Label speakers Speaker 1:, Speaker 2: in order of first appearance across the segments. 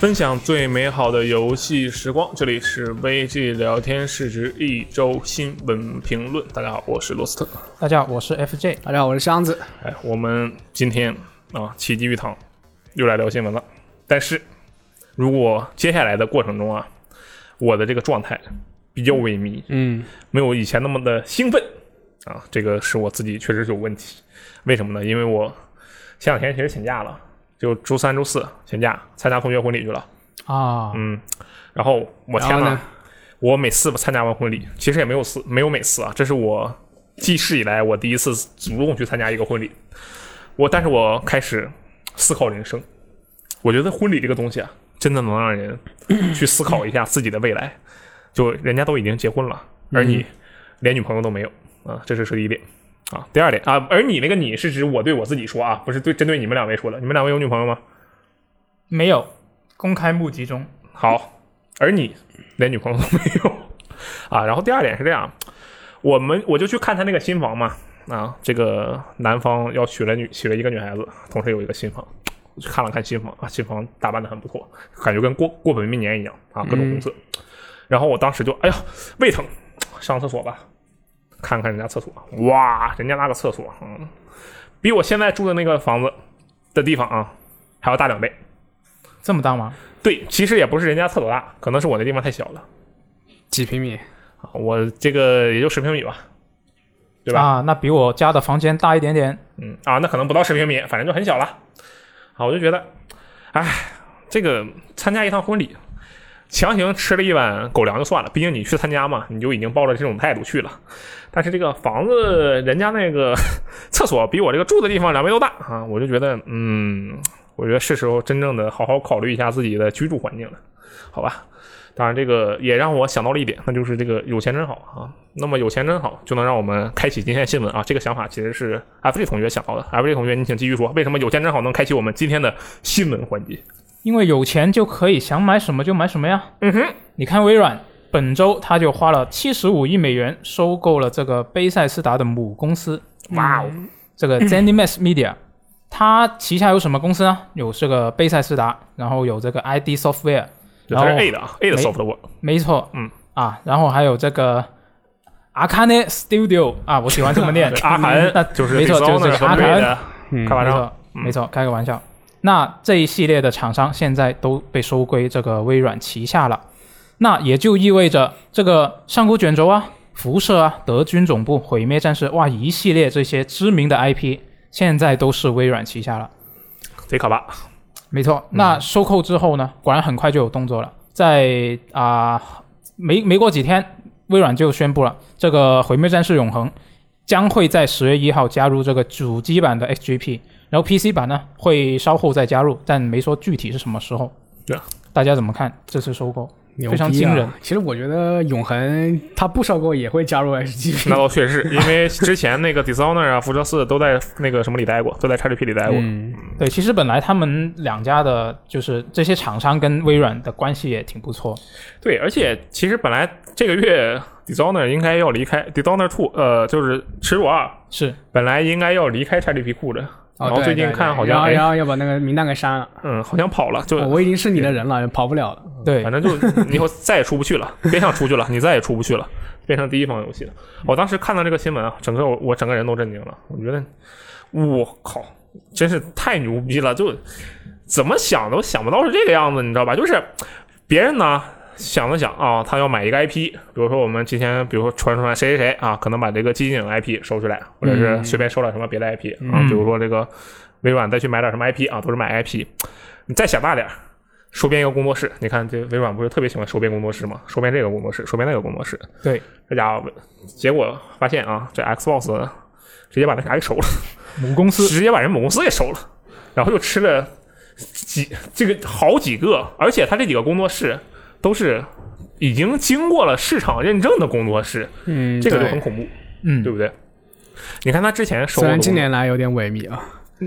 Speaker 1: 分享最美好的游戏时光，这里是 VG 聊天室之一周新闻评论。大家好，我是罗斯特。
Speaker 2: 大家好，我是 FJ。
Speaker 3: 大家好，我是箱子。
Speaker 1: 哎，我们今天啊，奇迹鱼堂又来聊新闻了。但是，如果接下来的过程中啊，我的这个状态比较萎靡，
Speaker 3: 嗯，
Speaker 1: 没有以前那么的兴奋啊，这个是我自己确实是有问题。啊为什么呢？因为我前两天其实请假了，就周三、周四请假参加同学婚礼去了。
Speaker 2: 啊，
Speaker 1: 嗯，然后我天
Speaker 3: 然后
Speaker 1: 呐
Speaker 3: 呢，
Speaker 1: 我每次参加完婚礼，其实也没有次，没有每次啊，这是我记事以来我第一次主动去参加一个婚礼。我，但是我开始思考人生，我觉得婚礼这个东西啊，真的能让人去思考一下自己的未来。就人家都已经结婚了，而你连女朋友都没有啊，这是是第一点啊。第二点啊，而你那个你是指我对我自己说啊，不是对针对你们两位说的。你们两位有女朋友吗？
Speaker 2: 没有公开募集中。
Speaker 1: 好，而你连女朋友都没有 啊。然后第二点是这样，我们我就去看他那个新房嘛，啊，这个男方要娶了女娶了一个女孩子，同时有一个新房，我去看了看新房啊，新房打扮的很不错，感觉跟过过本命年一样啊，各种红色。然后我当时就哎呀胃疼，上厕所吧，看看人家厕所，哇，人家那个厕所，嗯，比我现在住的那个房子的地方啊还要大两倍。
Speaker 2: 这么大吗？
Speaker 1: 对，其实也不是人家厕所大，可能是我那地方太小了
Speaker 3: 几平米？
Speaker 1: 啊，我这个也就十平米吧，对吧？
Speaker 2: 啊，那比我家的房间大一点点。
Speaker 1: 嗯啊，那可能不到十平米，反正就很小了。啊，我就觉得，哎，这个参加一趟婚礼，强行吃了一碗狗粮就算了，毕竟你去参加嘛，你就已经抱着这种态度去了。但是这个房子，人家那个 厕所比我这个住的地方两倍都大啊，我就觉得，嗯，我觉得是时候真正的好好考虑一下自己的居住环境了，好吧？当然，这个也让我想到了一点，那就是这个有钱真好啊。那么有钱真好，就能让我们开启今天的新闻啊。这个想法其实是 FJ 同学想到的。FJ 同学，你请继续说，为什么有钱真好能开启我们今天的新闻环节？
Speaker 2: 因为有钱就可以想买什么就买什么呀。
Speaker 1: 嗯哼，
Speaker 2: 你看微软本周它就花了七十五亿美元收购了这个贝塞斯达的母公司
Speaker 1: 哇哦，
Speaker 2: 这 个 ZeniMax Media，它旗下有什么公司呢？有这个贝塞斯达，然后有这个 ID Software，
Speaker 1: 它
Speaker 2: 然后
Speaker 1: 是 A 的啊，A 的
Speaker 2: 哦没
Speaker 1: software
Speaker 2: 没错，
Speaker 1: 嗯
Speaker 2: 啊，然后还有这个 Arcane Studio 啊，我喜欢这么念
Speaker 1: 对， 阿
Speaker 2: 嗯那
Speaker 1: 寒就是
Speaker 2: 没错，就是这
Speaker 1: Dishonored
Speaker 2: 个
Speaker 1: 和
Speaker 2: 阿
Speaker 1: Prey
Speaker 2: 寒，
Speaker 1: 的开发
Speaker 2: 没
Speaker 1: 商
Speaker 2: 错，，没错，开个玩笑。那这一系列的厂商现在都被收归这个微软旗下了，那也就意味着这个上古卷轴啊、辐射啊、德军总部、毁灭战士哇一系列这些知名的 IP 现在都是微软旗下了。
Speaker 1: 贼可怕。
Speaker 2: 没错，那收购之后呢，果然很快就有动作了，在啊、没没过几天，微软就宣布了，这个《毁灭战士：永恒》将会在十月一号加入这个主机版的 XGP，然后 PC 版呢会稍后再加入，但没说具体是什么时候。
Speaker 1: 对啊，
Speaker 2: 大家怎么看这次收购？
Speaker 3: 牛
Speaker 2: 非常
Speaker 3: 逼啊
Speaker 2: 惊人。
Speaker 3: 其实我觉得永恒它不收购也会加入 SGP。
Speaker 1: 那倒确实，因为之前那个 Dishonored 啊、辐射四都在那个什么里待过，都在 XGP 里待过。
Speaker 3: 嗯，
Speaker 2: 对，其实本来他们两家的，就是这些厂商跟微软的关系也挺不错。
Speaker 1: 对，而且其实本来这个月 Dishonored 应该要离开 Dishonored Two，呃，就是耻辱二，
Speaker 2: 是，
Speaker 1: 本来应该要离开 XGP 库的，然
Speaker 3: 哦，
Speaker 1: 后
Speaker 3: 对
Speaker 1: 最近
Speaker 3: 对
Speaker 1: 看
Speaker 3: 对
Speaker 1: 好
Speaker 3: 然
Speaker 1: 像
Speaker 3: 后
Speaker 1: 哎，
Speaker 3: 然后要把那个名单给删了。
Speaker 1: 嗯，好像跑了，就
Speaker 3: 哦我已经是你的人了，跑不了了。
Speaker 2: 对
Speaker 1: 反，正就你以后再也出不去了，别想出去了，你再也出不去了，变成第一方游戏了。我当时看到这个新闻啊，整个我我整个人都震惊了，我觉得我靠，真是太牛逼了，就怎么想都想不到是这个样子，你知道吧？就是别人呢。想了想啊，他要买一个 IP，比如说我们今天，比如说传出来谁谁谁啊，可能把这个寂静岭 IP 收回来，或者是随便收点什么别的 IP、啊，比如说这个微软再去买点什么 IP 啊，都是买 IP。你再想大点，儿，收编一个工作室。你看这微软不是特别喜欢收编工作室吗？收编这个工作室，收编那个工作室。
Speaker 2: 对，
Speaker 1: 这家伙，结果发现啊，这 Xbox 直接把那啥给收了，
Speaker 2: 母公司
Speaker 1: 直接把人母公司给收了，然后就吃了几这个好几个，而且他这几个工作室都是已经经过了市场认证的工作室，
Speaker 3: 嗯，
Speaker 1: 这个就
Speaker 3: 对
Speaker 1: 很恐怖，
Speaker 2: 嗯
Speaker 1: 对不然你看他之前收购
Speaker 3: 虽
Speaker 1: 的
Speaker 3: 然
Speaker 1: 工作
Speaker 3: 近年来有点萎靡啊。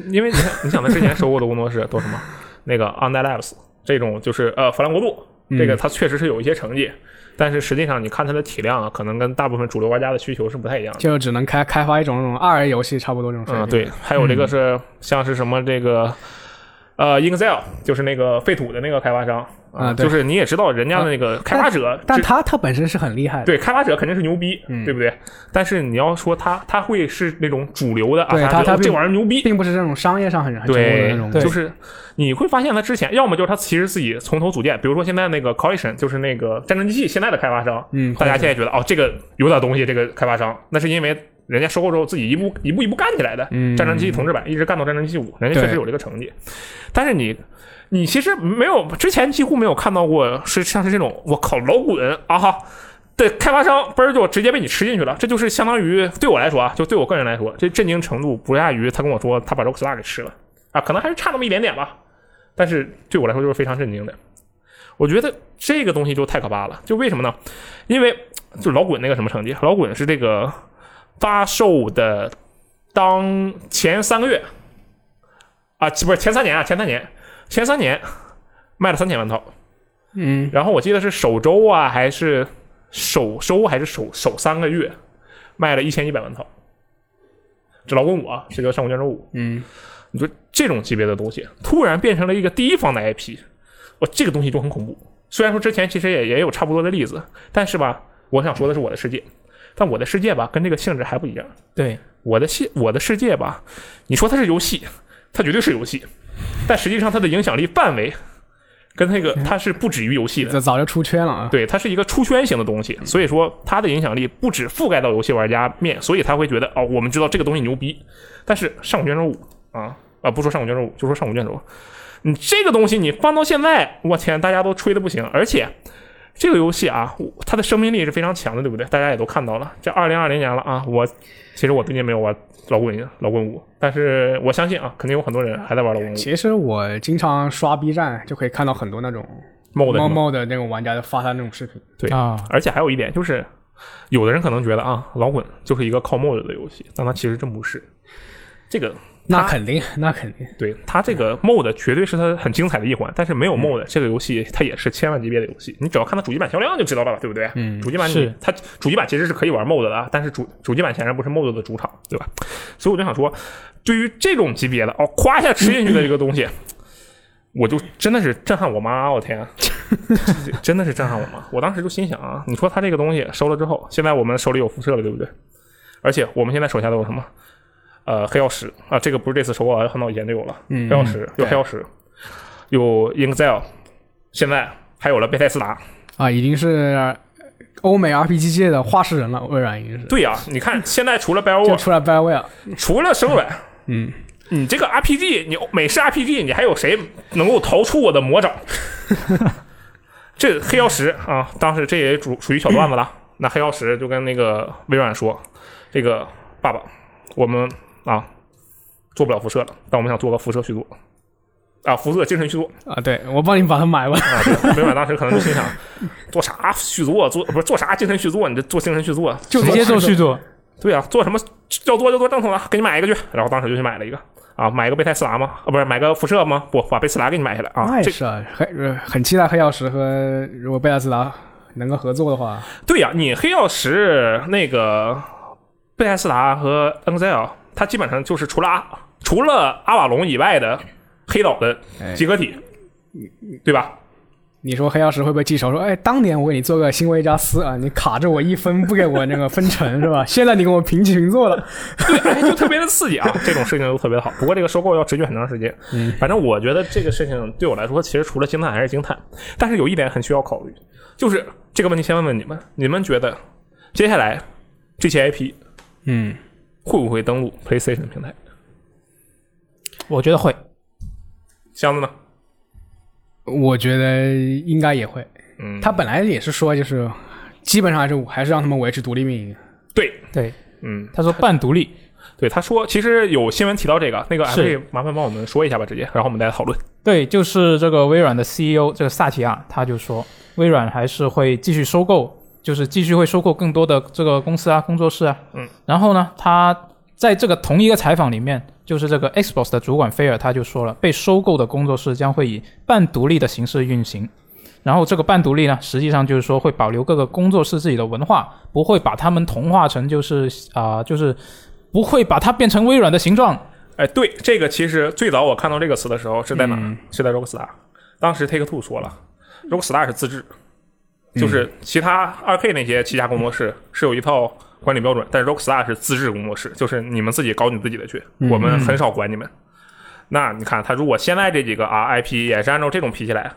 Speaker 1: 因为你看，你想他之前收购的工作室 都什么，那个 On That Labs 这种就是呃法兰国度，
Speaker 3: 嗯
Speaker 1: 这个它确实是有一些成绩，但是实际上你看它的体量啊，可能跟大部分主流玩家的需求是不太一样的。
Speaker 3: 就只能开开发一种那种二 A 游戏，差不多这种水
Speaker 1: 嗯，
Speaker 3: 平。
Speaker 1: 对，还有这个是像是什么这个。呃 i n x e l 就是那个废土的那个开发商
Speaker 3: 啊对
Speaker 1: 就是你也知道人家的那个开发者，
Speaker 3: 但
Speaker 1: 这
Speaker 3: 他他本身是很厉害的，
Speaker 1: 对开发者肯定是牛逼，
Speaker 3: 嗯
Speaker 1: 对不对？但是你要说他，他会是那种主流的啊，
Speaker 3: 对
Speaker 1: 啥
Speaker 3: 他
Speaker 1: 觉得
Speaker 3: 他
Speaker 1: 哦这
Speaker 3: 并
Speaker 1: 玩意儿牛逼，
Speaker 3: 并不是这种商业上很很成功的那
Speaker 1: 对
Speaker 3: 种，，
Speaker 2: 对
Speaker 1: 就是你会发现他之前要么就是他其实自己从头组建，比如说现在那个 Coalition 就是那个战争机器现在的开发商，
Speaker 3: 嗯，
Speaker 1: 大家现在觉得哦这个有点东西，这个开发商那是因为人家收购之后自己一步一步一步干起来的，
Speaker 3: 嗯
Speaker 1: 战争机器同志版一直干到战争机器五，人家确
Speaker 3: 对
Speaker 1: 实有这个成绩，但是你。你其实没有，之前几乎没有看到过是像是这种，我靠老滚啊哈的开发商嘣儿就直接被你吃进去了，这就是相当于对我来说啊，就对我个人来说，这震惊程度不亚于他跟我说他把 Rockstar 给吃了啊，可能还是差那么一点点吧，但是对我来说就是非常震惊的。我觉得这个东西就太可怕了，就为什么呢？因为就老滚那个什么成绩，老滚是这个大寿的当前三个月啊，不是前三年啊，前三年，前三年卖了三千万套，
Speaker 3: 嗯，
Speaker 1: 然后我记得是首周啊，还是首周还是首首三个月，卖了一千一百万套。这老滚五啊，是个上古卷轴五，
Speaker 3: 嗯
Speaker 1: 你说这种级别的东西突然变成了一个第一方的 IP，我这个东西就很恐怖。虽然说之前其实也也有差不多的例子，但是吧，我想说的是我的世界，但我的世界吧跟这个性质还不一样。
Speaker 2: 对，
Speaker 1: 我的世我的世界吧，你说它是游戏，它绝对是游戏，但实际上它的影响力范围跟那个它是不止于游戏的，
Speaker 3: 这嗯早就出圈了啊，
Speaker 1: 对，它是一个出圈型的东西，所以说它的影响力不止覆盖到游戏玩家面，所以他会觉得哦，我们知道这个东西牛逼。但是上古卷轴五啊啊，不说上古卷轴五，就说上古卷轴，你这个东西你放到现在，我天，大家都吹的不行，而且。这个游戏啊，我它的生命力是非常强的，对不对？大家也都看到了，这二零二零年了啊！我其实我最近没有玩老滚老滚五，但是我相信啊，肯定有很多人还在玩老滚五。
Speaker 3: 其实我经常刷 B 站就可以看到很多那种
Speaker 1: 猫的
Speaker 3: 猫
Speaker 1: 是吗
Speaker 3: 猫的那种玩家发他那种视频，
Speaker 1: 对
Speaker 2: 啊，
Speaker 1: 而且还有一点就是，有的人可能觉得啊，老滚就是一个靠 mod 的游戏，但它其实真不是。这个
Speaker 3: 那肯定，那肯定，
Speaker 1: 对它这个 mod 绝对是它很精彩的一环，但是没有 mod 这个游戏它也是千万级别的游戏。你只要看它主机版销量就知道了吧，对不对？
Speaker 3: 嗯
Speaker 1: 主机版你
Speaker 2: 是
Speaker 1: 它主机版其实是可以玩 mod 的啊，但是主主机版显然不是 mod 的主场，对吧？所以我就想说，对于这种级别的哦，夸一下吃进去的这个东西，我就真的是震撼我妈，我天，这 真的是震撼我妈。我当时就心想啊，你说他这个东西收了之后，现在我们手里有辐射了，对不对？而且我们现在手下都有什么？呃，黑曜石啊，这个不是这次收购啊，很早以前就有了。
Speaker 3: 嗯
Speaker 1: 黑曜石有
Speaker 3: 对
Speaker 1: 黑曜石，有 Inxel，现在还有了贝塞斯达。
Speaker 3: 啊，已经是欧美 RPG 界的话事人了，微软已经是，
Speaker 1: 对呀、你看现在除了
Speaker 3: 就
Speaker 1: BioWare，
Speaker 3: 出来 BioWare，
Speaker 1: 除了生软，
Speaker 3: 嗯，
Speaker 1: 你这个 RPG，你美式 RPG，你还有谁能够逃出我的魔掌？ 这黑曜石啊，当时这也属属于小段子了。那黑曜石就跟那个微软说：“这个爸爸，我们啊做不了辐射了，但我们想做个辐射续作啊，辐射精神续作。”
Speaker 3: 啊，对我帮你把它买吧，
Speaker 1: 啊， 对，微软当时可能就心想，做啥续作，做不是做啥精神续作，你这做精神续作， 啊
Speaker 3: 就
Speaker 2: 直接做续作，
Speaker 1: 对啊，做什么要做就做正统的，给你买一个去。然后当时就去买了一个啊，买一个贝塞斯达吗？啊，不是买个辐射吗？不，把贝斯达给你买下来啊。
Speaker 3: 那也
Speaker 1: 这
Speaker 3: 是啊，很呃很期待黑曜石和如果贝塔斯达能够合作的话，
Speaker 1: 对呀、你黑曜石那个贝塞斯达和 NZL，它基本上就是除了阿除了阿瓦隆以外的黑岛的
Speaker 3: 哎嗯
Speaker 1: 集合体，对吧？
Speaker 3: 你说黑曜石会不会记仇？说，哎，当年我给你做个新维加斯啊，你卡着我一分不给我那个分成是吧？ 现在你跟我平起平坐了，
Speaker 1: 哎就特别的刺激啊！这种事情都特别的好。不过这个收购要持续很长时间。嗯，反正我觉得这个事情对我来说，其实除了惊叹还是惊叹。但是有一点很需要考虑，就是这个问题先问问你们：你们觉得接下来这些 IP
Speaker 3: 嗯，
Speaker 1: 会不会登陆 PlayStation 平台？
Speaker 2: 我觉得会，
Speaker 1: 箱子呢？
Speaker 3: 嗯我觉得应该也会。
Speaker 1: 嗯，
Speaker 3: 他本来也是说，就是基本上还是还是让他们维持独立运营。
Speaker 1: 对，
Speaker 2: 对，
Speaker 1: 嗯，
Speaker 2: 他说半独立，
Speaker 1: 对，他说其实有新闻提到这个，那个
Speaker 2: 是
Speaker 1: IP 麻烦帮我们说一下吧，直接，然后我们再讨论。
Speaker 2: 对，就是这个微软的 CEO 这个萨提亚，他就说，微软还是会继续收购，就是继续会收购更多的这个公司啊、工作室啊。
Speaker 1: 嗯。
Speaker 2: 然后呢，他在这个同一个采访里面，就是这个 Xbox 的主管菲尔他就说了，被收购的工作室将会以半独立的形式运行。然后这个半独立呢，实际上就是说会保留各个工作室自己的文化，不呃会把他们同化成就是啊、就是不会把它变成微软的形状。
Speaker 1: 哎，对，这个其实最早我看到这个词的时候是在哪？
Speaker 2: 嗯
Speaker 1: 是在 Rockstar，当时 Take Two 说了，Rockstar 是自制，就是
Speaker 3: 嗯
Speaker 1: 其他二 K 那些旗下工作室是有一套管理标准，但是 Rockstar 是自制工作室，就是你们自己搞你自己的去，
Speaker 3: 嗯
Speaker 1: 我们很少管你们。那你看，他如果现在这几个啊 IP 也是按照这种脾气来，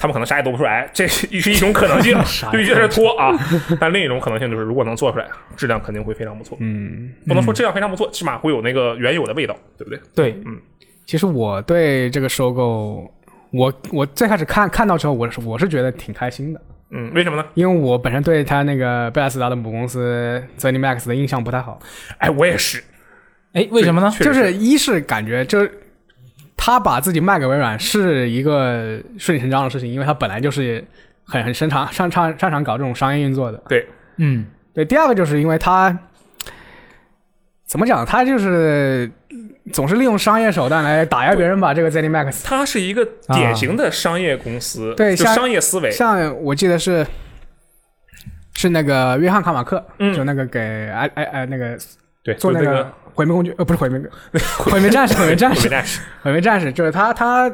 Speaker 1: 他们可能啥也做不出来， 这是一是一种可能性
Speaker 3: 啥，也
Speaker 1: 对于这事拖啊。但另一种可能性就是，如果能做出来，质量肯定会非常不错。
Speaker 3: 嗯，
Speaker 1: 不能说质量非常不错，起码会有那个原有的味道，对不对？
Speaker 2: 对，
Speaker 3: 其实我对这个收购，我我最开始看看到之后，我是我是觉得挺开心的，
Speaker 1: 嗯，为什么呢？
Speaker 3: 因为我本身对他那个贝莱斯达的母公司 z e n i Max 的印象不太好，
Speaker 1: 哎，我也是，
Speaker 2: 哎，为什么呢？
Speaker 1: 确
Speaker 3: 就
Speaker 1: 实
Speaker 3: 是一是感觉就是他把自己卖给微软是一个顺理成章的事情，因为他本来就是很很擅长擅长擅长搞这种商业运作的。
Speaker 1: 对，
Speaker 2: 嗯，
Speaker 3: 对，第二个就是因为他怎么讲，他就是总是利用商业手段来打压别人吧。这个 ZeniMax，
Speaker 1: 它是一个典型的商业公司，
Speaker 3: 啊对
Speaker 1: 就
Speaker 3: 像
Speaker 1: 商业思维，
Speaker 3: 像我记得是是那个约翰卡马克，
Speaker 1: 嗯
Speaker 3: 就那个给哎哎哎那个
Speaker 1: 对，
Speaker 3: 做那
Speaker 1: 就这
Speaker 3: 个
Speaker 1: 个
Speaker 3: 毁灭工具，呃，不是毁灭， 毁灭战士，毁灭战
Speaker 1: 毁灭
Speaker 3: 士，
Speaker 1: 战士，
Speaker 3: 毁灭战士，就是他他。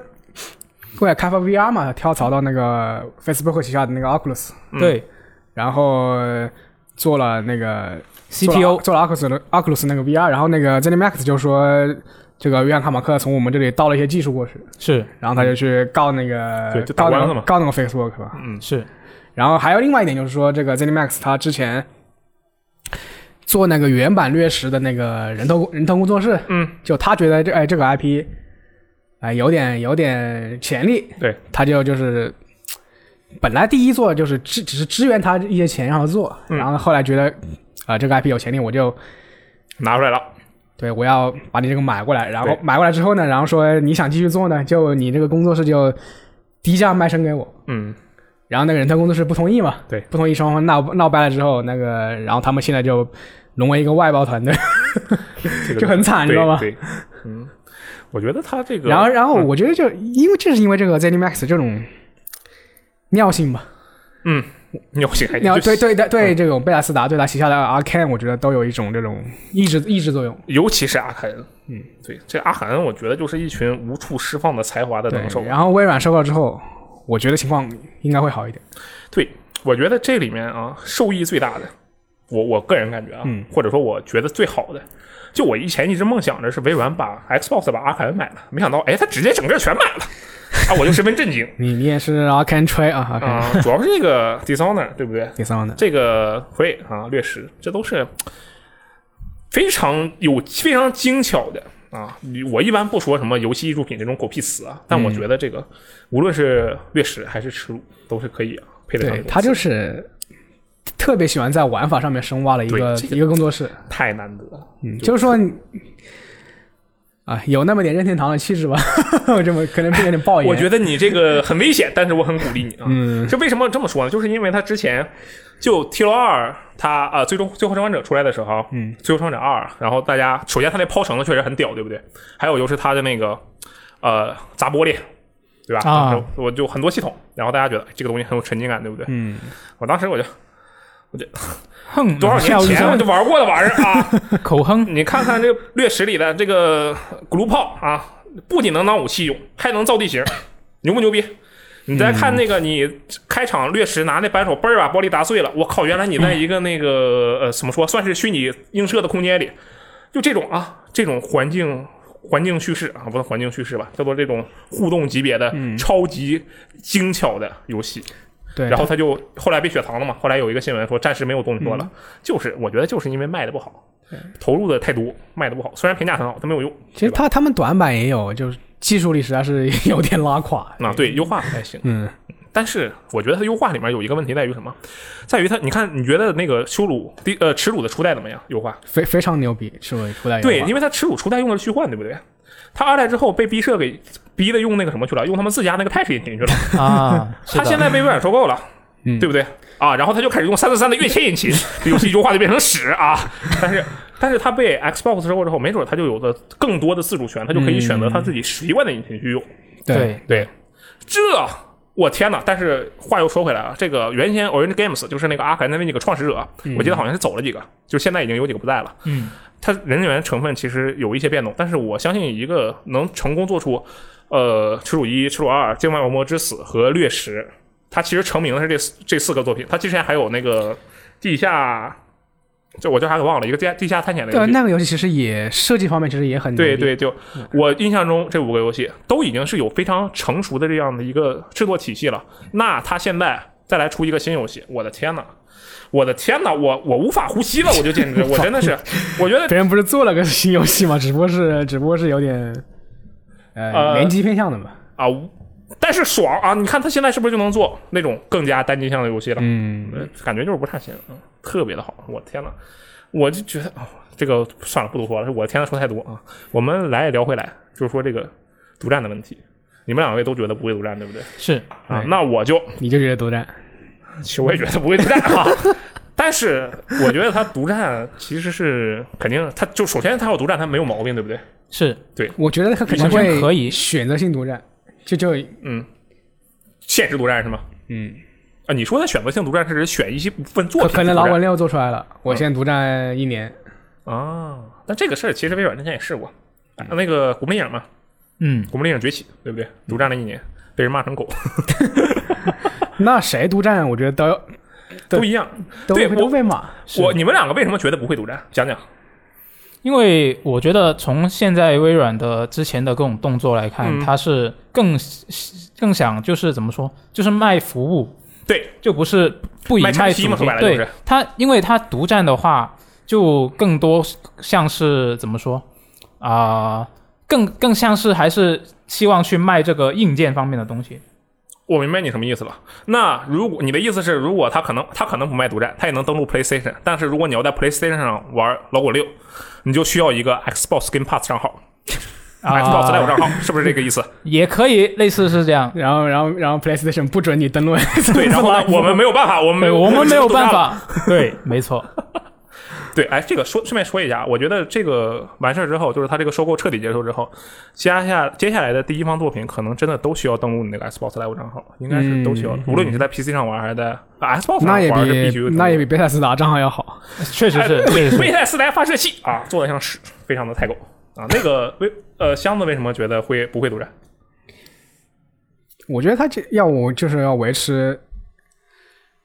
Speaker 3: 过来开发 VR 嘛，跳槽到那个 Facebook 旗下的那个 Oculus，
Speaker 1: 嗯
Speaker 2: 对
Speaker 3: 然后做了那个
Speaker 2: ，CTO
Speaker 3: 做了 Oculus 的 Oculus 那个 VR，然后那个 ZeniMax 就说这个约翰卡马克从我们这里盗了一些技术过去，
Speaker 2: 是
Speaker 3: 然后他就去告那个、
Speaker 1: 对就打
Speaker 3: 告那
Speaker 1: 官司
Speaker 3: 个
Speaker 1: 嘛
Speaker 3: 告那个 Facebook 吧。
Speaker 1: 嗯，
Speaker 2: 是，
Speaker 3: 然后还有另外一点就是说，这个 ZeniMax 他之前做那个原版掠食的那个人头人头工作室，
Speaker 1: 嗯，
Speaker 3: 就他觉得这哎这个 IP 哎有点有点潜力，
Speaker 1: 对，
Speaker 3: 他就就是本来第一做就是支只是支援他一些钱让他做，
Speaker 1: 嗯
Speaker 3: 然后后来觉得啊、这个 IP 有潜力，我就
Speaker 1: 拿出来了，
Speaker 3: 对，我要把你这个买过来，然后
Speaker 1: 对
Speaker 3: 买过来之后呢，然后说哎你想继续做呢，就你这个工作室就低价卖身给我。
Speaker 1: 嗯，
Speaker 3: 然后那个人头工作室不同意嘛，
Speaker 1: 对
Speaker 3: 不同意双方闹闹掰了之后，那个然后他们现在就沦为一个外包团队，
Speaker 1: 这个
Speaker 3: 就很惨，你知道吗？
Speaker 1: 对，嗯对嗯，我觉得他这个，
Speaker 3: 然后然后我觉得就因为正是因为这个 ZeniMax 这种尿性吧，
Speaker 1: 嗯，尿性还
Speaker 3: 尿
Speaker 1: 就嗯
Speaker 3: 对对对对这种贝莱斯达对他旗下的 Arcan，我觉得都有一种这种抑制抑制作用。
Speaker 1: 尤其是阿肯，嗯，对，这阿肯我觉得就是一群无处释放的才华的
Speaker 3: 对
Speaker 1: 能手，，
Speaker 3: 然后微软收购之后，我觉得情况应该会好一点。
Speaker 1: 对，我觉得这里面啊，受益最大的，我我个人感觉啊，
Speaker 3: 嗯
Speaker 1: 或者说我觉得最好的，就我以前一直梦想着是微软把 Xbox 把阿卡恩买了，没想到哎，他直接整个全买了，啊，我就十分震惊
Speaker 3: 你你也是 Arcan 吹啊，Arcan
Speaker 1: 啊、主要是这 个 Dishonor 对不对？
Speaker 3: 第三的。
Speaker 1: 这个 Free 啊，掠食，这都是非常有非常精巧的。啊，你我一般不说什么游戏艺术品这种狗屁词啊，但我觉得这个、无论是掠食还是耻辱，都是可以、啊、配得上
Speaker 3: 对
Speaker 1: 这个
Speaker 3: 他就是特别喜欢在玩法上面深挖了一
Speaker 1: 对
Speaker 3: 个
Speaker 1: 这个
Speaker 3: 一个工作室，
Speaker 1: 太难得了。
Speaker 3: 嗯，就是说你啊，有那么点任天堂的气质吧， 我这么可能有 点暴言。
Speaker 1: 我觉得你这个很危险，但是我很鼓励你啊。
Speaker 3: 哦嗯，
Speaker 1: 这为什么这么说呢？就是因为他之前就 T 六二，他啊、最终最后生还者出来的时候，
Speaker 3: 嗯，
Speaker 1: 最后生还者二，然后大家首先他那抛绳子确实很屌，对不对？还有就是他的那个呃砸玻璃，对吧？
Speaker 2: 啊
Speaker 1: 当时我就很多系统，然后大家觉得哎这个东西很有沉浸感，对不对？
Speaker 3: 嗯，
Speaker 1: 我当时我就
Speaker 2: 哼，
Speaker 1: 多少年
Speaker 2: 笑一
Speaker 1: 前我
Speaker 2: 声
Speaker 1: 就玩过的玩意儿啊，
Speaker 2: 口哼，
Speaker 1: 你看看这《掠食》里的这个 咕噜炮啊，不仅能当武器用，还能造地形，牛不牛逼？你再看那个，你开场掠食拿那扳手嘣儿把玻璃砸碎了，我靠！原来你在一个那个呃怎么说，算是虚拟映射的空间里，就这种啊，这种环境环境叙事啊，不是环境叙事吧，叫做这种互动级别的超级精巧的游戏。
Speaker 3: 对，
Speaker 1: 然后他就后来被雪藏了嘛。后来有一个新闻说暂时没有动作了，就是我觉得就是因为卖的不好，投入的太多，卖的不好。虽然评价很好，但没有用。
Speaker 3: 其实他他们短板也有，就是技术力实在是 有点拉垮。
Speaker 1: 啊，对，优化不太行。
Speaker 3: 嗯，
Speaker 1: 但是我觉得它优化里面有一个问题在于什么？在于它，你看，你觉得那个羞辱第呃耻辱的初代怎么样？优化
Speaker 3: 非非常牛逼，是我出来
Speaker 1: 对，因为它耻辱初代用的是虚幻，对不对？它二代之后被逼社给逼的用那个什么去了，用他们自家那个泰式引擎去了。
Speaker 2: 啊，是
Speaker 1: 他现
Speaker 2: 的，
Speaker 1: 在被微软收购了，
Speaker 3: 嗯
Speaker 1: 对不对啊？然后他就开始用三四三的跃迁引 擎，这游戏优化就变成屎啊！但是，但是他被 Xbox 收购之后，没准他就有了更多的自主权，他就可以选择他自己习惯的引擎去用。
Speaker 3: 对
Speaker 2: 对，
Speaker 1: 对，这我天呐！但是话又说回来啊，这个原先 Orange Games 就是那个阿肯那那几个创始者，
Speaker 3: 嗯
Speaker 1: 我记得好像是走了几个，就现在已经有几个不在了。
Speaker 2: 嗯，
Speaker 1: 它人员成分其实有一些变动，但是我相信一个能成功做出，呃，耻辱一、耻辱二、境外王魔之死和掠食，它其实成名的是这四这四个作品。它之前还有那个地下，这我叫啥给忘了，一个地下地下探险的
Speaker 3: 对啊
Speaker 1: 游戏。
Speaker 3: 那个游戏其实也设计方面其实也很
Speaker 1: 对
Speaker 3: 牛逼，
Speaker 1: 对，就我印象中这五个游戏都已经是有非常成熟的这样的一个制作体系了。那他现在再来出一个新游戏，我的天呐，我的天呐，我我无法呼吸了，我就简直，我真的是，我觉得
Speaker 3: 别人不是做了个新游戏嘛，只不过是只不过是有点呃
Speaker 1: 呃
Speaker 3: 联机偏向的嘛，
Speaker 1: 啊，但是爽啊！你看他现在是不是就能做那种更加单机向的游戏了？
Speaker 3: 嗯，
Speaker 1: 呃感觉就是不差钱，嗯特别的好。我天呐，我就觉得哦，这个算了，不多说了。我天呐，说太多啊！我们来聊回来，就是说这个独占的问题。你们两位都觉得不会独占，对不对？
Speaker 2: 是
Speaker 1: 啊
Speaker 3: 对，
Speaker 1: 那我就
Speaker 3: 你就觉得独占，
Speaker 1: 其实我也觉得不会独占 啊。但是我觉得他独占其实是肯定，他就首先他有独占，他没有毛病，对不对？
Speaker 2: 是，
Speaker 3: 我觉得他可能
Speaker 2: 完全
Speaker 3: 会
Speaker 2: 可以
Speaker 3: 选择性独占，就就
Speaker 1: 嗯，现实独占是吗？
Speaker 3: 嗯，
Speaker 1: 啊，你说的选择性独占是指选一些部分作
Speaker 3: 可
Speaker 1: 品
Speaker 3: 可能
Speaker 1: 独
Speaker 3: 老
Speaker 1: 占
Speaker 3: 滚六做出来了，
Speaker 1: 嗯
Speaker 3: 我先独占一年，
Speaker 1: 啊，但这个事儿其实微软之前也试过，啊那个《古墓丽影》嘛，
Speaker 2: 嗯
Speaker 1: 《古墓丽影崛起》对不对？独占了一年，被人骂成狗，
Speaker 3: 那谁独占，我觉得都对
Speaker 1: 都一样。
Speaker 3: 都
Speaker 1: 对
Speaker 3: 被都
Speaker 1: 我
Speaker 3: 被骂，
Speaker 1: 我你们两个为什么觉得不会独占？讲讲。
Speaker 2: 因为我觉得从现在微软的之前的各种动作来看，
Speaker 1: 嗯
Speaker 2: 它是更更想就是怎么说，就是卖服务，
Speaker 1: 对，
Speaker 2: 就不是不以
Speaker 1: 卖产
Speaker 2: 卖
Speaker 1: 品嘛
Speaker 2: 主
Speaker 1: 说
Speaker 2: 机
Speaker 1: 白了就
Speaker 2: 对
Speaker 1: 是
Speaker 2: 它，因为它独占的话，就更多像是怎么说啊、更更像是还是希望去卖这个硬件方面的东西。
Speaker 1: 我明白你什么意思了。那如果你的意思是，如果他可能他可能不卖独占，他也能登录 PlayStation，但是如果你要在 PlayStation 上玩《老滚六》，你就需要一个 Xbox Game Pass 账号、
Speaker 2: 啊
Speaker 1: x b o x 来我账号，是不是这个意思？
Speaker 2: 也可以类似是这样，
Speaker 3: 然后然后然后 PlayStation 不准你登录，
Speaker 1: 对，然后呢，我们没有办法，我们没
Speaker 2: 对，
Speaker 1: 有
Speaker 2: 我们没有办。
Speaker 1: 独占了
Speaker 2: 法， 对，没错，
Speaker 1: 对，哎，这个说顺便说一下，我觉得这个完事儿之后，就是他这个收购彻底结束之后，接下接下来的第一方作品可能真的都需要登录你那个 Xbox Live 账号，应该是都需要的，
Speaker 2: 嗯
Speaker 1: 无论你是在 PC 上玩还是在、啊 Xbox 上
Speaker 3: 那也
Speaker 1: 玩，是必须
Speaker 3: 比
Speaker 1: 登录
Speaker 3: 那也比贝塞斯达账号要好，
Speaker 2: 确实 是，确实
Speaker 1: 贝
Speaker 2: 是。
Speaker 1: 塞斯达发射器啊，做的像屎，非常的太狗啊。那个为呃箱子为什么觉得会不会独占？
Speaker 3: 我觉得他这要我就是要维持，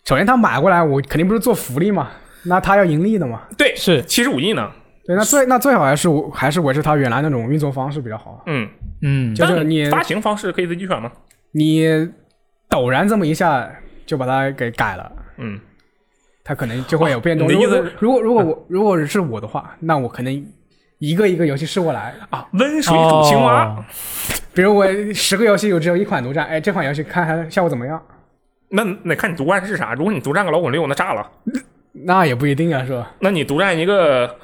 Speaker 3: 首先他买过来，我肯定不是做福利嘛，那他要盈利的嘛，
Speaker 1: 对，
Speaker 2: 是
Speaker 1: 七十五亿呢，
Speaker 3: 对，那最那最好还是我还是维持他原来那种运作方式比较好，
Speaker 1: 嗯，
Speaker 2: 嗯，
Speaker 3: 就是
Speaker 1: 但
Speaker 3: 你
Speaker 1: 发行方式可以自己选吗？
Speaker 3: 你陡然这么一下就把它给改了。
Speaker 1: 嗯，
Speaker 3: 它可能就会有变动。
Speaker 1: 哦你的
Speaker 3: 如
Speaker 1: 意思
Speaker 3: 果如果如果我如果是我的话，那我可能一个一个游戏试过来，
Speaker 1: 啊温水煮青蛙。
Speaker 2: 哦
Speaker 3: 比如我十个游戏有只有一款独占，哎，这款游戏看看效果怎么样？
Speaker 1: 那那看你独占是啥？如果你独占个老滚六，那炸了。
Speaker 3: 那也不一定啊，是吧？
Speaker 1: 那你独占一个，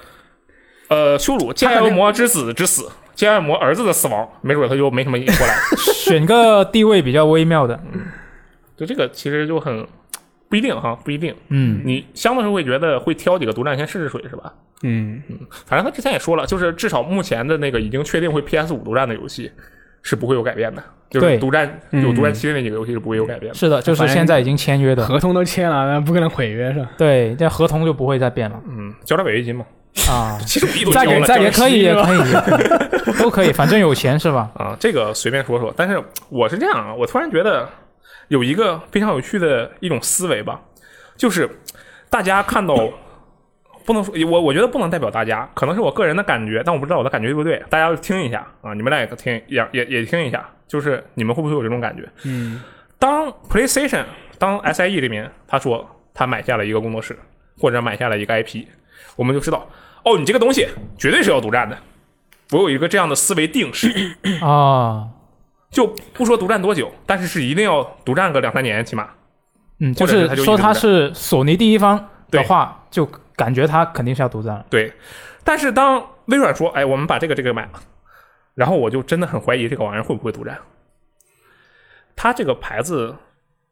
Speaker 1: 呃，羞辱迦妖魔之子之死，迦妖魔儿子的死亡，没准他就没什么过来。
Speaker 2: 选个地位比较微妙的，
Speaker 1: 就这个其实就很不一定哈，不一定。
Speaker 2: 嗯，
Speaker 1: 你相对是会觉得会挑几个独占先试试水是吧？
Speaker 3: 嗯，
Speaker 1: 反正他之前也说了，就是至少目前的那个已经确定会 PS 五独占的游戏是不会有改变的，就是
Speaker 2: 对
Speaker 1: 独占有
Speaker 3: 嗯
Speaker 1: 独占期的那几个游戏是不会有改变的。
Speaker 2: 是的，就是现在已经签约的，
Speaker 3: 合同都签了，那不可能毁约是吧？对
Speaker 2: 对，这合同就不会再变了
Speaker 1: 嗯，交点违约金嘛， ，
Speaker 2: 啊
Speaker 1: 其实我一 都交
Speaker 3: 再
Speaker 1: 了
Speaker 3: 给，
Speaker 1: 交
Speaker 3: 再
Speaker 1: 了
Speaker 3: 给
Speaker 2: 也可以，
Speaker 3: 是
Speaker 2: 也
Speaker 3: 吧
Speaker 2: 可以，也可以都可以，反正有钱 是吧？
Speaker 1: 啊，这个随便说说。但是我是这样啊，我突然觉得有一个非常有趣的一种思维吧，就是大家看到不能说，我我觉得不能代表大家，可能是我个人的感觉，但我不知道我的感觉对不对，大家听一下啊，你们俩也听也也也听一下，就是你们会不会有这种感觉？
Speaker 3: 嗯，
Speaker 1: 当 PlayStation 当 SIE 这边他说他买下了一个工作室，或者买下了一个 IP，我们就知道哦，你这个东西绝对是要独占的。我有一个这样的思维定式，
Speaker 2: 啊，
Speaker 1: 就不说独占多久，但是是一定要独占个两三年，起码
Speaker 2: 嗯，
Speaker 1: 或
Speaker 2: 就
Speaker 1: 者是他
Speaker 2: 是
Speaker 1: 就
Speaker 2: 说
Speaker 1: 一直
Speaker 2: 他
Speaker 1: 在
Speaker 2: 是索尼第一方
Speaker 1: 对
Speaker 2: 的话，就感觉他肯定是要独占了。
Speaker 1: 对。但是当微软说：“哎，我们把这个这个买了”，然后我就真的很怀疑这个玩意儿会不会独占。它这个牌子，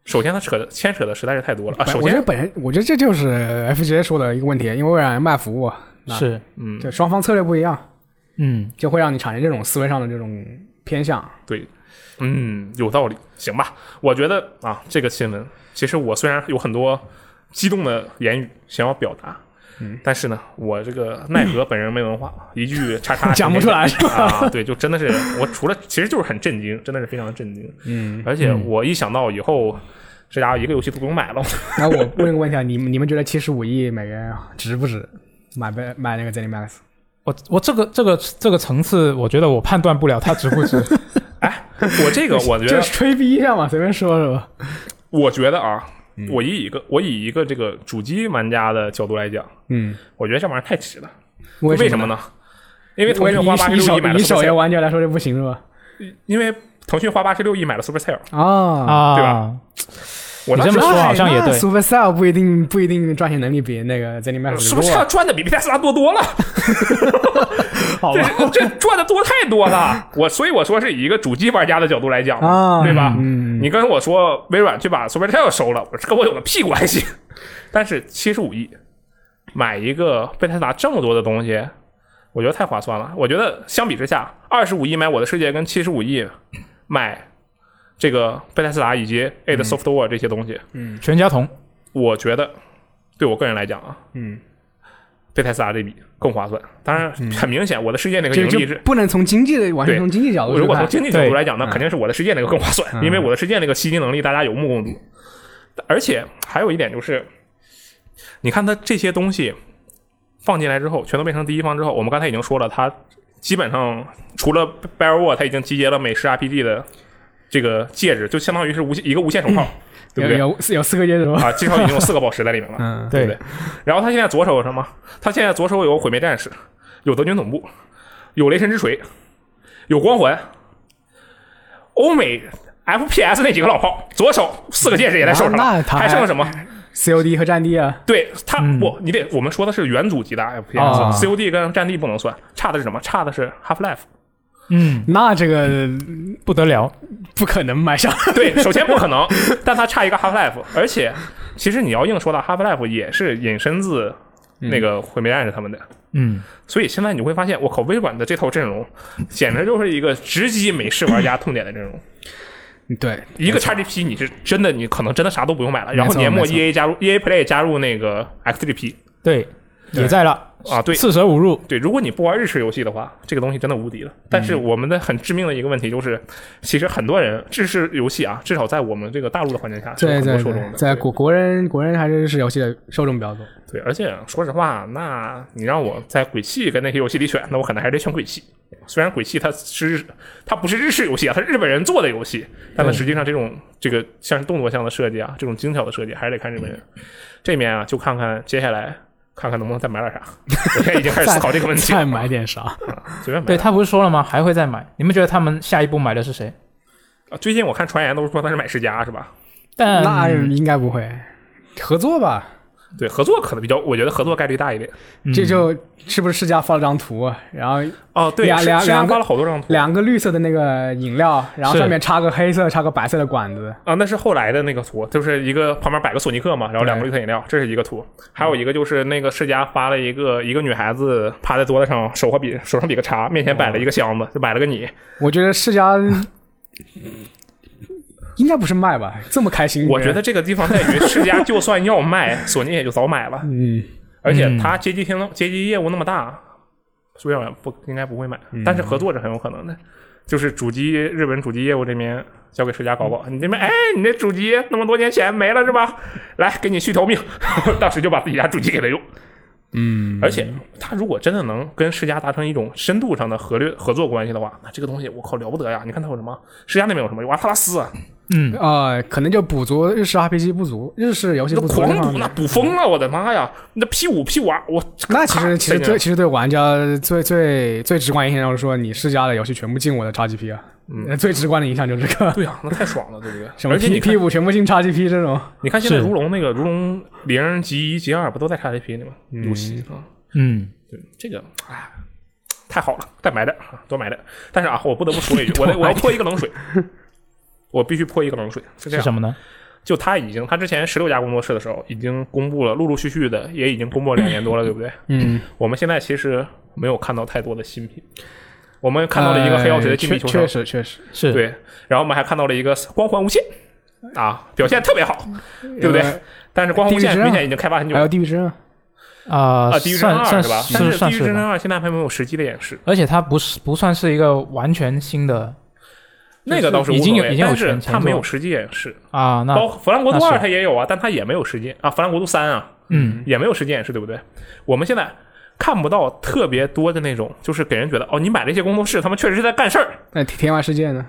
Speaker 1: 首先它扯的牵扯的实在是太多了啊。首
Speaker 3: 我觉
Speaker 1: 先
Speaker 3: 得，本身我觉得这就是 FGA 说的一个问题，因为微软卖服务，那啊
Speaker 2: 是，
Speaker 1: 嗯，
Speaker 3: 对双方策略不一样，
Speaker 2: 嗯，
Speaker 3: 就会让你产生这种思维上的这种偏 向。
Speaker 1: 对，嗯，有道理，行吧？我觉得啊，这个新闻，其实我虽然有很多激动的言语想要表达，嗯，但是呢，我这个奈何本人没文化，一句叉叉
Speaker 3: 讲不出来是
Speaker 1: 啊，对，就真的是我除了其实就是很震惊，真的是非常的震惊，
Speaker 3: 嗯，
Speaker 1: 而且我一想到以后。这家伙一个游戏都不用买了，
Speaker 3: 那我问个问题啊，你们你们觉得七十五亿美元值不值买不买那个 ZeniMax？
Speaker 2: 我我这个这个这个层次，我觉得我判断不了它 值不值。
Speaker 1: 我这 个我觉
Speaker 3: 就
Speaker 1: 得
Speaker 3: 是吹逼一下嘛，随便说说吧。
Speaker 1: 我觉得啊，
Speaker 3: 嗯
Speaker 1: 我以一个我以一个这个主机玩家的角度来讲，
Speaker 3: 嗯，
Speaker 1: 我觉得这玩意儿太值了。
Speaker 3: 为
Speaker 1: 为什么
Speaker 3: 呢？
Speaker 1: 呢？因为腾讯花八十
Speaker 3: 以
Speaker 1: 六
Speaker 3: 手
Speaker 1: 亿买
Speaker 3: 以
Speaker 1: 了 Super
Speaker 3: 手游
Speaker 1: Sale，
Speaker 3: 玩家来说就不行是吧？
Speaker 1: 因为腾讯花八十六亿买了 Super Sale。
Speaker 3: 啊，
Speaker 2: 啊，
Speaker 1: 嗯对吧？我
Speaker 2: 你这么说好像也对
Speaker 3: s u p e r c e l l 不一定不一定赚钱能力比那个 ZeniMax
Speaker 1: 呃是不是
Speaker 3: 弱
Speaker 1: 赚的比 PS 多多了？
Speaker 3: 好吧？
Speaker 1: 这这赚的多太多 了。我所以我说是以一个主机玩家的角度来讲嘛，
Speaker 3: 啊，
Speaker 1: 对吧？
Speaker 3: 嗯，
Speaker 1: 你跟我说微软去把 Supercell 收了，我这跟我有个屁关系？但是七十五亿买一个贝塔达这么多的东西，我觉得太划算了。我觉得相比之下，二十五亿买我的世界跟七十五亿买这个贝塔斯达以及 Ad
Speaker 3: 嗯
Speaker 1: Software 这些东西，
Speaker 2: 全家桶
Speaker 1: 我觉得对我个人来讲啊，
Speaker 3: 嗯，
Speaker 1: 贝塔斯达这笔更划算。当然，很明显，我的世界那个
Speaker 3: 就
Speaker 1: 盈利。
Speaker 3: 就是不能从经济的完全从经济角度
Speaker 1: 如
Speaker 3: 去
Speaker 1: 果从
Speaker 3: 看。
Speaker 1: 经济角度
Speaker 2: 对
Speaker 1: 来讲，那肯定是我的世界那个更划算，
Speaker 3: 嗯
Speaker 1: 因为我的世界那个吸金能力大家有目共睹。而且还有一点就是，你看它这些东西放进来之后，全都变成第一方之后，我们刚才已经说了，它基本上除了 Bioware，它已经集结了美式 RPG 的这个戒指，就相当于是无限一个无限手铐，对不对？
Speaker 3: 嗯有有有四个阶是吧？
Speaker 1: 啊，至少已经有四个宝石在里 面了。
Speaker 3: 嗯，
Speaker 1: 对不对？然后他现在左手有什么？他现在左手有毁灭战士，有德军总部，有雷神之锤，有光环，欧美 FPS 那几个老炮，左手四个戒指也在手上
Speaker 3: 那
Speaker 1: 了，
Speaker 3: 他
Speaker 1: 还剩了什么？
Speaker 3: COD 和战地啊，
Speaker 1: 对他，我你得我们说的是元祖级的 FPS，COD、
Speaker 3: 啊
Speaker 1: COD 跟战地不能算，差的是什么？差的是 Half Life。
Speaker 2: 嗯，
Speaker 3: 那这个
Speaker 2: 不得了，
Speaker 3: 不可能买上。
Speaker 1: 对，首先不可能，但它差一个 Half Life，而且其实你要硬说到 Half Life 也是引申自
Speaker 3: 嗯
Speaker 1: 那个毁灭战士他们的。
Speaker 2: 嗯，
Speaker 1: 所以现在你会发现，我靠，微软的这套阵容简直就是一个直击美式玩家痛点的阵容。
Speaker 3: 对，
Speaker 1: 一个 XGP 你是真的，你可能真的啥都不用买了。
Speaker 3: 没错
Speaker 1: 然后年末
Speaker 3: 没错
Speaker 1: EA 加入 EA Play 加入那个 XGP
Speaker 2: 对，
Speaker 3: 对
Speaker 2: 也在了
Speaker 1: 啊，对
Speaker 2: 四舍五入，
Speaker 1: 对，如果你不玩日式游戏的话，这个东西真的无敌了。
Speaker 3: 嗯
Speaker 1: 但是我们的很致命的一个问题就是，其实很多人日式游戏啊，至少在我们这个大陆的环境下是有
Speaker 3: 对
Speaker 1: 很多
Speaker 3: 对
Speaker 1: 受众
Speaker 3: 对
Speaker 1: 的，。
Speaker 3: 在
Speaker 1: 对
Speaker 3: 国国人国人还是是游戏的受众比 较多。
Speaker 1: 对，而且说实话，那你让我在鬼泣跟那些游戏里选，那我可能还是得选鬼泣。虽然鬼泣它是它不是日式游戏啊，它是日本人做的游戏，但它
Speaker 3: 嗯
Speaker 1: 实际上这种这个像是动作项的设计啊，这种精巧的设计还是得看日本人。
Speaker 3: 嗯
Speaker 1: 这面啊，就看看接下来看看能不能再买点 啥。我现在已经开始思考这个问题了，
Speaker 3: 再买点啥？
Speaker 1: 随便买。
Speaker 2: 对他不是说了吗？还会再买。你们觉得他们下一步买的是谁？
Speaker 1: 啊最近我看传言都是说他是买世嘉是吧？
Speaker 2: 但
Speaker 3: 那应该不会嗯合作吧？
Speaker 1: 对，合作可能比较，我觉得合作概率大一点。
Speaker 3: 这就是不是世嘉发了张图，然后
Speaker 1: 哦，对，
Speaker 3: 两
Speaker 1: 世
Speaker 3: 两
Speaker 1: 世嘉
Speaker 3: 两个
Speaker 1: 发了好多张图
Speaker 3: 两个绿色的那个饮料，然后
Speaker 2: 是
Speaker 3: 上面插个黑色、插个白色的管子。
Speaker 1: 啊，那是后来的那个图，就是一个旁边摆个索尼克嘛，然后两个绿色饮料，这是一个图，还有一个就是那个世嘉发了一个一个女孩子趴在桌子上，手和比手上比个叉，面前摆了一个箱子，就摆了个你，
Speaker 3: 我觉得 世嘉应该不是卖吧，这么开心。
Speaker 1: 我觉得这个地方在于世嘉就算要卖，索尼也就早买了，
Speaker 3: 嗯，
Speaker 1: 而且它街机厅街机业务那么大，微软不应该不会买，但是合作是很有可能的，就是主机日本主机业务这边。交给世嘉搞搞，你这边哎，你这主机那么多年前没了是吧？来，给你续条命， 当时就把自己家主机给他用。而且他如果真的能跟世嘉达成一种深度上的合略合作关系的话，那这个东西我靠了不得呀！你看他有什么？世嘉那边有什么？有阿特拉斯啊，
Speaker 2: 嗯，
Speaker 3: 呃，可能就补足日式 RPG 不足，日式游戏
Speaker 1: 那
Speaker 3: 不足
Speaker 1: 狂
Speaker 3: 这方
Speaker 1: 补那
Speaker 3: 面。
Speaker 1: 补疯了，我的妈呀！那 P 五 P 五 R，我啊
Speaker 3: 那其 实其
Speaker 1: 这
Speaker 3: 实
Speaker 1: 个
Speaker 3: 对其实对玩家最最最直观影响就是说，你世嘉的游戏全部进我的 XGP 啊，
Speaker 1: 嗯
Speaker 3: 最直观的影响就这个，
Speaker 1: 对呀、那太爽了，对不对？
Speaker 3: 什么
Speaker 1: 而且
Speaker 3: P
Speaker 1: 你
Speaker 3: P
Speaker 1: 看，
Speaker 3: 五全部进 XGP 这种。
Speaker 1: 你看现在
Speaker 2: 是
Speaker 1: 如龙那个如龙零级一级二不都在 XGP 里吗？游戏啊，
Speaker 2: 嗯，
Speaker 1: 对这个哎。太好了，再买点儿，多买点儿。但是啊，我不得不说一 句，我得我要泼一个冷水，我必须泼一个冷水。是这
Speaker 2: 是
Speaker 1: 样，
Speaker 2: 什么呢？
Speaker 1: 就他已经，他之前十六家工作室的时候，已经公布了，陆陆续续的也已经公布了两年多了，对不对？
Speaker 3: 嗯，
Speaker 1: 我们现在其实没有看到太多的新品，我们看到了一个黑曜石
Speaker 3: 呃
Speaker 1: 在近地球
Speaker 3: 确确
Speaker 1: 上，
Speaker 3: 实确实，
Speaker 2: 是，
Speaker 1: 对，然后我们还看到了一个光环无限啊，表现特别好，对
Speaker 3: 对
Speaker 2: 嗯
Speaker 1: 不
Speaker 2: 呃
Speaker 1: 对？？但是光环无
Speaker 3: 地狱
Speaker 1: 限
Speaker 3: 之
Speaker 1: 明
Speaker 3: 刃
Speaker 1: 显已经开发很久
Speaker 3: 呃还
Speaker 1: 了
Speaker 3: 有地狱之刃啊，
Speaker 2: 啊
Speaker 1: 啊，，地狱之刃
Speaker 2: 算
Speaker 1: 二
Speaker 2: 算
Speaker 1: 是吧？但
Speaker 2: 是
Speaker 1: 是地
Speaker 2: 算
Speaker 1: 狱之
Speaker 2: 是
Speaker 1: 刃
Speaker 2: 吧，
Speaker 1: 二现在还没有实际的演示，
Speaker 2: 而且它不是不算是一个完全新的
Speaker 1: 那个倒是
Speaker 2: 已经
Speaker 1: 无所
Speaker 2: 有
Speaker 1: 谓
Speaker 2: 已经有
Speaker 1: 但是
Speaker 2: 全
Speaker 1: 它
Speaker 2: 前
Speaker 1: 没有
Speaker 2: 作
Speaker 1: 实际演示，
Speaker 2: 啊，那
Speaker 1: 包括《弗兰国度
Speaker 2: 那
Speaker 1: 二》
Speaker 2: 是
Speaker 1: 它也有啊，但它也没有实际啊，《弗兰国度三》啊，
Speaker 2: 嗯
Speaker 1: 也没有实际演示，对不对？我们现在看不到特别多的那种，就是给人觉得哦，你买了一些工作室，他们确实是在干事儿。
Speaker 3: 那天天外世界呢？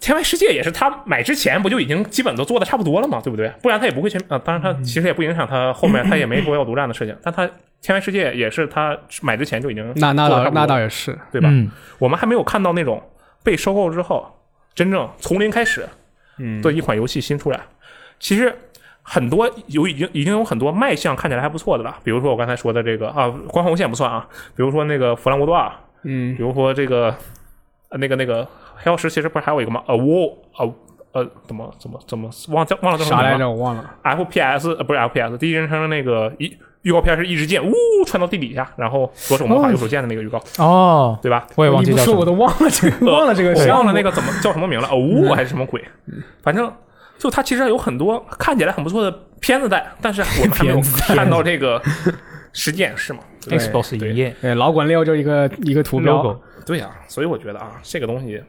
Speaker 1: 天外世界也是他买之前不就已经基本都做的差不多了嘛，对不对？不然他也不会全啊、当然他其实也不影响他后面他也没说要独占的事情，但他天外世界也是他买之前就已经
Speaker 3: 那那
Speaker 1: 做得差
Speaker 3: 倒
Speaker 1: 不多
Speaker 3: 那倒也是，
Speaker 1: 对吧？
Speaker 2: 嗯
Speaker 1: 我们还没有看到那种被收购之后真正从零开始
Speaker 3: 嗯
Speaker 1: 的一款游戏新出来。其实很多有已经已经有很多卖相看起来还不错的了，比如说我刚才说的这个啊，光环无限不算啊，比如说那个《弗兰国度二》，
Speaker 3: 嗯
Speaker 1: 比，如说这个呃那个那个黑曜石，其实不是还有一个吗？呃，我呃呃怎么怎么怎么忘叫忘了叫什么
Speaker 3: 啥来
Speaker 1: 名了
Speaker 3: 着？我忘了。
Speaker 1: ？FPS 呃不是 FPS，第一人称的那个一预告片是一支箭，呜穿到地底下，然后左手魔法
Speaker 3: 哦
Speaker 1: 右手剑的那个预告，
Speaker 2: 哦，
Speaker 1: 对吧？
Speaker 2: 我也忘
Speaker 3: 你
Speaker 2: 记
Speaker 3: 不
Speaker 2: 叫什
Speaker 3: 说
Speaker 2: 么
Speaker 3: 我都忘了 这个，忘了这个，嗯
Speaker 1: 我
Speaker 3: 项
Speaker 1: 忘
Speaker 3: 目
Speaker 1: 了那个怎么叫什么名了，哦，还是什么鬼，反正就它其实有很多看起来很不错的片子在，但是 我们还没有看到这个实际演示嘛。对
Speaker 2: Xbox
Speaker 1: 对
Speaker 2: 影业
Speaker 3: 对，老滚六就一个一个图标
Speaker 2: logo，
Speaker 1: 对呀、所以我觉得啊，这个东西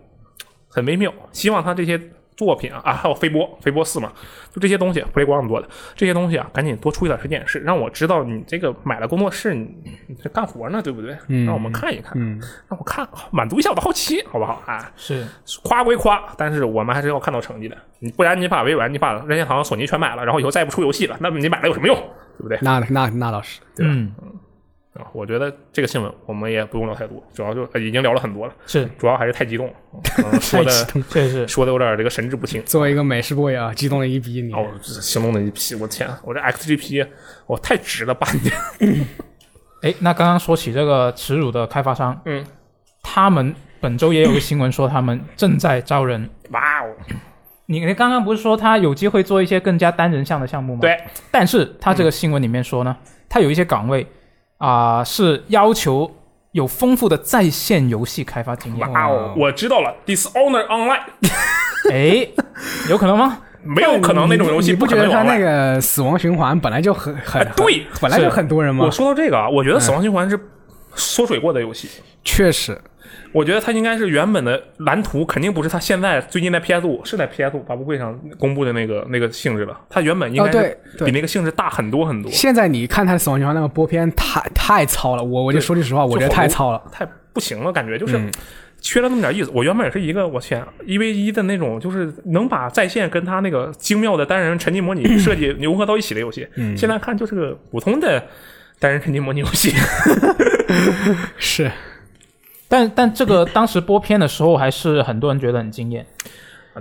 Speaker 1: 很微妙，希望它这些。作品啊啊，还有飞波，飞波四嘛，就这些东西，Playground 做的这些东西啊，赶紧多出一点实际演示，让我知道你这个买了工作室，你你这干活呢，对不对？
Speaker 3: 嗯
Speaker 1: 让我们看一看，
Speaker 3: 嗯，
Speaker 1: 让我看，满足一下我的好奇，好不好啊？
Speaker 2: 是
Speaker 1: 夸归夸，但是我们还是要看到成绩的。你不然你把微软、你把任天堂、索尼全买了，然后以后再也不出游戏了，那么你买了有什么用？对不对？
Speaker 3: 那那那倒是，
Speaker 1: 对吧
Speaker 2: 嗯
Speaker 1: 啊，我觉得这个新闻我们也不用聊太多，主要就、呃已经聊了很多了，
Speaker 2: 是，
Speaker 1: 主要还是太激动了，嗯说的
Speaker 2: 确实是
Speaker 1: 说的有点这个神志不清。
Speaker 3: 作为一个美式 boy 啊，激动了一逼你。
Speaker 1: 哦，行动的一批，我天，我这 XGP 我太值了吧？你
Speaker 2: 哎，那刚刚说起这个耻辱的开发商，
Speaker 1: 嗯，
Speaker 2: 他们本周也有个新闻说他们正在招人。
Speaker 1: 哇哦，
Speaker 2: 你你刚刚不是说他有机会做一些更加单人向的项目吗？
Speaker 1: 对。
Speaker 2: 但是他这个新闻里面说呢，他有一些岗位啊、是要求有丰富的在线游戏开发经验。
Speaker 1: 哇哦，我知道了，Dishonor Online
Speaker 2: 哎，有可能吗？
Speaker 1: 没有可能那种游戏
Speaker 3: 你不
Speaker 1: 可
Speaker 3: 觉
Speaker 1: 能
Speaker 3: 得
Speaker 1: 有
Speaker 3: 他那
Speaker 1: online。
Speaker 3: 个死亡循环本来就很很
Speaker 1: 哎，对，
Speaker 3: 本来就很多人嘛
Speaker 1: 我，说到这个啊，我觉得《死亡循
Speaker 3: 嗯
Speaker 1: 环》是缩水过的游戏。
Speaker 3: 确实，
Speaker 1: 我觉得它应该是原本的蓝图，肯定不是它现在最近在 PS 五是在 PS 五发布会上公布的那个那个性质了。它原本应
Speaker 3: 哦
Speaker 1: 该是
Speaker 3: 对
Speaker 1: 比
Speaker 3: 对。
Speaker 1: 那个性质大很多很多，
Speaker 3: 现在你看他死亡循环那个播片太太糙了，我我就
Speaker 1: 对
Speaker 3: 说句实话，我觉得
Speaker 1: 就
Speaker 3: 太
Speaker 1: 好
Speaker 3: 糙了。
Speaker 1: 太不行了，感觉就是
Speaker 3: 嗯
Speaker 1: 缺了那么点意思。我原本也是一个我天啊一 v 一的那种，就是能把在线跟它那个精妙的单人沉浸模拟设计融合到一起的游戏，
Speaker 3: 嗯
Speaker 1: 现在看就是个普通的单人沉浸模拟游戏。
Speaker 3: 是，
Speaker 2: 但但这个当时播片的时候，还是很多人觉得很惊艳。
Speaker 3: 嗯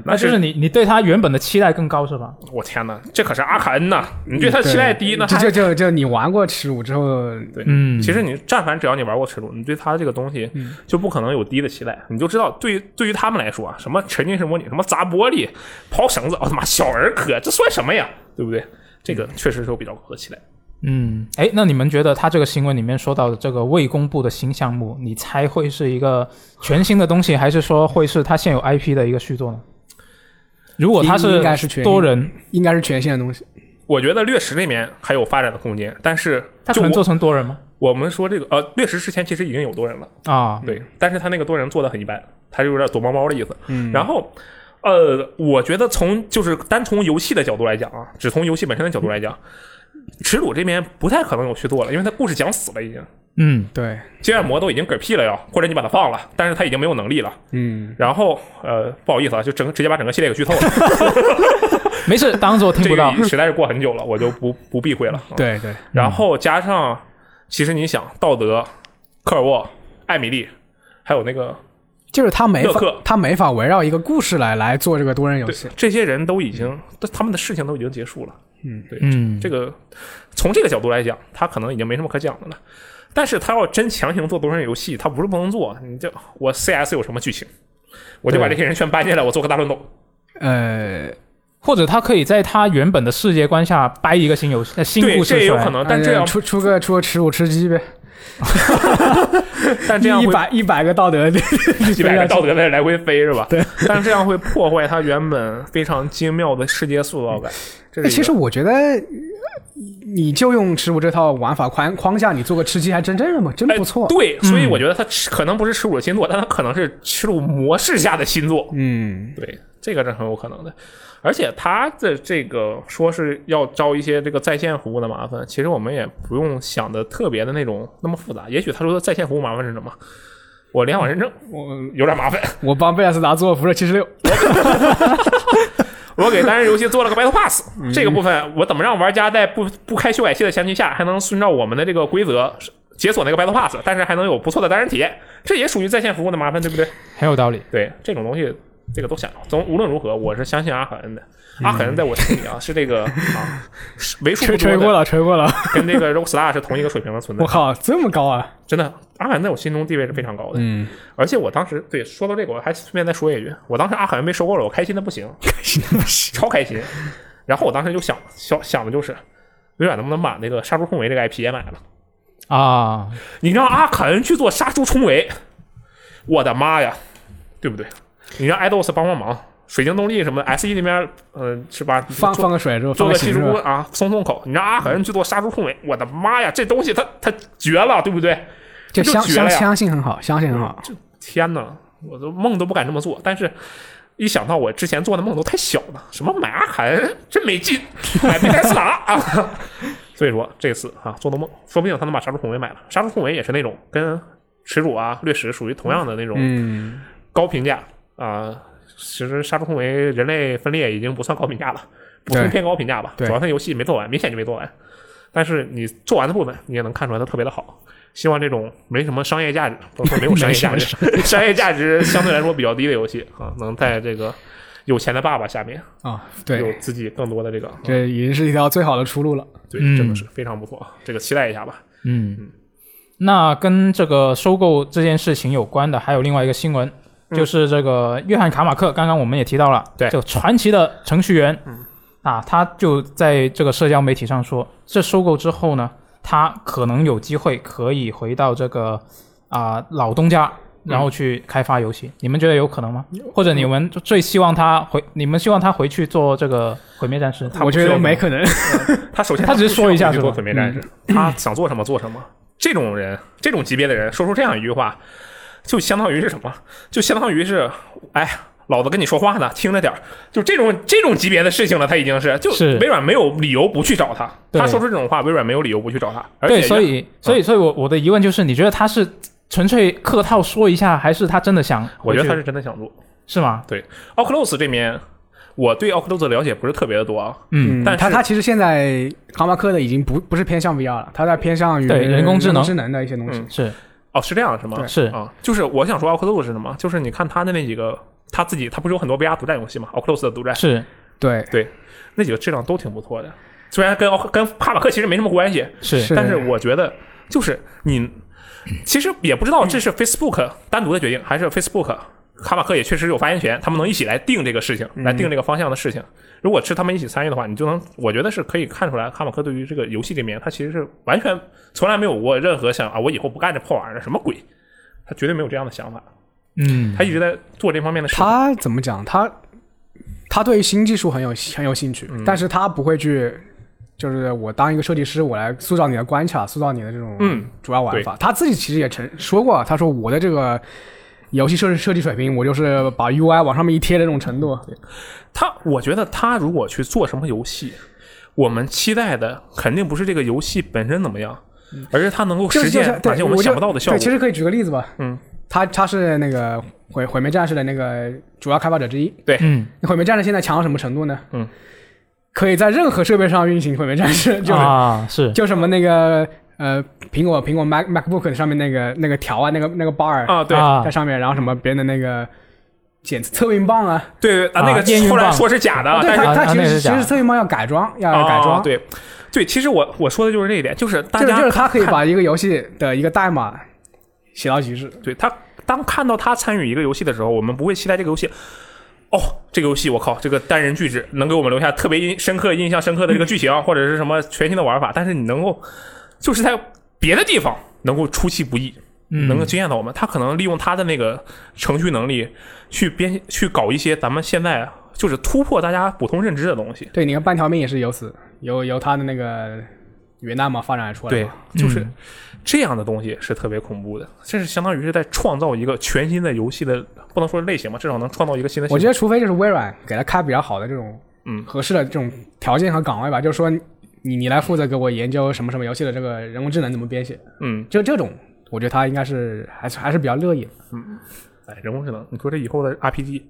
Speaker 1: 那
Speaker 2: 就是你你对他原本的期待更高是吧？
Speaker 1: 我天哪，这可是阿卡恩呐！你
Speaker 3: 嗯
Speaker 1: 对它的期待低，那
Speaker 3: 就
Speaker 1: 还
Speaker 3: 就就就你玩过耻辱之后，
Speaker 1: 对，
Speaker 2: 嗯
Speaker 1: 其实你但凡只要你玩过耻辱，你对它这个东西就不可能有低的期待，你就知道对于对于他们来说啊，什么沉浸式模拟，什么砸玻璃、抛绳子，我、他妈小儿科，这算什么呀？对不对？这个确实是有比较高的期待。
Speaker 2: 嗯，哎，那你们觉得他这个新闻里面说到的这个未公布的新项目，你猜会是一个全新的东西，还是说会是他现有 IP 的一个续作呢？如果他
Speaker 3: 应该是全
Speaker 2: 多人，
Speaker 3: 应该是权限的东西。
Speaker 1: 我觉得掠食那边还有发展的空间，但是
Speaker 2: 他可
Speaker 1: 就
Speaker 2: 能做
Speaker 1: 我
Speaker 2: 成多人吗？
Speaker 1: 我们说这个呃，掠食之前其实已经有多人了，
Speaker 2: 啊，
Speaker 1: 对，但是他那个多人做的很一般，他就有点躲猫猫的意思。
Speaker 3: 嗯
Speaker 1: 然后，呃，我觉得从就是单从游戏的角度来讲啊，只从游戏本身的角度来讲，耻辱这边不太可能有续作了，因为他故事讲死了已经，
Speaker 2: 嗯，
Speaker 3: 对，
Speaker 1: 接按魔都已经嗝屁了要，或者你把他放了，但是他已经没有能力了。
Speaker 3: 嗯，
Speaker 1: 然后，呃，不好意思啊，就整直接把整个系列给剧透了，
Speaker 2: 没事，当做听
Speaker 1: 这
Speaker 2: 不到
Speaker 1: 个。实在是过很久了，我就不不避讳了。啊，
Speaker 3: 对对，
Speaker 2: 嗯
Speaker 1: 然后加上，其实你想，道德、科尔沃、艾米丽，还有那个
Speaker 2: 啊
Speaker 3: 就是他没
Speaker 1: 乐
Speaker 3: 法
Speaker 1: 克，
Speaker 3: 他没法围绕一个故事来来做这个多人游
Speaker 1: 对
Speaker 3: 戏。，
Speaker 1: 这些人都已经，他们的事情都已经结束了。
Speaker 3: 嗯，
Speaker 1: 对，
Speaker 2: 嗯，
Speaker 1: 这个从这个角度来讲，他可能已经没什么可讲的了。但是他要真强行做独人游戏，他不是不能做。你这我 CS 有什么剧情，我就把这些人全搬进来，我做个大乱斗。
Speaker 3: 呃，
Speaker 2: 或者他可以在他原本的世界观下掰一个新游戏、呃新
Speaker 1: 对，
Speaker 2: 故
Speaker 1: 这
Speaker 2: 事
Speaker 1: 也
Speaker 2: 出
Speaker 1: 有
Speaker 2: 来
Speaker 1: 啊可。能，但
Speaker 3: 呃
Speaker 1: 这样
Speaker 3: 出出个出个耻辱吃鸡呗。
Speaker 1: 但这样
Speaker 3: 一
Speaker 1: 会
Speaker 3: 百一百个 道德
Speaker 1: 一
Speaker 3: 一
Speaker 1: 百个道德在来回飞是吧？对，但这样会破坏它原本非常精妙的世界塑造感。这是一个
Speaker 3: 其实我觉得，呃你就用持股这套玩法框框架，你做个吃鸡还真真的嘛，真
Speaker 1: 哎
Speaker 3: 不错。嗯
Speaker 1: 对，所以我觉得它吃可能不是耻辱的新作，但它可能是耻辱模式下的新作。
Speaker 3: 嗯，
Speaker 1: 对，这个是很有可能的。而且它的这个说是要招一些这个在线服务的麻烦，其实我们也不用想的特别的那种那么复杂。也许他说的在线服务麻烦是什么？我联网认证
Speaker 3: 我
Speaker 1: 有点麻烦，
Speaker 3: 我帮贝尔斯达做辐射七十六，
Speaker 1: 我给单人游戏做了个 Battle Pass，这
Speaker 3: 嗯
Speaker 1: 个部分我怎么让玩家在不不开修改器的前提下，还能遵照我们的这个规则解锁那个 Battle Pass，但是还能有不错的单人体验，这也属于在线服务的麻烦，对不对？
Speaker 2: 很有道理。
Speaker 1: 对，这种东西，这个都想要。总无论如何，我是相信阿肯恩的。阿肯恩在我心里啊，是这个啊，是为数
Speaker 3: 嗯吹
Speaker 1: 不
Speaker 3: 吹
Speaker 1: 多
Speaker 3: 过
Speaker 1: 的
Speaker 3: 了，吹过了。
Speaker 1: 跟这个 Rockstar 是同一个水平的存在
Speaker 3: 我。靠，这么高啊！
Speaker 1: 真的，阿肯恩在我心中地位是非常高的。
Speaker 3: 嗯，
Speaker 1: 而且我当时对说到这个，我还顺便再说一句，我当时阿肯恩被收购了，我开心的不行，
Speaker 3: 开心的不行。
Speaker 1: 超开心。然后我当时就想想想的就是，微软能不能把那个《杀猪重围》这个 IP 也买了？
Speaker 2: 啊，
Speaker 1: 你让阿肯恩去做《杀猪重围》，我的妈呀，对不对？你让 IDOS 帮帮忙，水晶动力什么 S E 那边，嗯、是吧？
Speaker 3: 放
Speaker 1: 做
Speaker 3: 放个水之后，
Speaker 1: 做
Speaker 3: 放
Speaker 1: 个
Speaker 3: 个
Speaker 1: 技
Speaker 3: 形
Speaker 1: 术
Speaker 3: 是吧？
Speaker 1: 啊，松松口。你让阿肯恩去做《杀猪重围》，我的妈呀，这东西它它绝了，对不对？
Speaker 3: 就
Speaker 1: 就
Speaker 3: 相
Speaker 1: 绝了
Speaker 3: 相
Speaker 1: 呀
Speaker 3: 相信很好，相信很好。
Speaker 1: 天哪，我都梦都不敢这么做，但是。一想到我之前做的梦都太小了，什么买阿肯恩真没劲，买贝塞斯达啊！ 所以说这次啊做的梦，说不定他能把杀猪重围买了。杀猪重围也是那种跟耻辱啊、掠食属于同样的那种
Speaker 3: 嗯，
Speaker 1: 高评价啊、其实《杀猪重围》人类分裂已经不算高评价了，普
Speaker 3: 对
Speaker 1: 通偏高评价吧。主
Speaker 3: 对
Speaker 1: 要它游戏没做完，明显就没做完。但是你做完的部分，你也能看出来它特别的好。希望这种没什么商业价值，不是说没有商业 价值， 商业价值相对来说比较低的游戏啊，能在这个有钱的爸爸下面
Speaker 3: 啊，
Speaker 1: 有
Speaker 3: 对，
Speaker 1: 自己更多的这个，啊
Speaker 3: 这已经是一条最好的出路了。
Speaker 1: 对，
Speaker 2: 嗯
Speaker 1: 真的是非常不错，这个期待一下吧。
Speaker 2: 嗯，那跟这个收购这件事情有关的，还有另外一个新闻，
Speaker 1: 嗯
Speaker 2: 就是这个约翰卡马克，刚刚我们也提到了，
Speaker 1: 对
Speaker 2: 这个传奇的程序员，啊，他就在这个社交媒体上说，这收购之后呢，他可能有机会可以回到这个啊、老东家。然后去开发游戏，你们觉得有可能吗？或者你们最希望他回，你们希望他回去做这个毁灭战士？
Speaker 1: 他不
Speaker 3: 我觉
Speaker 1: 需要
Speaker 3: 得
Speaker 1: 你
Speaker 3: 没可能。
Speaker 1: 他首先
Speaker 2: 他只是说一下
Speaker 1: 就是
Speaker 2: 吧嗯
Speaker 1: 做毁灭战士，他想做什么做什么。这种人，这种级别的人说出这样一句话，就相当于是什么？就相当于是，哎，老子跟你说话呢，听着点儿。就这种这种级别的事情了，他已经是，就是微软没有理由不去找他。
Speaker 2: 对
Speaker 1: 他说出这种话，微软没有理由不去找他。而且嗯
Speaker 2: 对，所以所以所以我我的疑问就是，你觉得他是纯粹客套说一下，还是他真的想？
Speaker 1: 我觉得他
Speaker 2: 是
Speaker 1: 是真的想做。
Speaker 2: 是吗？
Speaker 1: Oculus 这边，我对 Oculus 的了解不是特别的多啊，
Speaker 2: 嗯，
Speaker 3: 嗯
Speaker 1: 但是
Speaker 3: 他他其实现在卡马克的已经不不是偏向 VR 了，他在偏向于
Speaker 2: 对人工智能
Speaker 3: 智能的一些东西
Speaker 1: 嗯。
Speaker 2: 是
Speaker 1: 哦，是这样是吗？
Speaker 2: 是
Speaker 1: 啊，就是我想说 Oculus 是什么？就是你看他的那几个，他自己他不是有很多 VR 独占游戏吗？Oculus 的独占，
Speaker 2: 是
Speaker 3: 对，
Speaker 1: 那几个质量都挺不错的，虽然跟奥跟帕马克其实没什么关系，
Speaker 2: 是
Speaker 3: 是
Speaker 1: 但是我觉得就是你其实也不知道这是 Facebook 单独的决定，还是 Facebook 卡马克也确实有发言权，他们能一起来定这个事情，来定这个方向的事情。如果是他们一起参与的话，你就能我觉得是可以看出来，卡马克对于这个游戏这边，他其实是完全从来没有过任何想啊，我以后不干这破玩意儿，什么鬼。他绝对没有这样的想法，
Speaker 2: 嗯
Speaker 1: 他一直在做这方面的事情。
Speaker 3: 他怎么讲？他他对于新技术很有很有兴
Speaker 1: 嗯
Speaker 3: 趣，但是他不会去，就是我当一个设计师，我来塑造你的关卡，塑造你的这种
Speaker 1: 嗯
Speaker 3: 主要玩法。他自己其实也承说过，他说我的这个。游戏设计设计水平，我就是把 UI 往上面一贴的那种程度。
Speaker 1: 他，我觉得他如果去做什么游戏，我们期待的肯定不是这个游戏本身怎么样，而是它能够
Speaker 3: 嗯就
Speaker 1: 实
Speaker 3: 是就是
Speaker 1: 现哪
Speaker 3: 对，
Speaker 1: 些我们
Speaker 3: 就
Speaker 1: 想不到的效果。
Speaker 3: 对，其实可以举个例子吧。
Speaker 1: 嗯，
Speaker 3: 他他是那个毁毁灭战士的那个主要开发者之一。
Speaker 2: 嗯
Speaker 3: 毁灭战士现在强到什么程度呢？
Speaker 1: 嗯，
Speaker 3: 可以在任何设备上运行毁灭战士，就、
Speaker 2: 啊是
Speaker 3: 就什么那个呃苹果苹果 Mac MacBook 上面那个那个条啊，那个那个 bar
Speaker 1: 啊，对
Speaker 2: 啊
Speaker 3: 在上面，然后什么别人的那个检测测运棒啊，
Speaker 1: 对对啊，那
Speaker 2: 啊烟
Speaker 1: 个
Speaker 2: 云
Speaker 1: 后来
Speaker 2: 棒
Speaker 1: 说是假的，
Speaker 3: 对
Speaker 1: 但是
Speaker 3: 它
Speaker 2: 啊
Speaker 3: 它其
Speaker 2: 那
Speaker 3: 实
Speaker 2: 是
Speaker 3: 其
Speaker 2: 假的
Speaker 3: 实测运棒要改装，要
Speaker 1: 啊
Speaker 3: 改装，
Speaker 1: 对对，其实我我说的就是这一点，就是大
Speaker 3: 就是
Speaker 1: 家
Speaker 3: 就是它可以
Speaker 1: 看
Speaker 3: 把一个游戏的一个代码写到极致，
Speaker 1: 对他当看到他参与一个游戏的时候，我们不会期待这个游戏。哦，这个游戏我靠，这个单人巨制能给我们留下特别印深刻、印象深刻的这个剧情，或者是什么全新的玩法，但是你能够就是在别的地方能够出其不意，能够惊艳到我们。他可能利用他的那个程序能力去编去搞一些咱们现在就是突破大家普通认知的东西。
Speaker 3: 对，你看半条命也是由此由由他的那个元旦嘛发展出来
Speaker 1: 对
Speaker 3: 嘛。，
Speaker 1: 就是这样的东西是特别恐怖的，这是相当于是在创造一个全新的游戏的，不能说是类型吧，至少能创造一个新的系统。
Speaker 3: 我觉得除非就是微软给他开比较好的这种
Speaker 1: 嗯
Speaker 3: 合适的这种条件和岗位吧，就是说你你来负责给我研究什么什么游戏的这个人工智能怎么编写，
Speaker 1: 嗯，
Speaker 3: 就这种，我觉得他应该是还是还是比较乐意的。
Speaker 1: 哎，人工智能，你说这以后的 RPG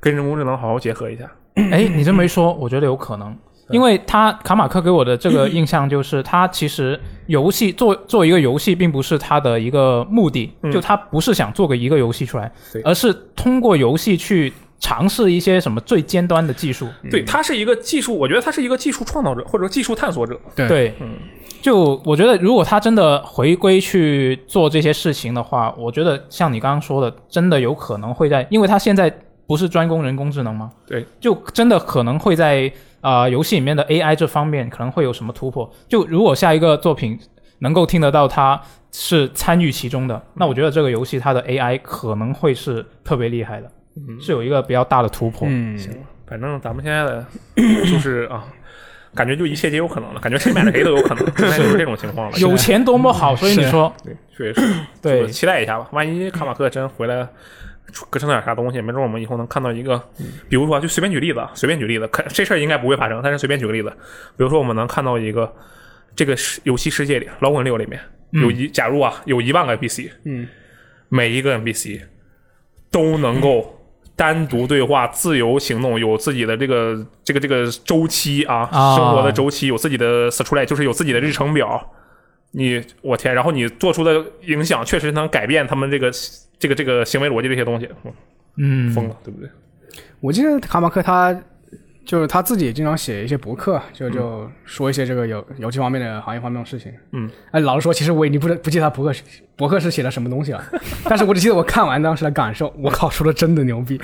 Speaker 1: 跟人工智能好好结合一下，
Speaker 2: 哎，你这么一说，我觉得有可能，因为他卡马克给我的这个印象就是，他其实游戏做做一个游戏，并不是他的一个目的，
Speaker 1: 嗯
Speaker 2: 就他不是想做个一个游戏出来
Speaker 3: 对，
Speaker 2: 而是通过游戏去尝试一些什么最尖端的技术。
Speaker 3: 嗯
Speaker 1: 对，他是一个技术，我觉得他是一个技术创造者或者说技术探索者，嗯
Speaker 3: 对
Speaker 2: 对，就我觉得，如果他真的回归去做这些事情的话，我觉得像你刚刚说的，真的有可能会在，因为他现在不是专攻人工智能吗？
Speaker 1: 对，
Speaker 2: 就真的可能会在啊、呃游戏里面的 AI 这方面可能会有什么突破。就如果下一个作品能够听得到他是参与其中的，那我觉得这个游戏它的 AI 可能会是特别厉害的，是有一个比较大的突破。
Speaker 3: 嗯，
Speaker 1: 反正咱们现在的就是啊，感觉就一切皆有可能了，感觉谁买了谁都有 可能，现在就是这种情况了。
Speaker 2: 有钱多么好，所以你
Speaker 3: 是
Speaker 2: 说
Speaker 1: 对，确实是，
Speaker 2: 对
Speaker 1: 就是期待一下吧。万一卡马克真回来。出革生点啥东西，没准我们以后能看到一个，比如说啊就随便举例子，啊，随便举例子，看这事儿应该不会发生，但是随便举个例子，比如说我们能看到一个这个世游戏世界里，老滚六里面有一，假如啊有一万个 NPC，
Speaker 3: 嗯，
Speaker 1: 每一个 NPC 都能够单独对话、自由行动，有自己的这个这个这个周期啊，
Speaker 2: 啊
Speaker 1: 生活的周期，有自己的 s t r a 就是有自己的日程表。你我天，然后你做出的影响确实能改变他们这个这个这个行为逻辑这些东西，我
Speaker 2: 嗯，
Speaker 1: 疯了，对不对？
Speaker 3: 我记得卡马克他就是他自己经常写一些博客，就就说一些这个游游戏方面的行业方面的事情。
Speaker 1: 嗯，
Speaker 3: 哎，老实说，其实我已经不知不记得他博客是博客是写的什么东西了， 但是我只记得我看完当时的感受，我靠，说的真的牛逼。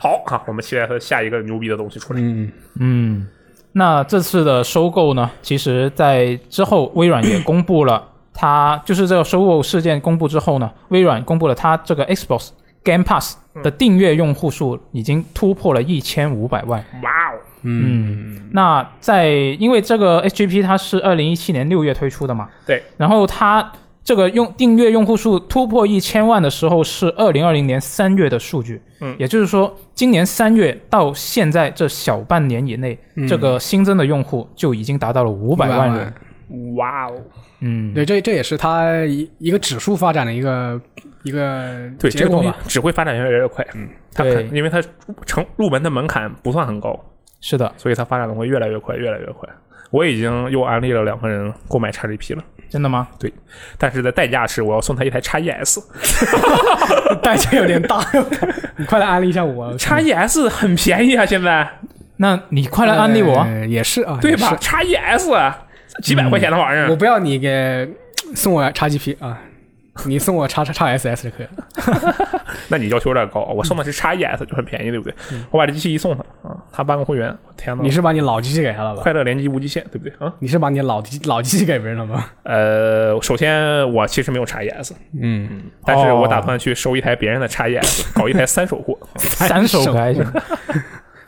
Speaker 1: 好啊，我们期待他下一个牛逼的东西出来。
Speaker 3: 嗯，
Speaker 2: 嗯，那这次的收购呢，其实在之后微软也公布了它，就是这个收购事件公布之后呢，微软公布了它这个 Xbox Game Pass 的订阅用户数已经突破了一千五百万。
Speaker 1: 哇哦，
Speaker 2: 那在因为这个 SGP 它是二零一七年六月推出的嘛，
Speaker 1: 对，
Speaker 2: 然后它这个用订阅用户数突破一千万的时候是二零二零年三月的数据，
Speaker 1: 嗯
Speaker 2: 也就是说今年三月到现在这小半年以内，这个新增的用户就已经达到了嗯五百万人，
Speaker 1: 哇哦，
Speaker 2: 嗯，
Speaker 3: 对，这这也是他一一个指数发展的一个一个
Speaker 1: 对，这
Speaker 3: 结
Speaker 1: 个
Speaker 3: 果
Speaker 1: 东西
Speaker 3: 吧。
Speaker 1: 只会发展越来越快。嗯，它
Speaker 2: 对
Speaker 1: 肯因为它成入门的门槛不算很高，
Speaker 2: 是的，
Speaker 1: 所以它发展的会越来越快，越来越快。我已经又安利了两个人购买 XGP 了，
Speaker 2: 真的吗？
Speaker 1: 但是的代价是我要送他一台 XES。
Speaker 3: 代价有点大， 你快来安利一下我。
Speaker 1: XES 很便宜啊，现在
Speaker 2: 那你快来安利我啊，
Speaker 3: 呃也是啊，
Speaker 1: 对
Speaker 3: 也
Speaker 1: 吧
Speaker 3: 是嗯
Speaker 1: ？XES 啊几百块钱的玩意儿
Speaker 3: 我，不要你给送我叉 GP 啊，你送我叉叉叉 SS 就可以了。
Speaker 1: 那你要求有点高。我送
Speaker 3: 嗯
Speaker 1: 的是 XES 就很便宜，对不对？我把这机器一送他啊，他办个会员，我天哪！
Speaker 3: 你是把你老机器给他了吧？
Speaker 1: 快乐联机无极限，对不对啊？
Speaker 3: 你是把你老机老机器给别人了吗？
Speaker 1: 呃，首先我其实没有 XES，
Speaker 3: 嗯，
Speaker 1: 但是我打算去收一台别人的 XES，搞一台三手 货。
Speaker 2: 三手可还行，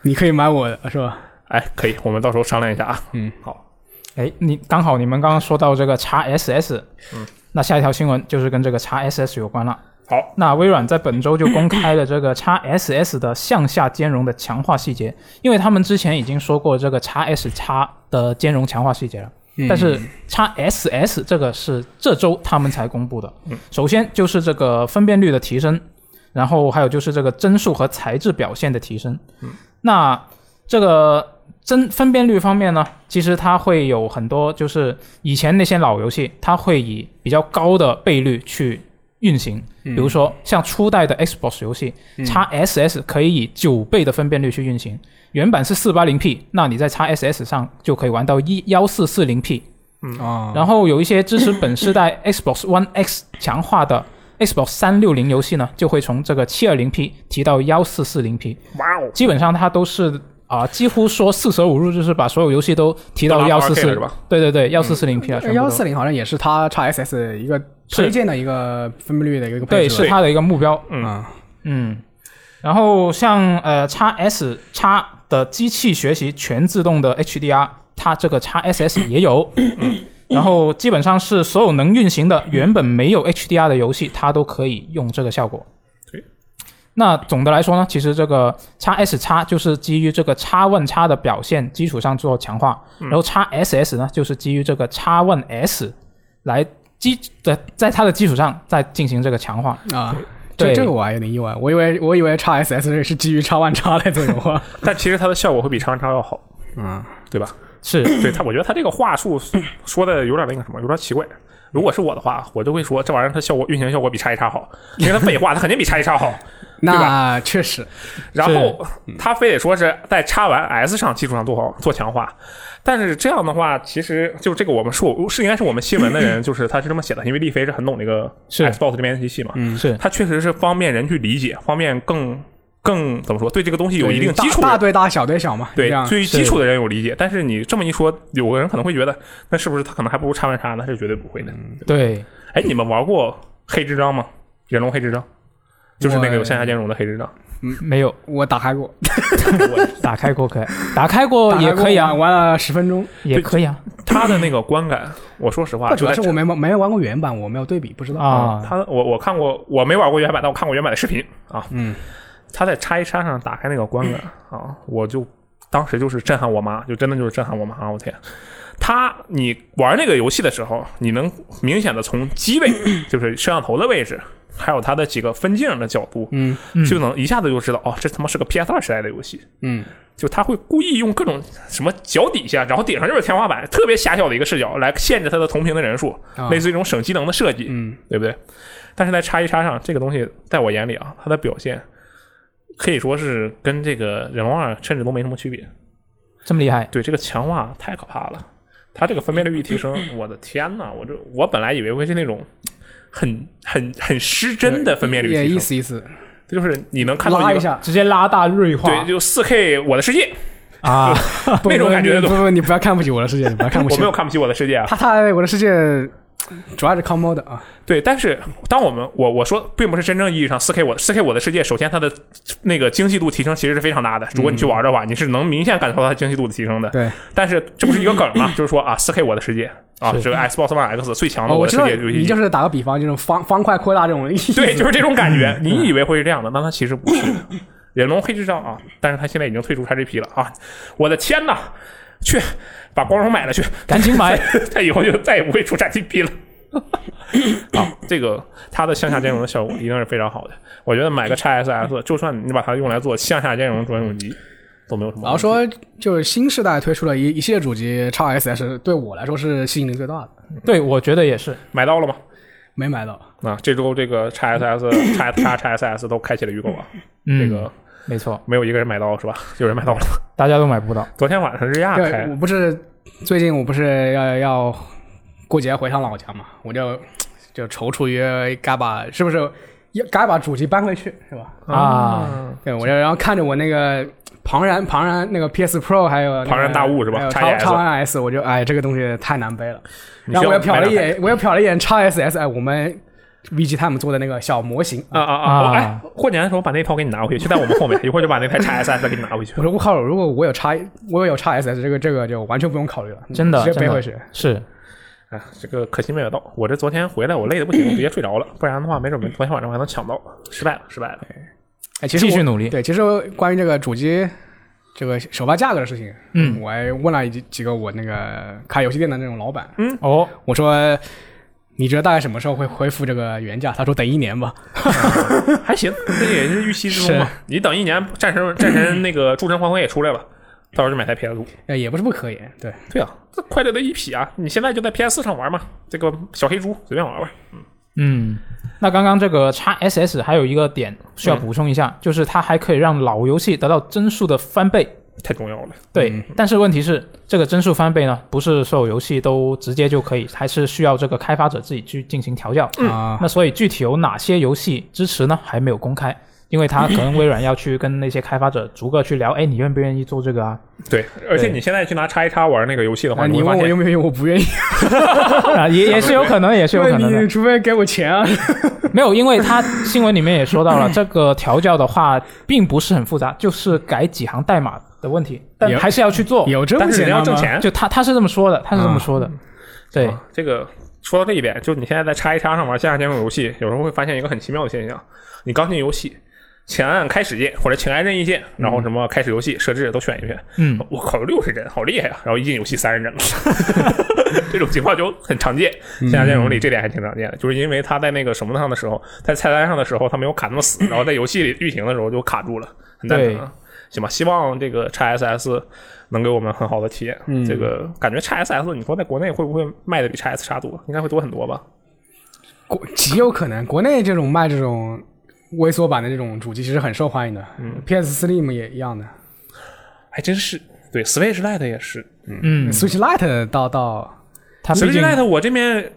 Speaker 3: 你可以买我的是吧？
Speaker 1: 哎，可以，我们到时候商量一下啊。
Speaker 3: 嗯，
Speaker 1: 好，
Speaker 2: 哎，你刚好你们刚刚说到这个 x SS，那下一条新闻就是跟这个 x SS 有关了。
Speaker 1: 好，
Speaker 2: 那微软在本周就公开了这个 x SS 的向下兼容的强化细节，因为他们之前已经说过这个 x S x 的兼容强化细节了。但是 x SS 这个是这周他们才公布的。首先就是这个分辨率的提升，然后还有就是这个帧数和材质表现的提升。那这个帧分辨率方面呢，其实它会有很多，就是以前那些老游戏，它会以比较高的倍率去运行。比
Speaker 1: 嗯
Speaker 2: 如说像初代的 Xbox 游戏，x SS 可以以九倍的分辨率去运行，原版是四八零 P，那你在 x SS 上就可以玩到一幺四四零 P。
Speaker 1: 嗯
Speaker 3: 啊，
Speaker 2: 然后有一些支持本世代 Xbox One X 强化的 Xbox 三六零游戏呢，就会从这个七二零 P 提到幺四四零 P。
Speaker 1: 哇哦，
Speaker 2: 基本上它都是啊，几乎说四舍五入就是把所有游戏都提到
Speaker 1: 都拉
Speaker 2: 了幺
Speaker 1: 到 2K
Speaker 2: 四
Speaker 1: 了
Speaker 2: 四
Speaker 1: 是吧？嗯
Speaker 2: 对对对，幺四四零 P 了，全部
Speaker 3: 呃幺
Speaker 2: 都
Speaker 3: 四零好像也是它 x SS 一个推荐的一个分辨率的一个配
Speaker 2: 对
Speaker 3: 置
Speaker 2: 是
Speaker 3: 吧，
Speaker 2: 它的一个目标。
Speaker 1: 嗯
Speaker 3: 嗯，
Speaker 2: 嗯，然后像呃 x S x 的机器学习全自动的 HDR，它这个 x SS 也有。 然后基本上是所有能运行的原本没有 HDR 的游戏，它都可以用这个效果
Speaker 1: 对。
Speaker 2: 那总的来说呢，其实这个 x S x 就是基于这个 x One x 的表现基础上做强化，
Speaker 3: 嗯
Speaker 2: 然后 x SS 呢就是基于这个 x One S 来基的在它的基础上再进行这个强化。
Speaker 3: 啊。
Speaker 2: 对
Speaker 3: 这这个我还有点意外，我以为我以为 x SS 是基于 x One x 来做优 化，
Speaker 1: 但其实它的效果会比长叉要好，
Speaker 3: 嗯，
Speaker 1: 对吧？
Speaker 2: 是，
Speaker 1: 对他，我觉得他这个话术说的有点那个什么，有点奇怪。如果是我的话，我就会说这玩意儿它效果运行效果比叉一叉好，因为它废话，它肯定比叉一叉好。
Speaker 3: 那确实，
Speaker 1: 然后他非得说是在叉完 S 上基础上做好做强化，但是这样的话，其实就这个我们是我是应该是我们新闻的人，就是他是这么写的，因为丽飞是很懂这个
Speaker 2: 是
Speaker 1: Xbox 这边的体系嘛，
Speaker 2: 是
Speaker 1: 他确实是方便人去理解，方便更更怎么说，对这个东西有一定
Speaker 3: 大
Speaker 1: 基础的
Speaker 3: 大
Speaker 1: 人
Speaker 3: 对大，小对小嘛，
Speaker 1: 对
Speaker 3: 这样，
Speaker 1: 最
Speaker 2: 是
Speaker 1: 基础的人有理解，但是你这么一说，有个人可能会觉得，那是不是他可能还不如叉万叉呢？他是绝对不会的。
Speaker 3: 嗯
Speaker 2: 对，
Speaker 1: 哎，你们玩过黑之章吗？忍龙黑之章，就是那个有
Speaker 3: 我
Speaker 1: 向下兼容的黑之章。
Speaker 2: 没有
Speaker 3: 我打开过，
Speaker 2: 打开过可以，打开过也可以
Speaker 3: 打
Speaker 2: 啊
Speaker 3: 开过，玩玩了十分钟，
Speaker 2: 也可以啊
Speaker 1: 他的那个观感，我说实话，
Speaker 3: 但主
Speaker 1: 就
Speaker 3: 要
Speaker 1: 在
Speaker 3: 是我没没玩过原版，我没有对比，不知道。
Speaker 2: 啊，
Speaker 1: 他我我看过，我没玩过原版，但我看过原版的视频啊。
Speaker 3: 嗯，
Speaker 1: 他在叉一叉上打开那个观感啊，我就当时就是震撼我妈，就真的就是震撼我妈，我天！他你玩那个游戏的时候，你能明显的从机位，就是摄像头的位置，还有它的几个分镜的角度，
Speaker 3: 嗯
Speaker 1: 就能一下子就知道哦，这他妈是个 PS 二时代的游戏。
Speaker 3: 嗯，
Speaker 1: 就他会故意用各种什么脚底下，然后顶上就是天花板，特别狭小的一个视角来限制它的同屏的人数，
Speaker 3: 啊
Speaker 1: 类似于一种省机能的设计，
Speaker 3: 嗯，
Speaker 1: 对不对？但是在叉一叉上，这个东西在我眼里啊，它的表现可以说是跟这个人王二甚至都没什么区别。
Speaker 2: 这么厉害，
Speaker 1: 对这个强化太可怕了，它这个分辨率一提 升，我的天呐，我这我本来以为会是那种很很很失真的分辨率
Speaker 3: 也
Speaker 1: 提
Speaker 3: 意
Speaker 1: 升，
Speaker 3: 思意思，
Speaker 1: 就是你能看到
Speaker 3: 拉
Speaker 1: 一
Speaker 3: 一
Speaker 1: 个
Speaker 3: 下，
Speaker 2: 直接拉大锐化
Speaker 1: 对，就四 K 我的世界
Speaker 2: 啊，
Speaker 3: 不
Speaker 1: 那种
Speaker 3: 不
Speaker 1: 感觉
Speaker 3: 不
Speaker 1: 的
Speaker 3: 不不，你不要看不起我的世界，你不要看不
Speaker 1: 我
Speaker 3: 起
Speaker 1: 没有看不起我的世界啊，
Speaker 3: 他他我的世界主要是靠 mod 啊，
Speaker 1: 对，但是当我们我我说，并不是真正意义上四 K 我四 K 我的世界，首先它的那个精细度提升其实是非常大的。如果你
Speaker 3: 嗯
Speaker 1: 去玩的话，你是能明显感受到它精细度的提升的。
Speaker 3: 对，
Speaker 1: 但是这不是一个梗 嘛，就是说啊，四 K 我的世界啊，
Speaker 2: 是
Speaker 1: 这个 Xbox One X 最强的
Speaker 3: 哦我
Speaker 1: 的
Speaker 3: 知
Speaker 1: 世
Speaker 3: 道
Speaker 1: 界游戏
Speaker 3: 你
Speaker 1: 机
Speaker 3: 就。是打个比方，这种方方块扩大这种意思，
Speaker 1: 对，就是这种感
Speaker 3: 嗯
Speaker 1: 觉。你以为会是这样的，那它其实不是的。忍龙黑智障啊，但是它现在已经退出 XGP 了啊！我的天呐，去把光荣买了去，
Speaker 2: 赶紧
Speaker 3: 哎
Speaker 2: 买
Speaker 1: 他以后就再也不会出 XGP 了。啊，这个它的向下兼容的效果一定是非常好的。我觉得买个 XSS，就算你把它用来做向下兼容专用机，都没有什么。
Speaker 3: 然后，说，就是新时代推出了一一系列主机，x SS 对我来说是吸引力最大的，
Speaker 2: 对，我觉得也是，
Speaker 1: 买到了吗？
Speaker 3: 没买到。
Speaker 1: 啊，这周这个 XSS、X X XSS 都开启了预购啊，
Speaker 2: 嗯，
Speaker 1: 这个
Speaker 2: 没错，
Speaker 1: 没有一个人买到是吧？有人买到了。
Speaker 2: 大家都买不到，
Speaker 1: 昨天晚上日亚
Speaker 3: 对，
Speaker 1: 开
Speaker 3: 我，不是最近我不是要要过节回趟老家嘛，我就就踌躇于该把是不是要该把主机搬回去是吧？
Speaker 2: 啊，
Speaker 3: 对，我就然后看着我那个庞然庞然那个 PS Pro 还有、那个、
Speaker 1: 庞然大物是吧
Speaker 3: 还有
Speaker 1: XS
Speaker 3: 超超 S，我就哎这个东西太难背了。
Speaker 1: 你
Speaker 3: 然后
Speaker 1: 需
Speaker 3: 我
Speaker 1: 要
Speaker 3: 又瞟了一
Speaker 1: 买
Speaker 3: 眼，我又瞟了一眼 x SS，哎，我们 VG 他们做的那个小模型。
Speaker 1: 啊啊
Speaker 2: 啊
Speaker 1: 啊！我哎，过年的时候把那套给你拿回去，就在我们后面，一会儿就把那台 XSS 给你拿回去
Speaker 3: 我。说我靠，如果我有 x 我有 x SS，这个这个就完全不用考虑了，
Speaker 2: 真的
Speaker 3: 直接
Speaker 2: 真
Speaker 3: 背
Speaker 2: 的
Speaker 3: 回去。
Speaker 2: 是
Speaker 1: 哎，这个可惜没买到。我这昨天回来，我累的不行，我直接睡着了。不然的话，没准昨天晚上我还能抢到。失败了，失败了。
Speaker 3: 哎，其实
Speaker 2: 继
Speaker 3: 我
Speaker 2: 续努力，
Speaker 3: 对，其实关于这个主机这个首发价格的事情，
Speaker 2: 嗯，
Speaker 3: 我还问了几几个我那个开游戏店的那种老板，
Speaker 1: 嗯
Speaker 2: 哦，
Speaker 3: 我说你觉得大概什么时候会恢复这个原价？他说等一年吧。
Speaker 1: 还行，这也是预期之中嘛。你等一年，战神战神那个《诸神黄昏》也出来了，到时候就买台 PS 五。
Speaker 3: 呃，也不是不可以，对，
Speaker 1: 对啊，这快乐的一匹啊！你现在就在 PS 上玩嘛，这个小黑猪随便玩玩。
Speaker 2: 嗯。那刚刚这个 x SS 还有一个点需要补充一下，就是它还可以让老游戏得到帧数的翻倍，
Speaker 1: 太重要了。
Speaker 2: 对，
Speaker 3: 嗯
Speaker 2: 但是问题是，这个帧数翻倍呢，不是所有游戏都直接就可以，还是需要这个开发者自己去进行调教。
Speaker 3: 啊、
Speaker 2: 那所以具体有哪些游戏支持呢？还没有公开，因为他可能微软要去跟那些开发者逐个去聊，哎，你愿不愿意做这个啊？
Speaker 1: 对，而且你现在去拿叉一叉玩那个游戏的话，
Speaker 3: 啊你
Speaker 1: 会发
Speaker 3: 问我
Speaker 1: 现
Speaker 3: 愿不愿意，我不愿意，
Speaker 2: 啊也也是有可能，也是有可能
Speaker 3: 对
Speaker 2: 的
Speaker 3: 你。除非给我钱啊。
Speaker 2: 没有，因为他新闻里面也说到了，这个调教的话并不是很复杂，就是改几行代码的问题，但
Speaker 3: 有
Speaker 2: 还哦是要去做。
Speaker 3: 有这啊么
Speaker 1: 但是
Speaker 3: 简
Speaker 1: 人
Speaker 3: 单
Speaker 1: 要
Speaker 3: 吗？
Speaker 1: 挣钱。
Speaker 2: 就他他是这么说的，他是这么说的。对
Speaker 1: 啊，这个说到这一点，就你现在在叉一叉上玩线下监控游戏，有时候会发现一个很奇妙的现象：你刚进游戏，请按开始键或者请按任意键，然后什么开始游戏设置都选一遍。
Speaker 2: 嗯，
Speaker 1: 我靠，六十帧，好厉害啊！然后一进游戏三十帧了， 这种情况就很常见。线
Speaker 2: 嗯
Speaker 1: 下阵容里这点还挺常见的，就是因为他在那个什么上的时候，在菜单上的时候他没有卡那么死，然后在游戏里运行的时候就卡住了，很蛋
Speaker 2: 对
Speaker 1: 疼。啊行吧，希望这个 x SS 能给我们很好的体验。
Speaker 3: 嗯
Speaker 1: 这个感觉 x SS 你说在国内会不会卖的比 x S 差多？应该会多很多吧？
Speaker 3: 国极有可能，国内这种卖这种微缩版的这种主机其实很受欢迎的。嗯，PS Slim 也一样的、
Speaker 1: 还真是，对，Switch Lite 也是。
Speaker 2: 嗯，
Speaker 3: s w i t c h Lite 到到
Speaker 2: 他毕
Speaker 1: Switch
Speaker 2: 竟
Speaker 1: Lite 我这边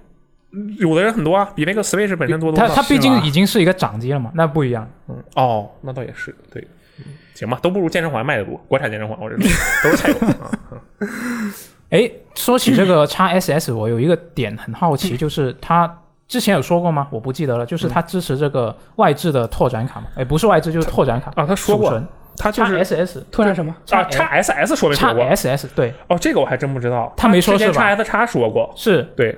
Speaker 1: 有的人很多啊，比那个 Switch 本身多多
Speaker 2: 他
Speaker 1: 了。
Speaker 2: 他毕竟
Speaker 3: 是吧
Speaker 2: 已经是一个掌机了嘛，那不一样。
Speaker 1: 嗯，哦，那倒也是，对，嗯行吧，都不如健身环卖的多，国产健身环，我 这种都是菜油啊。
Speaker 2: 哎，说起 这个 x SS，我有一个点很 好奇，就是它之前有说过吗？我不记得
Speaker 1: 嗯
Speaker 2: 了，就是它支持这个外置的拓展卡嘛？哎，不是外置就是拓展卡
Speaker 1: 啊他说过
Speaker 2: 储存
Speaker 1: 他就
Speaker 2: x
Speaker 1: 是
Speaker 2: SS
Speaker 3: 突然什么？
Speaker 1: 啊，
Speaker 2: 叉
Speaker 1: 叉 SS 说没说
Speaker 2: 叉
Speaker 1: 过？
Speaker 2: SS 对，
Speaker 1: 哦，这个我还真不知道，
Speaker 2: 他没说是
Speaker 1: 叉 S
Speaker 2: 吧？
Speaker 1: 叉说过，
Speaker 2: 是
Speaker 1: 对，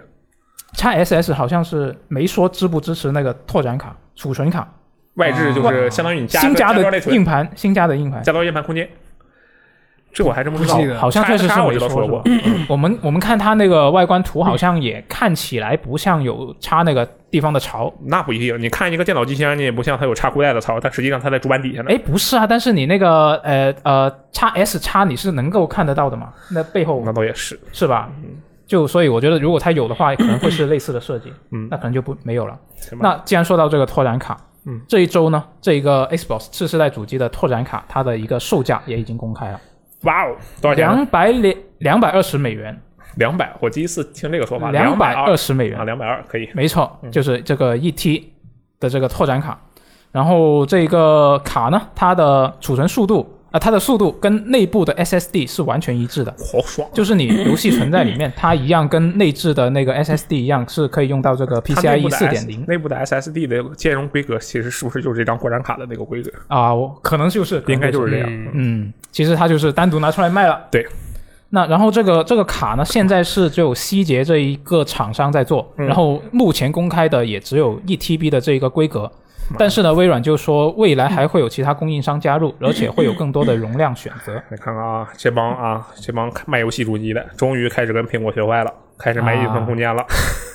Speaker 2: x SS 好像是没说支不支持那个拓展卡、储存卡，
Speaker 1: 外置就是相当于你加
Speaker 2: 新
Speaker 1: 啊加到内
Speaker 2: 的
Speaker 1: 存，
Speaker 2: 硬盘，新加的硬盘。
Speaker 1: 加到硬盘空间，这我还真不知道
Speaker 3: 不记得。
Speaker 2: 好像确实是
Speaker 1: 叉 S 我
Speaker 2: 没
Speaker 1: 知道说
Speaker 2: 过
Speaker 1: 过，。 嗯
Speaker 2: 我们我们看它那个外观图，好像也看起来不像有插那个地方的槽。
Speaker 1: 那不一定，你看一个电脑机箱，你也不像它有插裤带的槽，但实际上它在主板底下呢。
Speaker 2: 哎，不是啊，但是你那个呃呃叉 S 叉你是能够看得到的嘛？那背后
Speaker 1: 那倒也是，
Speaker 2: 是吧？就所以我觉得，如果它有的话，可能会是类似的设计，
Speaker 1: 嗯
Speaker 2: 那可能就不没有了。
Speaker 1: 行吧。
Speaker 2: 那既然说到这个拓展卡，
Speaker 1: 嗯，
Speaker 2: 这一周呢，这一个 Xbox 次世代主机的拓展卡，它的一个售价也已经公开了，
Speaker 1: 哇哦，多少钱啊？
Speaker 2: 两百两两百二十美元，
Speaker 1: 两百，我第一次听这个说法，
Speaker 2: 两
Speaker 1: 百
Speaker 2: 二
Speaker 1: 二
Speaker 2: 十美
Speaker 1: 啊，
Speaker 2: 元，
Speaker 1: 两百二可以。
Speaker 2: 没错，就是这个 ET 的这个拓展卡。然后这个卡呢，它的储存速度啊、它的速度跟内部的 SSD 是完全一致的，
Speaker 1: 好爽！
Speaker 2: 就是你游戏存在里 面，它一样跟内置的那个 SSD 一样，是可以用到这个
Speaker 1: 它内部的
Speaker 2: PCIe E 四
Speaker 1: S-
Speaker 2: 点零
Speaker 1: 内部的 SSD 的兼容规格，其实是不是就是这张扩展卡的那个规格？
Speaker 2: 啊，我可能就是
Speaker 1: 应该就是这样。
Speaker 3: 嗯
Speaker 2: 嗯，其实它就是单独拿出来卖了。
Speaker 1: 对。
Speaker 2: 那然后这个这个卡呢，现在是只有希捷这一个厂商在做，
Speaker 1: 嗯
Speaker 2: 然后目前公开的也只有一 TB 的这一个规格。但是呢，微软就说未来还会有其他供应商 加入，而且会有更多的容量选择。
Speaker 1: 你看看啊，这帮啊，这帮卖游戏主机的，终于开始跟苹果学坏了，开始卖
Speaker 2: 啊
Speaker 1: 运算空间了。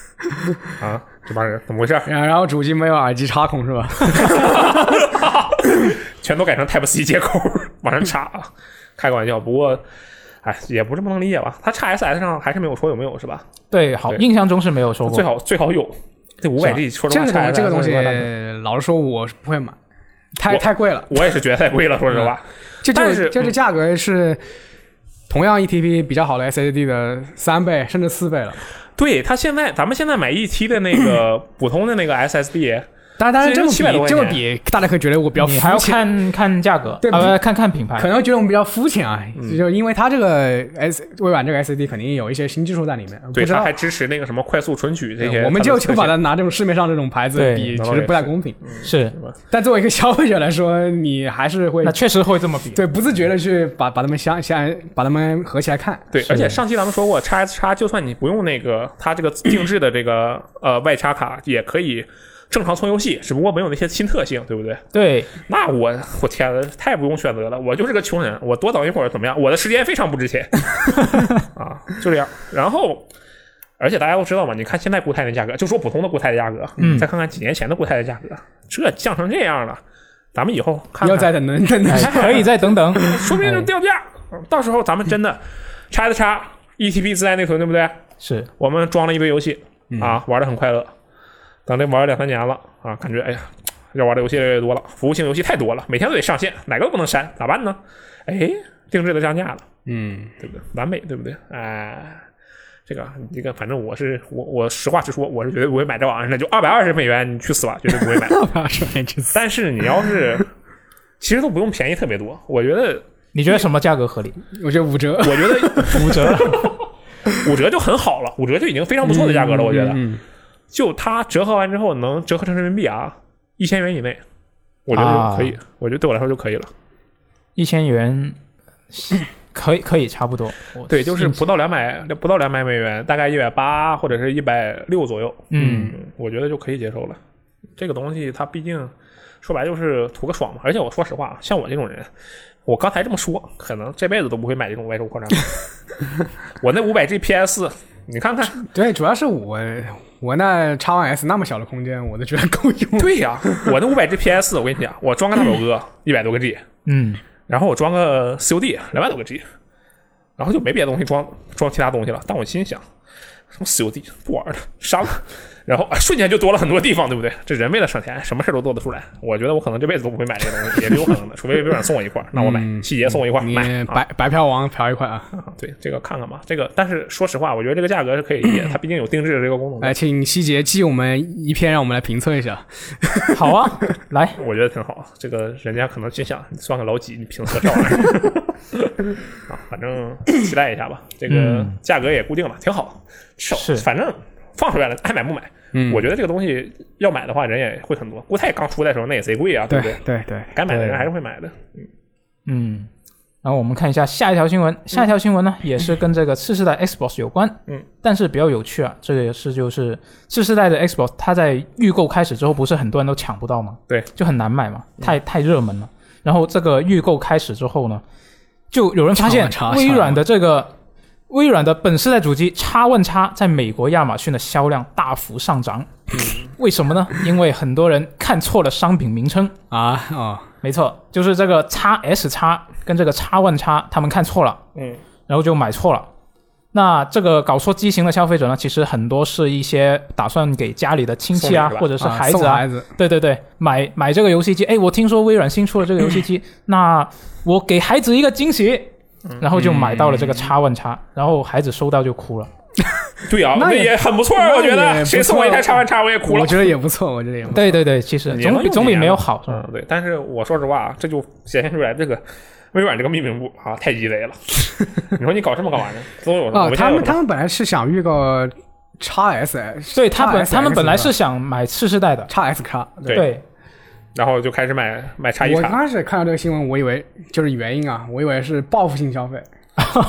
Speaker 1: 啊这帮人怎么回事儿？
Speaker 3: 然然后主机没有耳机插孔是吧？
Speaker 1: 全都改成 Type C 接口，往上插啊！开个玩笑，不过，哎，也不是不能理解吧？它 x SS 上还是没有说有没有是吧？
Speaker 2: 对，好，
Speaker 1: 对
Speaker 2: 印象中是没有说过。
Speaker 1: 最好最好有。这五百 G 说实
Speaker 3: 这
Speaker 1: 话，x SS
Speaker 3: 个东啊这个东西
Speaker 1: 有点难看，
Speaker 3: 老实说我是不会买，太
Speaker 1: 我
Speaker 3: 太贵了。
Speaker 1: 我也是觉得太贵了，说实话。
Speaker 3: 就
Speaker 1: 但
Speaker 3: 就是就这价格是同样一 TB 比较好的 SSD 的三倍甚至四倍了。
Speaker 1: 对它现在，咱们现在买一 T 的那 个普通的那个 SSD，
Speaker 3: 当然，当然这么
Speaker 1: 这个700多块钱
Speaker 3: 比这么比，大家可以觉得我比较
Speaker 2: 你还要
Speaker 3: 肤浅，
Speaker 2: 看看价格，
Speaker 3: 对
Speaker 2: 呃，看看品牌
Speaker 1: 哎
Speaker 3: 可。能觉得我们比较肤浅啊，
Speaker 1: 嗯
Speaker 3: 就因为它这个 S 微软这个 SSD 肯定有一些新技术在里面，
Speaker 1: 对，
Speaker 3: 不知
Speaker 1: 它
Speaker 3: 道
Speaker 1: 还。支持那个什么快速存取这些。
Speaker 3: 我们就就把
Speaker 1: 它
Speaker 3: 它拿这种市面上这种牌子
Speaker 2: 对
Speaker 3: 比，
Speaker 1: 那
Speaker 3: 其
Speaker 1: 倒
Speaker 3: 实
Speaker 1: 也
Speaker 3: 不太公平。
Speaker 2: 是，
Speaker 3: 但作为一个消费者来说，你还是会
Speaker 2: 那确实会这么比。
Speaker 3: 对不自觉的去把把它们相相把它们合起来看。
Speaker 1: 对，
Speaker 2: 是
Speaker 1: 而且上期咱们说过，x S 叉就算你不用那个它这个定制的这个呃外插卡，也可以正常充游戏，只不过没有那些新特性，对不对？
Speaker 2: 对，
Speaker 1: 那我我天呐，太不用选择了，我就是个穷人，我多等一会儿怎么样？我的时间非常不值 钱啊，就这样。然后，而且大家都知道嘛，你看现在固态的价格，就说普通的固态的价格，
Speaker 2: 嗯
Speaker 1: 再看看几年前的固态的价格，这降成这样了，咱们以后看
Speaker 3: 要
Speaker 1: 看，
Speaker 3: 再等哎等等 等
Speaker 2: 哎，可以再等等。
Speaker 1: 说不定就掉价。到时候咱们真
Speaker 3: 嗯
Speaker 1: 的叉子叉 ETB 自带内存，对不对？
Speaker 2: 是，
Speaker 1: 我们装了一堆游戏啊，玩的很快乐。等这玩了两三年了啊，感觉哎呀，要玩的游戏越来越多了，服务性游戏太多了，每天都得上线，哪个都不能删，咋办呢？哎，定制的降价了，
Speaker 3: 嗯，
Speaker 1: 对不对？完美，对不对？哎，这个这个，反正我是我我实话实说，我是绝对不会买这玩意儿的，就二百二十美元，你去死吧，绝对不会买。
Speaker 3: 不要说那句词。
Speaker 1: 但是你要是，其实都不用便宜特别多，我觉得
Speaker 2: 你觉得什么价格合理？
Speaker 3: 我觉得五折
Speaker 1: 我觉得
Speaker 2: 五折，
Speaker 1: 五折就很好了，五折就已经非常不错的价格了，我觉得。
Speaker 3: 嗯，嗯
Speaker 1: 就它折合完之后能折合成人民币啊，一千元以内，我觉得就可以，我觉得对我来说就可以了。
Speaker 2: 一千 元，可以可以差不多。我
Speaker 1: 对，就是不到两百，不到两百美元，大概一百八或者是一百六左右，
Speaker 2: 嗯，
Speaker 1: 我觉得就可以接受了。这个东西它毕竟说白就是图个爽嘛，而且我说实话，像我这种人，我刚才这么说，可能这辈子都不会买这种外售扩展板我那五百 G PS，你看看，
Speaker 3: 对，主要是我我那 x one S 那么小的空间，我都觉得够用。
Speaker 1: 对呀、我那五百 G PS，我跟你讲，我装个大表哥一百多个 G，
Speaker 2: 嗯，
Speaker 1: 然后我装个 COD 两百多个 G，然后就没别的东西装装其他东西了。但我心想，什么 COD 不玩了，删了， 然后、啊瞬间就多了很多地方，对不对？这人为了省钱，什么事都做得出来。我觉得我可能这辈子都不会买这个东西，也是有可能的，除非微软送我一块儿，那我买；细节送我一块儿，
Speaker 3: 你
Speaker 1: 买。啊
Speaker 3: 白白嫖王嫖一块啊！
Speaker 1: 啊对，这个看看吧。这个，但是说实话，我觉得这个价格是可以理解，它毕竟有定制的这个功能在，
Speaker 3: 来，哎请希杰寄我们一篇，让我们来评测一下。
Speaker 2: 好啊，来，
Speaker 1: 我觉得挺好。这个人家可能心想，你算个老几，你评测这玩意儿 啊，反正期待一下吧。这个
Speaker 2: 嗯
Speaker 1: 价格也固定了，挺好。至少
Speaker 2: 是
Speaker 1: 反正放出来了，爱买不买。
Speaker 3: 嗯，
Speaker 1: 我觉得这个东西要买的话，人也会很多。国泰刚出来的时候，那也贼贵啊，
Speaker 3: 对
Speaker 1: 不对？
Speaker 3: 对对，
Speaker 1: 该买的人
Speaker 2: 对
Speaker 1: 还是会买的。
Speaker 2: 嗯，然后我们看一下下一条新闻，下一条新闻呢、也是跟这个次世代 Xbox 有关，
Speaker 1: 嗯，
Speaker 2: 但是比较有趣啊，这个也是就是次世代的 Xbox，它在预购开始之后，不是很多人都抢不到吗？
Speaker 1: 对，嗯
Speaker 2: 就很难买嘛，太太热门了。然后这个预购开始之后呢，就有人发现
Speaker 3: 抢了抢了
Speaker 2: 微软的这个微软的本世代主机 X One X 在美国亚马逊的销量大幅上涨，
Speaker 1: 嗯
Speaker 2: 为什么呢？因为很多人看错了商品名称。
Speaker 3: 啊哦，
Speaker 2: 没错，就是这个 x S x 跟这个 x One x 他们看错了，
Speaker 1: 嗯，
Speaker 2: 然后就买错了。那这个搞错机型的消费者呢，其实很多是一些打算给家里的亲戚
Speaker 1: 送
Speaker 2: 啊，
Speaker 1: 礼吧
Speaker 2: 或者是
Speaker 3: 啊
Speaker 2: 孩
Speaker 3: 送
Speaker 2: 子啊，
Speaker 3: 孩子，
Speaker 2: 对对对，买买这个游戏机，哎，我听说微软新出了这个游戏机，那我给孩子一个惊喜，然后就买到了这个 x One x 然后孩子收到就哭了。
Speaker 1: 对啊，
Speaker 3: 那
Speaker 1: 那
Speaker 3: 也
Speaker 1: 也很不错啊，
Speaker 3: 那
Speaker 1: 我觉
Speaker 3: 也
Speaker 1: 得
Speaker 3: 不
Speaker 1: 谁送我一台叉
Speaker 3: 错
Speaker 1: 万叉，我也哭了
Speaker 3: 我。觉得也不错，我觉 得也不错。
Speaker 2: 对对对，其实
Speaker 1: 也能
Speaker 2: 总比
Speaker 1: 用
Speaker 2: 总
Speaker 1: 几
Speaker 2: 比
Speaker 1: 年
Speaker 2: 没有
Speaker 1: 吧
Speaker 2: 好，是吧？
Speaker 1: 嗯，对。但是我说实话，啊这就显现出来这个微软这个命名部啊，太鸡肋了。 你说你搞这么个玩意儿，总有我
Speaker 3: 哦，
Speaker 1: 们
Speaker 3: 他
Speaker 1: 家有
Speaker 3: 们
Speaker 1: 什么
Speaker 3: 他们本来是想预告 x S，
Speaker 2: 对他本他们本来是
Speaker 3: x
Speaker 2: 想买次世代的，
Speaker 3: S 卡。
Speaker 1: 对然后就开始买买叉一
Speaker 3: 我刚
Speaker 1: 叉，
Speaker 3: 开始看到这个新闻，我以为就是原因啊，我以为是报复性消费，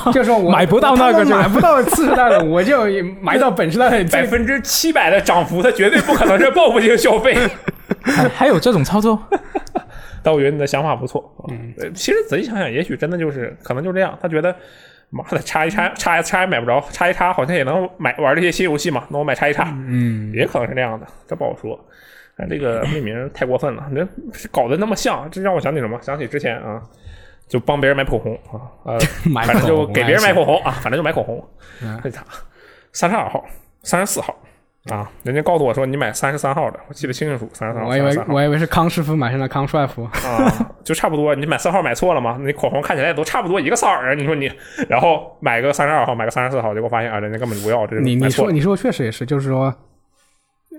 Speaker 3: 就是说我
Speaker 2: 买不到那个
Speaker 3: 我他
Speaker 2: 就
Speaker 3: 妈买不到次世代的，我就买到本世代的
Speaker 1: 百
Speaker 3: 最
Speaker 1: 分之七百的涨幅，它绝对不可能是报复性消 费。
Speaker 2: 还哎还有这种操作？
Speaker 1: 但我觉得你的想法不错，嗯，呃其实仔细想想，也许真的就是可能就这样，他觉得。妈的，叉一叉
Speaker 3: 嗯
Speaker 1: 叉一叉也买不着，叉一叉好像也能买玩这些新游戏嘛，那我买叉一叉，嗯，也可能是那样的，这不好说。但这个命名太过分了，那搞得那么像，这让我想起什么？想起之前啊，就帮别人买口红啊，呃，
Speaker 3: 买
Speaker 1: 反正就给别人买
Speaker 3: 过。
Speaker 1: 口红啊，反正就买口红
Speaker 3: 嗯。
Speaker 1: 那啥，三十二号、三十四号啊，人家告诉我说你买三十三号的，我记得清清楚，三十三号、
Speaker 3: 我
Speaker 1: 三
Speaker 3: 以
Speaker 1: 十
Speaker 3: 为
Speaker 1: 三号
Speaker 3: 我以为是康师傅买成了康帅傅，
Speaker 1: 啊，就差不多。你买三号买错了吗？你口红看起来都差不多一个色儿啊，你说你，然后买个三十二号，买个三十四号，结果发现啊，人家根本就不要，这是
Speaker 3: 你
Speaker 1: 买
Speaker 3: 你
Speaker 1: 错
Speaker 3: 说
Speaker 1: 了。
Speaker 3: 你说确实也是，就是说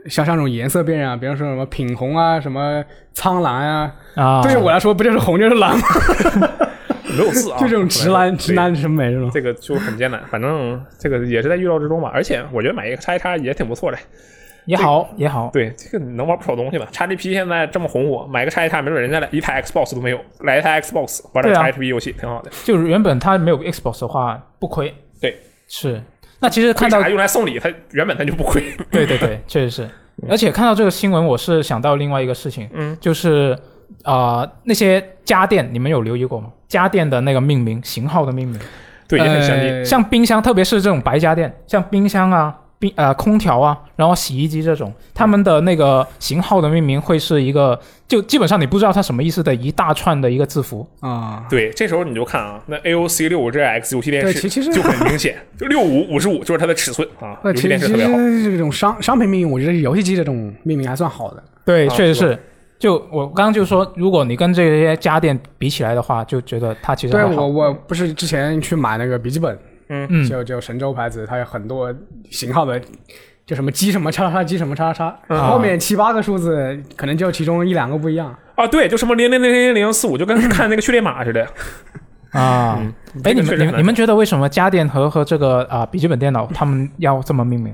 Speaker 3: 像像这种颜色辨认啊，比如说什么品红啊，什么苍蓝啊，
Speaker 2: 啊，
Speaker 3: 对于我来说不就是红就是蓝吗？
Speaker 1: 没有字 啊，
Speaker 3: 就这种直男
Speaker 1: 对
Speaker 3: 直男审美这种。
Speaker 1: 这个就很艰难。反正这个也是在预料之中吧，而且我觉得买一个叉一叉也挺不错的。
Speaker 2: 也好也好，
Speaker 1: 对，这个你能玩不少东西吧？叉 GP 现在这么红火，买个叉一叉，没准人家来一台 Xbox 都没有，来一台 Xbox 玩点
Speaker 2: 对啊
Speaker 1: 叉 GP 游戏挺好的。
Speaker 2: 就是原本它没有 Xbox 的话不亏。
Speaker 1: 对，
Speaker 2: 是。那其实看
Speaker 1: 为
Speaker 2: 到
Speaker 1: 啥用来送礼，它原本它就不亏。
Speaker 2: 对对对，确实是。而且看到这个新闻，我是想到另外一个事情，
Speaker 1: 嗯，
Speaker 2: 就是啊、呃那些家电，你们有留意过吗？家电的那个命名、型号的命名，
Speaker 1: 对，也很相近。
Speaker 3: 呃
Speaker 2: 像冰箱，特别是这种白家电，像冰箱啊、冰呃空调啊，然后洗衣机这种，他们的那个型号的命名会是一个，就基本上你不知道它什么意思的一大串的一个字符。
Speaker 3: 啊，
Speaker 1: 对，这时候你就看啊，那 AOC 六五 GX 游戏电
Speaker 3: 对
Speaker 1: 视
Speaker 3: 其其实
Speaker 1: 就很明显，就六五五十五就是它的尺寸啊，
Speaker 3: 那
Speaker 1: 游戏
Speaker 3: 其实
Speaker 1: 电
Speaker 3: 其
Speaker 1: 视
Speaker 3: 实
Speaker 1: 特别好。
Speaker 3: 这种商商品命名，我觉得游戏机这种命名还算好的。
Speaker 2: 对，
Speaker 1: 啊
Speaker 2: 确实
Speaker 1: 是
Speaker 2: 是。就我刚刚就说，如果你跟这些家电比起来的话，就觉得它其实
Speaker 3: 对
Speaker 2: 还好
Speaker 3: 我我不是之前去买那个笔记本，
Speaker 1: 嗯
Speaker 2: 嗯
Speaker 3: 就就神州牌子，它有很多型号的，就什么鸡什么叉叉叉鸡什么叉叉叉，
Speaker 2: 啊
Speaker 3: 后面七八个数字可能就其中一两个不一样。
Speaker 1: 啊，对，就什么零零零零零四五，就跟看那个序列码似的。
Speaker 2: 啊。哎、
Speaker 1: 嗯这个
Speaker 2: 你
Speaker 1: 确实
Speaker 2: 们你
Speaker 1: 很
Speaker 2: 们
Speaker 1: 难
Speaker 2: 你们觉得为什么家电和和这个啊、笔记本电脑他们要这么命名？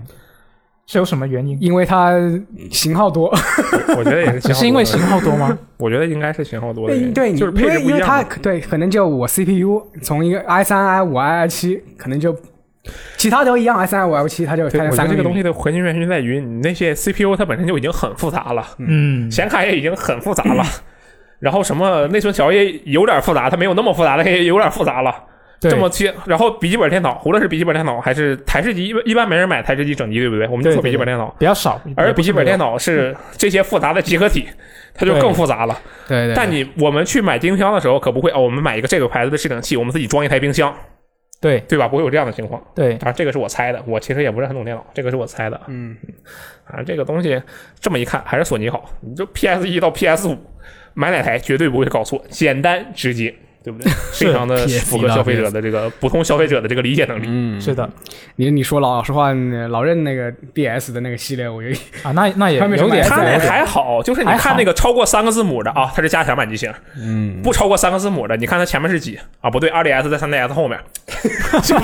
Speaker 2: 是有什么原因？
Speaker 3: 因为它型号多，
Speaker 1: 我觉得也是型号多
Speaker 2: 只
Speaker 1: 的，
Speaker 2: 是因为型号多吗？
Speaker 1: 我觉得应该是型号多的原因，
Speaker 3: 对，
Speaker 1: 就是
Speaker 3: 因
Speaker 1: 配置
Speaker 3: 为
Speaker 1: 不
Speaker 3: 因
Speaker 1: 一
Speaker 3: 为
Speaker 1: 样
Speaker 3: 它
Speaker 1: 嘛。
Speaker 3: 对，可能就我 CPU 从一个 i 三 i 五 i i 七，可能就其他都一样 i 三 i 五 i 七，它就
Speaker 1: 对，
Speaker 3: 它
Speaker 1: 我
Speaker 3: 就
Speaker 1: 觉
Speaker 3: 三
Speaker 1: 得这个
Speaker 3: 命
Speaker 1: 东西的核心原因在于，你那些 CPU 它本身就已经很复杂了，
Speaker 2: 嗯，
Speaker 1: 显卡也已经很复杂了，然后什么内存条也有点复杂，它没有那么复杂，但也有点复杂了。
Speaker 2: 对
Speaker 1: 这么切，然后笔记本电脑，无论是笔记本电脑还是台式机，一般一般没人买台式机整机，对不对？我们就
Speaker 2: 对
Speaker 1: 说
Speaker 2: 对
Speaker 1: 笔记本电脑，
Speaker 2: 比较少，
Speaker 1: 而
Speaker 2: 也
Speaker 1: 笔
Speaker 2: 不
Speaker 1: 记
Speaker 2: 是
Speaker 1: 本
Speaker 2: 没有
Speaker 1: 电脑是这些复杂的集合体，它就
Speaker 2: 对
Speaker 1: 更复杂了。
Speaker 3: 对对，
Speaker 1: 但你我们去买冰箱的时候，可不会哦，我们买一个这个牌子的制冷器，我们自己装一台冰箱，
Speaker 2: 对
Speaker 1: 对吧？不会有这样的情况。
Speaker 2: 对，
Speaker 1: 啊，这个是我猜的，我其实也不是很懂电脑，这个是我猜的。
Speaker 3: 嗯，
Speaker 1: 啊，这个东西这么一看还是索尼好，你就 PS 一到 PS 五买哪台绝对不会搞错，简单直接，对 不对？非常的
Speaker 3: PS1
Speaker 1: 符合
Speaker 3: E 到
Speaker 1: 消费者的这个普通消费者的这个理解能力。
Speaker 2: 是的
Speaker 3: 你你说老实话，嗯老任那个 DS 的那个系列，我有
Speaker 2: 啊，那那也
Speaker 3: 他们是
Speaker 2: 有点
Speaker 3: 买
Speaker 1: 它
Speaker 3: 的
Speaker 1: 那
Speaker 2: 有点
Speaker 1: 还好，就是你
Speaker 2: 还
Speaker 1: 看
Speaker 2: 好
Speaker 1: 那个超过三个字母的啊，它是加强版机型；
Speaker 3: 嗯，
Speaker 1: 不超过三个字母的，你看它前面是几啊？不对，2DS 在 3DS 后 面，是吧？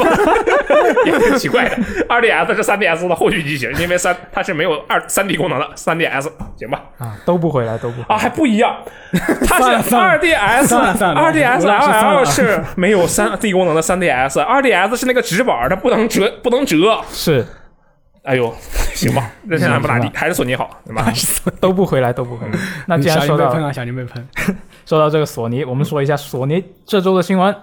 Speaker 1: 也挺奇怪的。2DS 是 3DS 的后续机型，因为三它是没有二三 D 功能的，3DS 行吧？
Speaker 2: 啊，都不回来，都不回
Speaker 1: 啊，还不一 样，它是
Speaker 3: 算
Speaker 1: 二
Speaker 3: 了
Speaker 1: DS，
Speaker 3: 算了算了
Speaker 1: 二 DS
Speaker 3: 我要去算
Speaker 1: L L
Speaker 3: 了啊
Speaker 1: 是没有三 D 功能的三 DS，二 DS 是那个直板，它不能折，不能折。
Speaker 2: 是
Speaker 1: 哎呦，行吧，那现在不咋地，还是索尼好，对吧？
Speaker 2: 都不回来，都不回来。那既然
Speaker 3: 小心
Speaker 2: 说
Speaker 3: 被
Speaker 2: 到
Speaker 3: 喷啊，小心被喷。
Speaker 2: 说到这个索尼，我们说一下索尼这周的新闻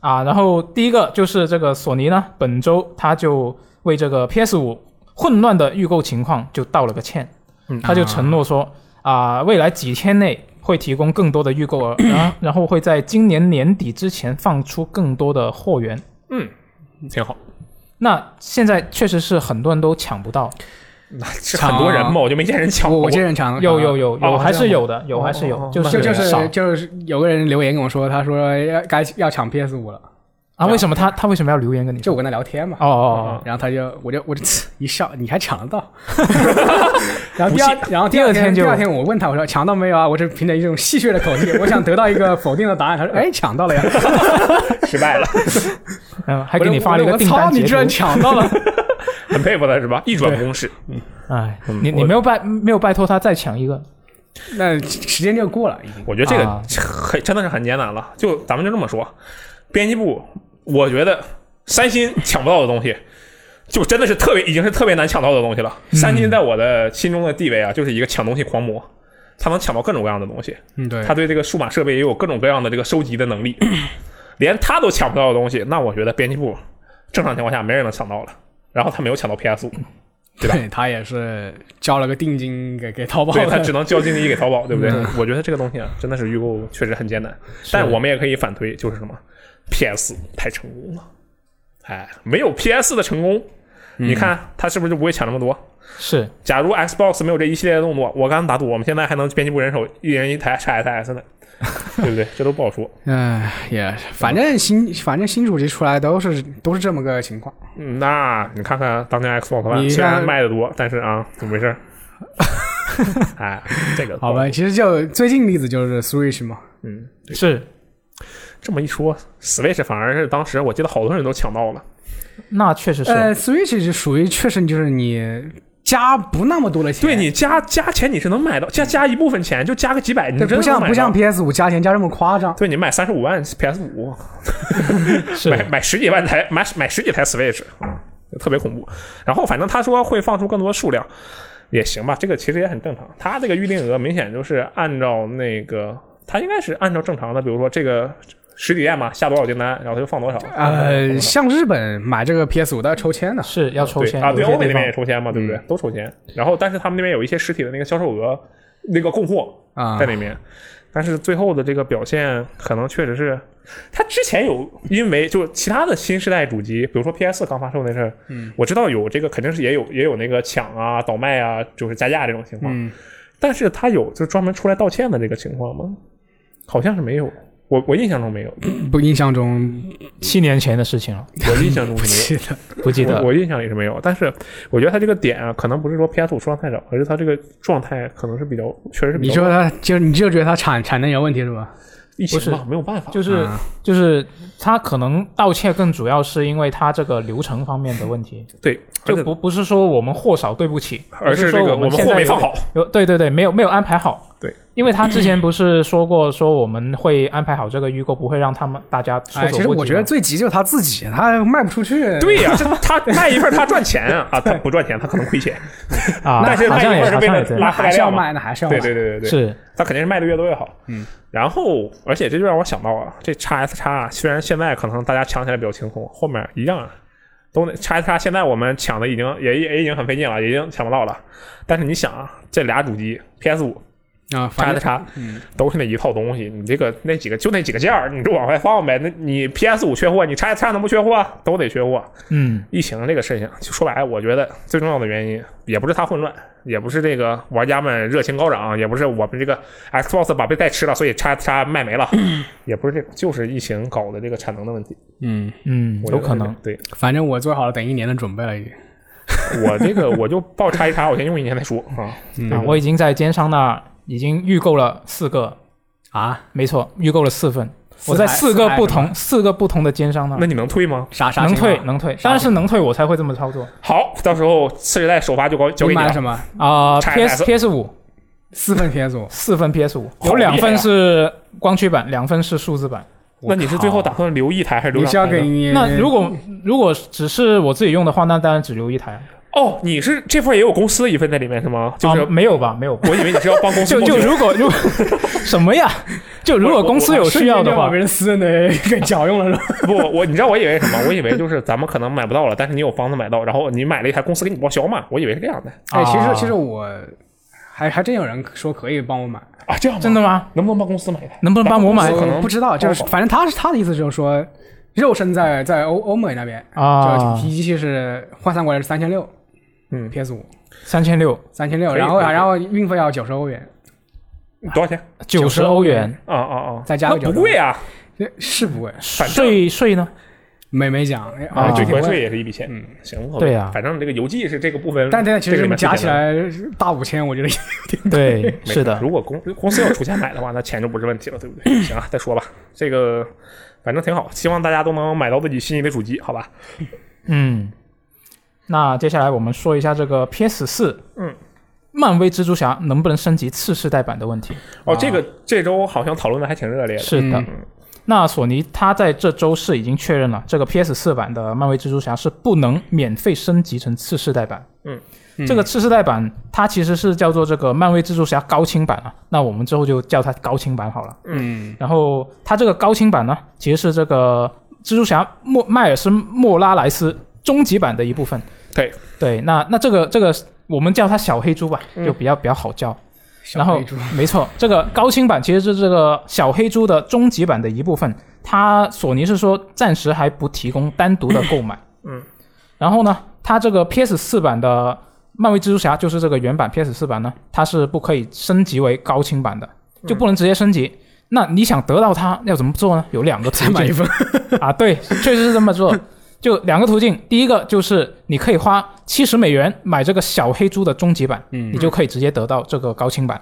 Speaker 2: 啊。然后第一个就是这个索尼呢，本周它就为这个 PS 五混乱的预购情况就道了个歉
Speaker 1: 嗯，
Speaker 2: 他就承诺说啊，未来几天内会提供更多的预购额，然后然后会在今年年底之前放出更多的货源。
Speaker 1: 嗯，挺好。
Speaker 2: 那现在确实是很多人都抢不到，
Speaker 1: 是很多人嘛，我就没见人抢
Speaker 3: 啊我
Speaker 1: 过。
Speaker 3: 我见人抢，
Speaker 2: 有有有有，
Speaker 1: 哦
Speaker 2: 还
Speaker 3: 这
Speaker 2: 是
Speaker 3: 样吗
Speaker 2: 有的，有
Speaker 1: 哦
Speaker 2: 还是
Speaker 1: 哦哦
Speaker 2: 有，就
Speaker 3: 啊就是就是
Speaker 2: 少
Speaker 3: 就是有个人留言跟我说，他说要该要抢 PS 五了，
Speaker 2: 啊？为什么他他为什么要留言跟你说？
Speaker 3: 就嗯我跟他聊天嘛，
Speaker 2: 哦哦
Speaker 3: 然后他就我就我就一笑，你还抢得 到？然后第二然后第
Speaker 2: 第二
Speaker 3: 二
Speaker 2: 天
Speaker 3: 天
Speaker 2: 就
Speaker 3: 第二天我问他我说抢到没有啊？我是凭着一种戏谑的口气，我想得到一个否定的答案。他说哎抢到了呀，
Speaker 1: 失败 了，
Speaker 2: 哦，嗯，还给你发了一个
Speaker 3: 我说
Speaker 2: 订
Speaker 3: 我
Speaker 2: 单
Speaker 3: 操，你居
Speaker 2: 截
Speaker 3: 然
Speaker 2: 图。
Speaker 3: 抢到 了！
Speaker 1: 很佩服他是吧？一转公式，
Speaker 2: 哎，你你
Speaker 1: 我
Speaker 2: 没有拜没有拜托他再抢一个，
Speaker 3: 那时间就过了，已经。
Speaker 1: 我觉得这
Speaker 2: 啊
Speaker 1: 个很真的是很艰难了。就咱们就这么说，编辑部，我觉得三星抢不到的东西，就真的是特别已经是特别难抢到的东西了。三
Speaker 3: 嗯
Speaker 1: 星在我的心中的地位啊，就是一个抢东西狂魔。他能抢到各种各样的东西，
Speaker 3: 嗯，对
Speaker 1: 他对这个数码设备也有各种各样的这个收集的能力，连他都抢不到的东西，那我觉得编辑部正常情况下没人能抢到了。然后他没有抢到 PS 五，对吧
Speaker 3: 对他也是交了个定金给给淘 宝
Speaker 1: 对
Speaker 3: 的
Speaker 1: 他只能交经理给淘宝，对不对？
Speaker 3: 嗯
Speaker 1: 我觉得这个东西啊，真的是预购确实很艰难，但我们也可以反推，就是什么 PS 太成功了，哎，没有 PS 的成功，
Speaker 3: 嗯
Speaker 1: 你看他是不是就不会抢那么多？
Speaker 2: 是
Speaker 1: 假如 Xbox 没有这一系列的动作，我刚打赌，我们现在还能编辑部人手一人一台 XS 呢，对不对？这都不好说。
Speaker 3: 哎，也反正新反正新主机出来都是都是这么个情况。
Speaker 1: 嗯那你看看当年 Xbox
Speaker 3: 你
Speaker 1: One 虽然
Speaker 3: 看
Speaker 1: 卖的多，但是啊，怎么回事？ 哎，这个
Speaker 3: 好吧，，其实就最近例子就是 Switch 嘛，
Speaker 1: 嗯，对
Speaker 2: 是，
Speaker 1: 这么一说，Switch 反而是当时我记得好多人都抢到了。
Speaker 2: 那确实是
Speaker 3: 呃，Switch 是属于确实就是你加不那么多的钱，
Speaker 1: 对你加加钱你是能买到，加加一部分钱就加个几百，你
Speaker 3: 对
Speaker 1: 就真的
Speaker 3: 不像
Speaker 1: 能买
Speaker 3: 不像
Speaker 1: 到
Speaker 3: PS 五加钱加这么夸张。
Speaker 1: 对你买三十五万 PS 五， 买
Speaker 2: 是
Speaker 1: 买十几万台，买买十几台 Switch，嗯就特别恐怖。然后反正他说会放出更多数量，也行吧，这个其实也很正常。他这个预定额明显就是按照那个，他应该是按照正常的，比如说这个实体店嘛，下多少订单，然后他就放多少。嗯
Speaker 3: 呃，像日本买这个 PS 五都要抽签的，
Speaker 2: 是要抽
Speaker 1: 对
Speaker 2: 签
Speaker 1: 啊，对，
Speaker 2: 有些
Speaker 1: 欧美
Speaker 2: 地
Speaker 1: 那
Speaker 2: 方
Speaker 1: 边也抽签嘛，对不
Speaker 3: 嗯
Speaker 1: 对？都抽签。然后，但是他们那边有一些实体的那个销售额，那个供货
Speaker 3: 啊
Speaker 1: 在里面。但是最后的这个表现，可能确实是，它之前有因为就其他的新时代主机，比如说 PS 刚发售那阵儿，嗯，我知道有这个肯定是也有也有那个抢啊、倒卖啊，就是加价这种情况。
Speaker 3: 嗯
Speaker 1: 但是它有就专门出来道歉的这个情况吗？好像是没有。我我印象中没 有，
Speaker 3: 不，印象中
Speaker 2: 七年前的事情了，
Speaker 1: 我印象中
Speaker 3: 不
Speaker 1: 是没有。
Speaker 3: 记得。
Speaker 2: 不记得
Speaker 1: 我，我印象里是没有，但是我觉得他这个点啊，可能不是说 PS 五数量太少，而是他这个状态可能是比较，确实是比
Speaker 3: 你
Speaker 1: 较
Speaker 3: 说它就是你就觉得它产产能有问题是吧？
Speaker 1: 疫情
Speaker 2: 不
Speaker 1: 嘛，没有办法，
Speaker 2: 就是
Speaker 3: 啊
Speaker 2: 就是他可能盗窃更主要是因为他这个流程方面的 问题，
Speaker 1: 对，而
Speaker 2: 就
Speaker 1: 且
Speaker 2: 不不是说我们货少对不起，
Speaker 1: 而
Speaker 2: 是
Speaker 1: 这
Speaker 2: 说
Speaker 1: 个
Speaker 2: 们
Speaker 1: 们
Speaker 2: 现
Speaker 1: 货
Speaker 2: 在
Speaker 1: 没
Speaker 2: 有
Speaker 1: 放好，
Speaker 2: 有对对对，没有没有安排好。
Speaker 1: 对，
Speaker 2: 因为他之前不是说过，说我们会安排好这个预购，不会让他们大家措手
Speaker 3: 哎，
Speaker 2: 不及
Speaker 3: 其
Speaker 2: 吗。
Speaker 3: 实我觉得最急就是他自己，他卖不出去。
Speaker 1: 对呀、这他卖一份他赚钱啊，啊他不赚钱他可能亏 钱，
Speaker 2: 啊，
Speaker 1: 但是
Speaker 2: 好
Speaker 1: 卖
Speaker 2: 像
Speaker 1: 一
Speaker 2: 也
Speaker 1: 份是
Speaker 2: 好
Speaker 1: 为
Speaker 2: 像也
Speaker 1: 了
Speaker 2: 对
Speaker 1: 拉
Speaker 3: 还
Speaker 1: 开
Speaker 3: 是要
Speaker 1: 量嘛，
Speaker 3: 卖，那还是要卖。
Speaker 1: 对对对对对，
Speaker 2: 是
Speaker 1: 他肯定是卖的越多越好，
Speaker 3: 嗯，
Speaker 1: 然后而且这就让我想到啊，这 x S x 虽然现在可能大家抢起来比较轻松，后面一样啊。都那 x S x 现在我们抢的已经也也已经很费劲了，已经抢不到了。但是你想啊，这俩主机 PS 五
Speaker 3: 啊，
Speaker 1: 叉
Speaker 3: 反
Speaker 1: 的
Speaker 3: 正
Speaker 1: 叉，
Speaker 3: 嗯
Speaker 1: 都是那一套东西。你这个那几个就那几个件儿，你就往外放呗。那你 PS 五缺货，你叉叉能不缺货？都得缺货。
Speaker 2: 嗯，
Speaker 1: 疫情这个事情，就说白了，我觉得最重要的原因也不是它混乱，也不是这个玩家们热情高涨，也不是我们这个 Xbox 把被带吃了，所以叉叉卖没了，也不是这个，就是疫情搞的这个产能的问题。
Speaker 3: 嗯，
Speaker 2: 嗯，
Speaker 1: 我觉
Speaker 2: 有
Speaker 1: 得
Speaker 2: 可
Speaker 1: 是这
Speaker 2: 能。
Speaker 1: 对
Speaker 3: 反正我做好了等一年的准备了，已经。
Speaker 1: 我这个 我就报叉一叉，我先用一年再说啊。
Speaker 3: 嗯
Speaker 2: 啊，我已经在奸商那儿已经预购了四个，
Speaker 3: 啊，
Speaker 2: 没错，预购了四份。
Speaker 3: 四
Speaker 2: 我在
Speaker 3: 台
Speaker 2: 四
Speaker 3: 四
Speaker 2: 个
Speaker 3: 台
Speaker 2: 不
Speaker 3: 是吗
Speaker 2: 同四个不同的奸商那儿
Speaker 1: 那你能退吗？
Speaker 3: 啥啥
Speaker 2: 能
Speaker 3: 情况
Speaker 2: 退能退，当然是能退，我才会这么操作
Speaker 1: 好，到时候次时代首发就交交给你
Speaker 3: 你买了
Speaker 1: 了。
Speaker 3: 什么？
Speaker 2: 啊。
Speaker 1: 拆了
Speaker 2: PS PS 五
Speaker 3: 四份 PS 五。
Speaker 2: 四份 PS 五，
Speaker 1: 好
Speaker 2: 有两
Speaker 1: 厉害
Speaker 2: 份
Speaker 1: 啊
Speaker 2: 是光驱版，两份是数字版。
Speaker 1: 那你是最后打算留一台还是留两
Speaker 3: 你是
Speaker 1: 台
Speaker 3: 要
Speaker 1: 呢？
Speaker 3: 给你
Speaker 2: 那如果如果只是我自己用的话，那当然只留一台啊。
Speaker 1: 哦，你是这份也有公司的一份在里面是吗？就是、
Speaker 2: 啊没有吧，没 有吧。
Speaker 1: 我以为你是要帮公司
Speaker 2: 就就
Speaker 1: 募集
Speaker 2: 如果如什么呀？就如果公司有需要的
Speaker 3: 瞬间就把
Speaker 2: 话
Speaker 3: 别，人私人的 给脚用了是吧？
Speaker 1: 不我你知道我以为什么？我以为就是咱们可能买不到了，但是你有帮子买到，然后你买了一台公司给你报销嘛，我以为是这样的
Speaker 3: 哎，其
Speaker 2: 啊
Speaker 3: 实其实我还还真有人说可以帮我买，
Speaker 1: 啊，这样吗
Speaker 2: 真的吗？
Speaker 1: 能不能帮公司买一台？
Speaker 2: 能不能哦帮我买
Speaker 1: 可能
Speaker 3: 不知道，就是
Speaker 1: 包吧
Speaker 3: 反正他是他的意思就是说，肉身在在欧欧美那边，
Speaker 2: 啊
Speaker 3: 就？提机器是换算过来是三千六
Speaker 1: 嗯，
Speaker 3: PS 五
Speaker 2: 三千六
Speaker 3: 三千六，
Speaker 1: 可以
Speaker 3: 然后
Speaker 1: 可以
Speaker 3: 然后运费要九十欧元，
Speaker 1: 多少钱？
Speaker 2: 九十
Speaker 3: 90
Speaker 2: 欧
Speaker 3: 欧
Speaker 2: 元
Speaker 3: 元，
Speaker 1: 啊啊啊！
Speaker 3: 再加
Speaker 1: 那
Speaker 3: 个九
Speaker 1: 不贵啊，
Speaker 3: 是不贵，
Speaker 1: 反正
Speaker 2: 税 税呢？
Speaker 3: 没没讲
Speaker 2: 啊
Speaker 1: 对，
Speaker 3: 具体
Speaker 1: 关
Speaker 3: 问
Speaker 1: 税也是一笔钱。
Speaker 3: 嗯，
Speaker 1: 行，无所谓
Speaker 2: 对呀，
Speaker 1: 反正这个邮寄是这个部分，
Speaker 3: 但但其
Speaker 1: 这个
Speaker 3: 实
Speaker 1: 里面
Speaker 3: 加
Speaker 1: 最
Speaker 3: 起
Speaker 1: 简单的
Speaker 3: 来大五千，我觉得
Speaker 2: 对，
Speaker 1: 没
Speaker 2: 是
Speaker 1: 事
Speaker 2: 的。
Speaker 1: 如果公公司要出钱买的话，那钱就不是问题了，对不对？行啊，再说吧，这个反正挺好，希望大家都能买到自己心仪的主机，好吧？
Speaker 2: 嗯，那接下来我们说一下这个 PS 四，
Speaker 1: 嗯，
Speaker 2: 漫威蜘蛛侠能不能升级次世代版的问题。
Speaker 1: 哦，这个这周好像讨论的还挺热烈的。
Speaker 2: 啊是的，
Speaker 3: 嗯
Speaker 2: 那索尼它在这周是已经确认了，这个 PS 四版的漫威蜘蛛侠是不能免费升级成次世代版。
Speaker 1: 嗯，
Speaker 2: 这个次世代版它其实是叫做这个漫威蜘蛛侠高清版啊，那我们之后就叫它高清版好了。
Speaker 3: 嗯
Speaker 2: 然后它这个高清版呢，其实是这个蜘蛛侠莫迈尔斯莫拉莱斯终极版的一部分。
Speaker 1: 对
Speaker 2: 对，那那这个这个我们叫它小黑猪吧，
Speaker 1: 嗯
Speaker 2: 就比较、比较好叫。
Speaker 3: 小
Speaker 2: 然后
Speaker 3: 黑猪
Speaker 2: 没错，这个高清版其实是这个小黑猪的终极版的一部分，它索尼是说暂时还不提供单独的购 买。
Speaker 1: 嗯，
Speaker 2: 然后呢，它这个 PS 四版的漫威蜘蛛侠就是这个原版 PS 四版呢，它是不可以升级为高清版的，就不能直接升级。那你想得到它要怎么做呢？有两个
Speaker 3: 再
Speaker 2: 途
Speaker 3: 买一
Speaker 2: 径
Speaker 3: 份，
Speaker 2: 啊，对，确实是这么做。 就两个途径，第一个就是你可以花七十美元买这个小黑猪的终极版，
Speaker 3: 嗯
Speaker 2: 你就可以直接得到这个高清版，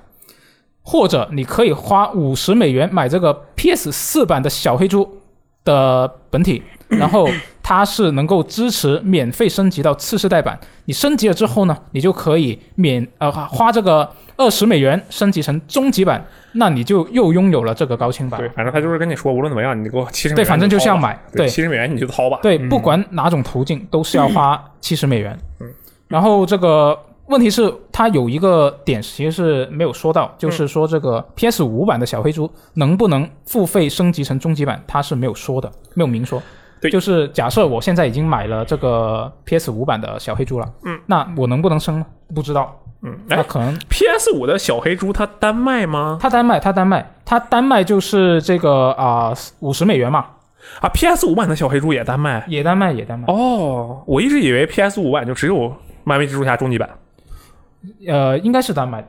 Speaker 2: 或者你可以花五十美元买这个 PS 四版的小黑猪的本体，然后它是能够支持免费升级到次世代版。你升级了之后呢，你就可以免呃花这个二十美元升级成终极版，那你就又拥有了这个高清版
Speaker 1: 对，。反正他就是跟你说，无论怎么样，你给我七十美
Speaker 2: 对，
Speaker 1: 元，
Speaker 2: 反正就是要
Speaker 1: 你掏吧
Speaker 2: 买。对，
Speaker 1: 七十美元你就掏吧。
Speaker 2: 对，不管哪种途径都是 要花七十美元。嗯，然后这个问题是，它有一个点其实是没有说到，就是说这
Speaker 1: 嗯
Speaker 2: 个 PS 五版的小黑猪能不能付费升级成终极版，它是没有说的，没有明说。
Speaker 1: 对
Speaker 2: 就是假设我现在已经买了这个 PS 五版的小黑猪了，
Speaker 1: 嗯，
Speaker 2: 那我能不能升呢？不知道，
Speaker 1: 嗯，
Speaker 2: 那
Speaker 1: 哎
Speaker 2: 可能
Speaker 1: ，PS 五的小黑猪它单卖吗？
Speaker 2: 它单卖，它单卖，它单卖就是这个啊五十美元嘛，
Speaker 1: 啊，PS 五版的小黑猪也单卖？
Speaker 2: 也单卖，也单卖。
Speaker 1: 哦，我一直以为 PS 五版就只有漫威蜘蛛侠终极版。
Speaker 2: 呃，应该是单卖的。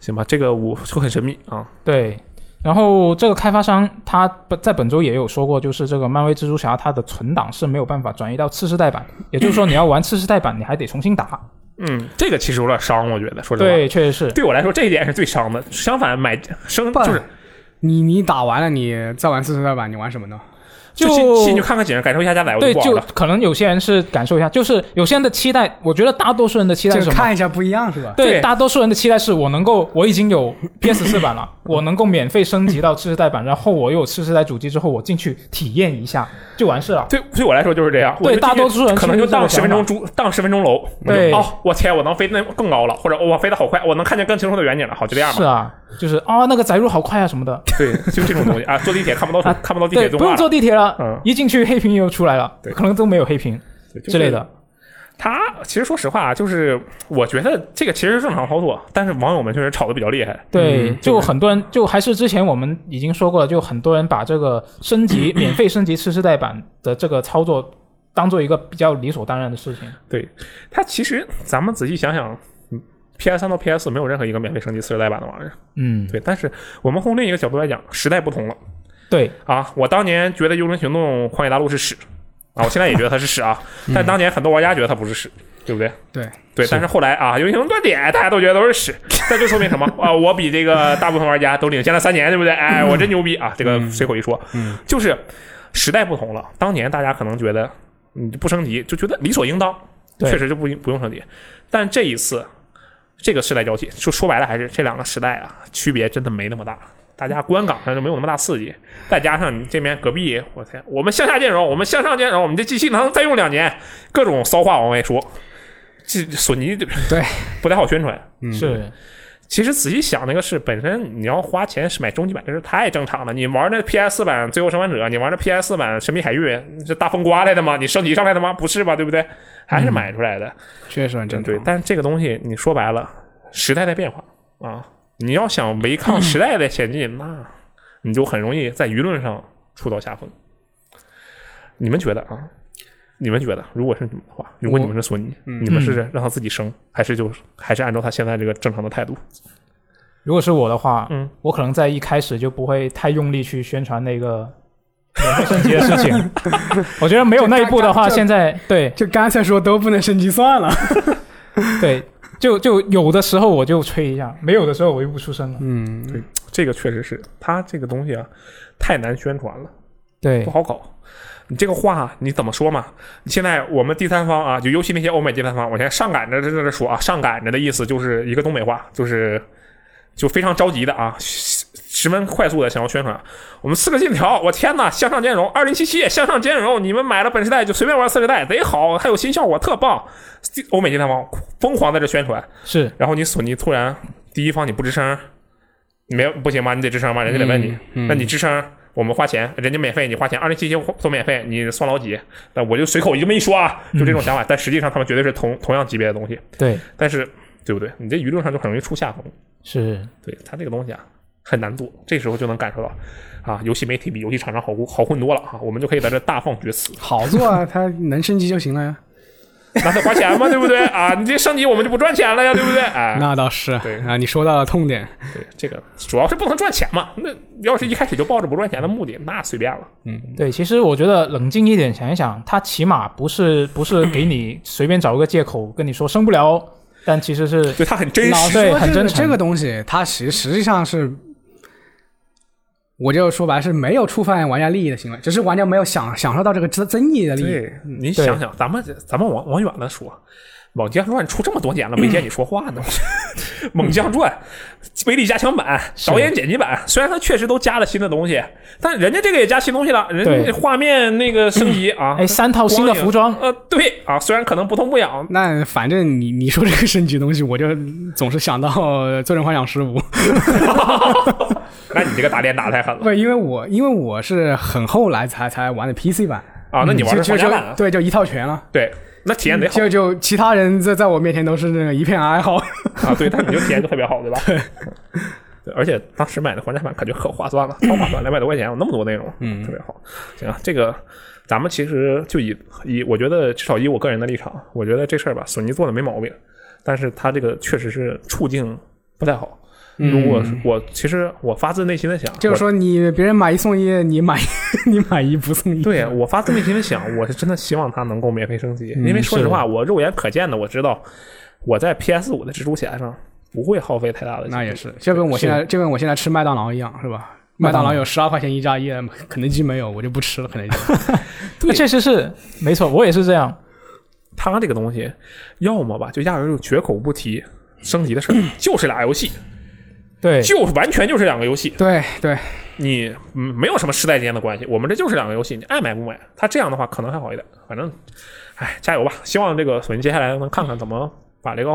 Speaker 1: 行吧，这个我就很神秘啊。
Speaker 2: 对，然后这个开发商他本在本周也有说过，就是这个漫威蜘蛛侠它的存档是没有办法转移到次世代版，也就是说你要玩次世代版，你还得重 新打。
Speaker 1: 嗯，这个其实有点伤，我觉得说实话，
Speaker 2: 对，确实是。
Speaker 1: 对我来说这一点是最伤的。相反，买生
Speaker 3: 不
Speaker 1: 就是
Speaker 3: 你你打完了，你再玩四十代版，你玩什么呢？
Speaker 1: 就
Speaker 2: 就
Speaker 1: 进进去看看景，感受一下加载，我
Speaker 2: 对，
Speaker 1: 不玩
Speaker 2: 就
Speaker 1: 了。
Speaker 2: 可能有些人是感受一下，就是有些人的期待，我觉得大多数人的期待
Speaker 3: 就是是
Speaker 2: 什么？
Speaker 3: 看一下不一样是吧？
Speaker 2: 对，
Speaker 1: 对
Speaker 2: 大多数人的期待是我能够，我已 经有 PS 四版了，我能够免费升级到次世代版，然后我又有次世代主机之后，我进去体验一下就完事了。
Speaker 1: 对，对我来说就是这样。我
Speaker 2: 对
Speaker 1: 就进去
Speaker 2: 大多数人
Speaker 1: 可能
Speaker 2: 是
Speaker 1: 就
Speaker 2: 这个
Speaker 1: 荡十分钟
Speaker 2: 想
Speaker 1: 猪，荡十分钟楼。我就
Speaker 2: 对
Speaker 1: 哦，我天，我能飞那更高了，或者哦我飞得好快，我能看见更清楚的远景了。好，就这样吧。
Speaker 2: 是啊，就是啊，那个载入好快啊什么的，
Speaker 1: 对，就这种东西啊，坐地铁看不到
Speaker 2: 啊
Speaker 1: 看不到地
Speaker 2: 对，
Speaker 1: 铁动
Speaker 2: 不
Speaker 1: 画
Speaker 2: 用
Speaker 1: 了
Speaker 2: 坐地铁
Speaker 1: 嗯
Speaker 2: 了，一进去黑屏又出来了，
Speaker 1: 对
Speaker 2: 可能都没有黑屏之类。
Speaker 1: 对就是嗯
Speaker 2: 的。
Speaker 1: 他其实说实话，就是我觉得这个其实是正常操作，但是网友们确实吵得比较厉害。
Speaker 2: 对，
Speaker 1: 嗯
Speaker 2: 就很多人就还是之前我们已经说过了，就很多人把这个 升级免费升级次世代版的这个操作当做一个比较理所当然的事情。
Speaker 1: 它其实咱们仔细想想，PS 三到 PS 没有任何一个免费升级次世代版的玩意儿。
Speaker 2: 嗯，
Speaker 1: 对，但是我们从另一个角度来讲，时代不同了
Speaker 2: 对，
Speaker 1: 啊！我当年觉得《幽灵行动》《荒野大陆》是屎啊，我现在也觉得它是屎啊，但当年很多玩家觉得它不是屎，对不对？
Speaker 3: 对
Speaker 1: 对，但是后来啊，《幽灵行动》断点，大家都觉得都是屎，这就说明什么啊？我比这个大部分玩家都领先了三年，对不对？哎，我真牛逼啊！这个随口一说，
Speaker 3: 嗯
Speaker 1: 就是时代不同了，当年大家可能觉得你不升级就觉得理所应当，
Speaker 2: 对
Speaker 1: 确实就不不用升级，但这一次。这个时代交替，就说白了还是这两个时代啊，区别真的没那么大，大家观感上就没有那么大刺激。再加上你这边隔壁，我天，我们向下兼容，我们向上兼容，我们这机器能再用两年，各种骚话往外说，这索尼对
Speaker 3: 对
Speaker 1: 不太好宣传。
Speaker 3: 嗯
Speaker 2: 是，
Speaker 1: 其实仔细想，那个事本身你要花钱是买终极版，这是太正常了。你玩那 PS 版《最后生还者》，你玩那 PS 版《神秘海域》，这大风刮来的吗？你升级上来的吗？不是吧，对不对？还是买出来的。
Speaker 3: 确实很正
Speaker 1: 对
Speaker 3: 常，。
Speaker 1: 但这个啊东西你说白了，时代在变化啊，你要想违抗时代的前进，那你就很容易在舆论上出到下风。你们觉得啊？你们觉得，如果是你们的话，如果你们是索尼，你们是让他自己升，还是就还是按照他现在这个正常的态度？
Speaker 2: 如果是我的话，
Speaker 1: 嗯，
Speaker 2: 我可能在一开始就不会太用力去宣传 那个免费升级的事情。我觉得没有那一步的话，
Speaker 3: 就就
Speaker 2: 现在对
Speaker 3: 就干脆说都不能升级算了。
Speaker 2: 对，就就有的时候我就吹一下，没有的时候我就不出声了。
Speaker 3: 嗯，
Speaker 1: 这个确实是他这个东西啊，太难宣传了。
Speaker 2: 对
Speaker 1: 不，好搞。你这个话你怎么说嘛？你现在我们第三方啊，就尤其那些欧美第三方，我现在上赶着在这说啊，上赶着的意思就是一个东北话，就是就非常着急的啊，十十分快速的想要宣传我们四个信条，我天呐，向上兼容，二零七七向上兼容，你们买了本世代就随便玩四世代，贼好，还有新效果，特棒。欧美第三方疯狂在这宣传，
Speaker 2: 是
Speaker 1: 然后你索尼突然第一方你不吱声，没有不行吗？你得吱声吗？人家得问你，
Speaker 3: 嗯嗯
Speaker 1: 那你吱声，我们花钱，人家免费，你花钱，二零七七都免费，你算老几？那我就随口这么一说啊，就这种
Speaker 3: 嗯
Speaker 1: 想法。但实际上他们绝对是同同样级别的东西，
Speaker 2: 对
Speaker 1: 但是对不对？你这舆论上就很容易出下风。
Speaker 2: 是，
Speaker 1: 对他这个东西啊，很难做，这时候就能感受到啊，游戏媒体比游戏厂商好过好混多了啊，我们就可以在这大放厥词。
Speaker 3: 好做啊，它能升级就行了 呀。
Speaker 1: 那得花钱嘛，对不对啊？你这升级我们就不赚钱了呀，对不对？哎，
Speaker 3: 那倒是，
Speaker 1: 对
Speaker 3: 啊，你说到了痛点，
Speaker 1: 对，这个主要是不能赚钱嘛。那要是一开始就抱着不赚钱的目的，那随便了。
Speaker 2: 对，其实我觉得冷静一点想一想，他起码不是 不是给你随便找一个借口跟你说升不了，但其实是
Speaker 1: 对他很真
Speaker 3: 老
Speaker 1: 实，
Speaker 3: 实
Speaker 2: 对
Speaker 3: 说
Speaker 2: 很
Speaker 3: 这
Speaker 2: 真
Speaker 3: 个
Speaker 2: 诚
Speaker 3: 这个东西，它实实际上是，我就说白了是没有触犯玩家利益的行为，只是玩家没有享享受到这个争争议的利益。
Speaker 1: 对你想想，咱们咱们往往远了说，《猛将传》出这么多年了，没见你说话呢。 猛将传》威力加强版、导演剪辑版，虽然它确实都加了新的东西，但人家这个也加新东西了，人
Speaker 2: 对
Speaker 1: 家画面那个升级啊，
Speaker 2: 哎三套新的服装，
Speaker 1: 呃，对啊，虽然可能不痛不 痒，
Speaker 3: 那反正你你说这个升级东西，我就总是想到《最终幻想十五》，
Speaker 1: 那你这个打脸打得太狠了
Speaker 3: 不，因为我因为我是很后来才才玩的 PC 版，嗯
Speaker 1: 啊！那你玩的是
Speaker 3: 就
Speaker 1: 皇
Speaker 3: 就
Speaker 1: 家
Speaker 3: 就
Speaker 1: 版啊？
Speaker 3: 对，就一套全了。
Speaker 1: 对，那体验得好
Speaker 3: 就就其他人在在我面前都是那个一片哀嚎，
Speaker 1: 啊，对，但你就体验就特别好，对吧？ 对。而且当时买的皇家版感觉可划算 了，超划算，两百多块钱有那么多内容，嗯，特别好。行啊，这个咱们其实就以以我觉得至少以我个人的立场，我觉得这事儿吧，索尼做的没毛病，但是它这个确实是处境不太好。如果是我其实我发自内心的想，
Speaker 3: 嗯就是说你别人买一送一，你买 一你买一不送一，
Speaker 1: 我，对我发自内心的想，我是真的希望它能够免费升级，
Speaker 3: 嗯
Speaker 1: 因为说实
Speaker 3: 是的
Speaker 1: 话，我肉眼可见的我知道我在 PS 五的蜘蛛侠上不会耗费太大的，
Speaker 3: 那也是，就跟我现在就跟我现在吃麦当劳一样，是吧？麦当劳有十二块钱一加一，肯德基没有，我就不吃了。肯 德基
Speaker 2: 那确实是没错，我也是这样。
Speaker 1: 它这个东西，要么吧就压根就绝口不提升级的事儿，就是俩游戏，
Speaker 2: 对，
Speaker 1: 就是完全就是两个游戏，
Speaker 3: 对对，
Speaker 1: 你嗯没有什么时代之间的关系，我们这就是两个游戏，你爱买不买。它这样的话可能还好一点，反正，哎，加油吧！希望这个索尼接下来能看看怎么把这个，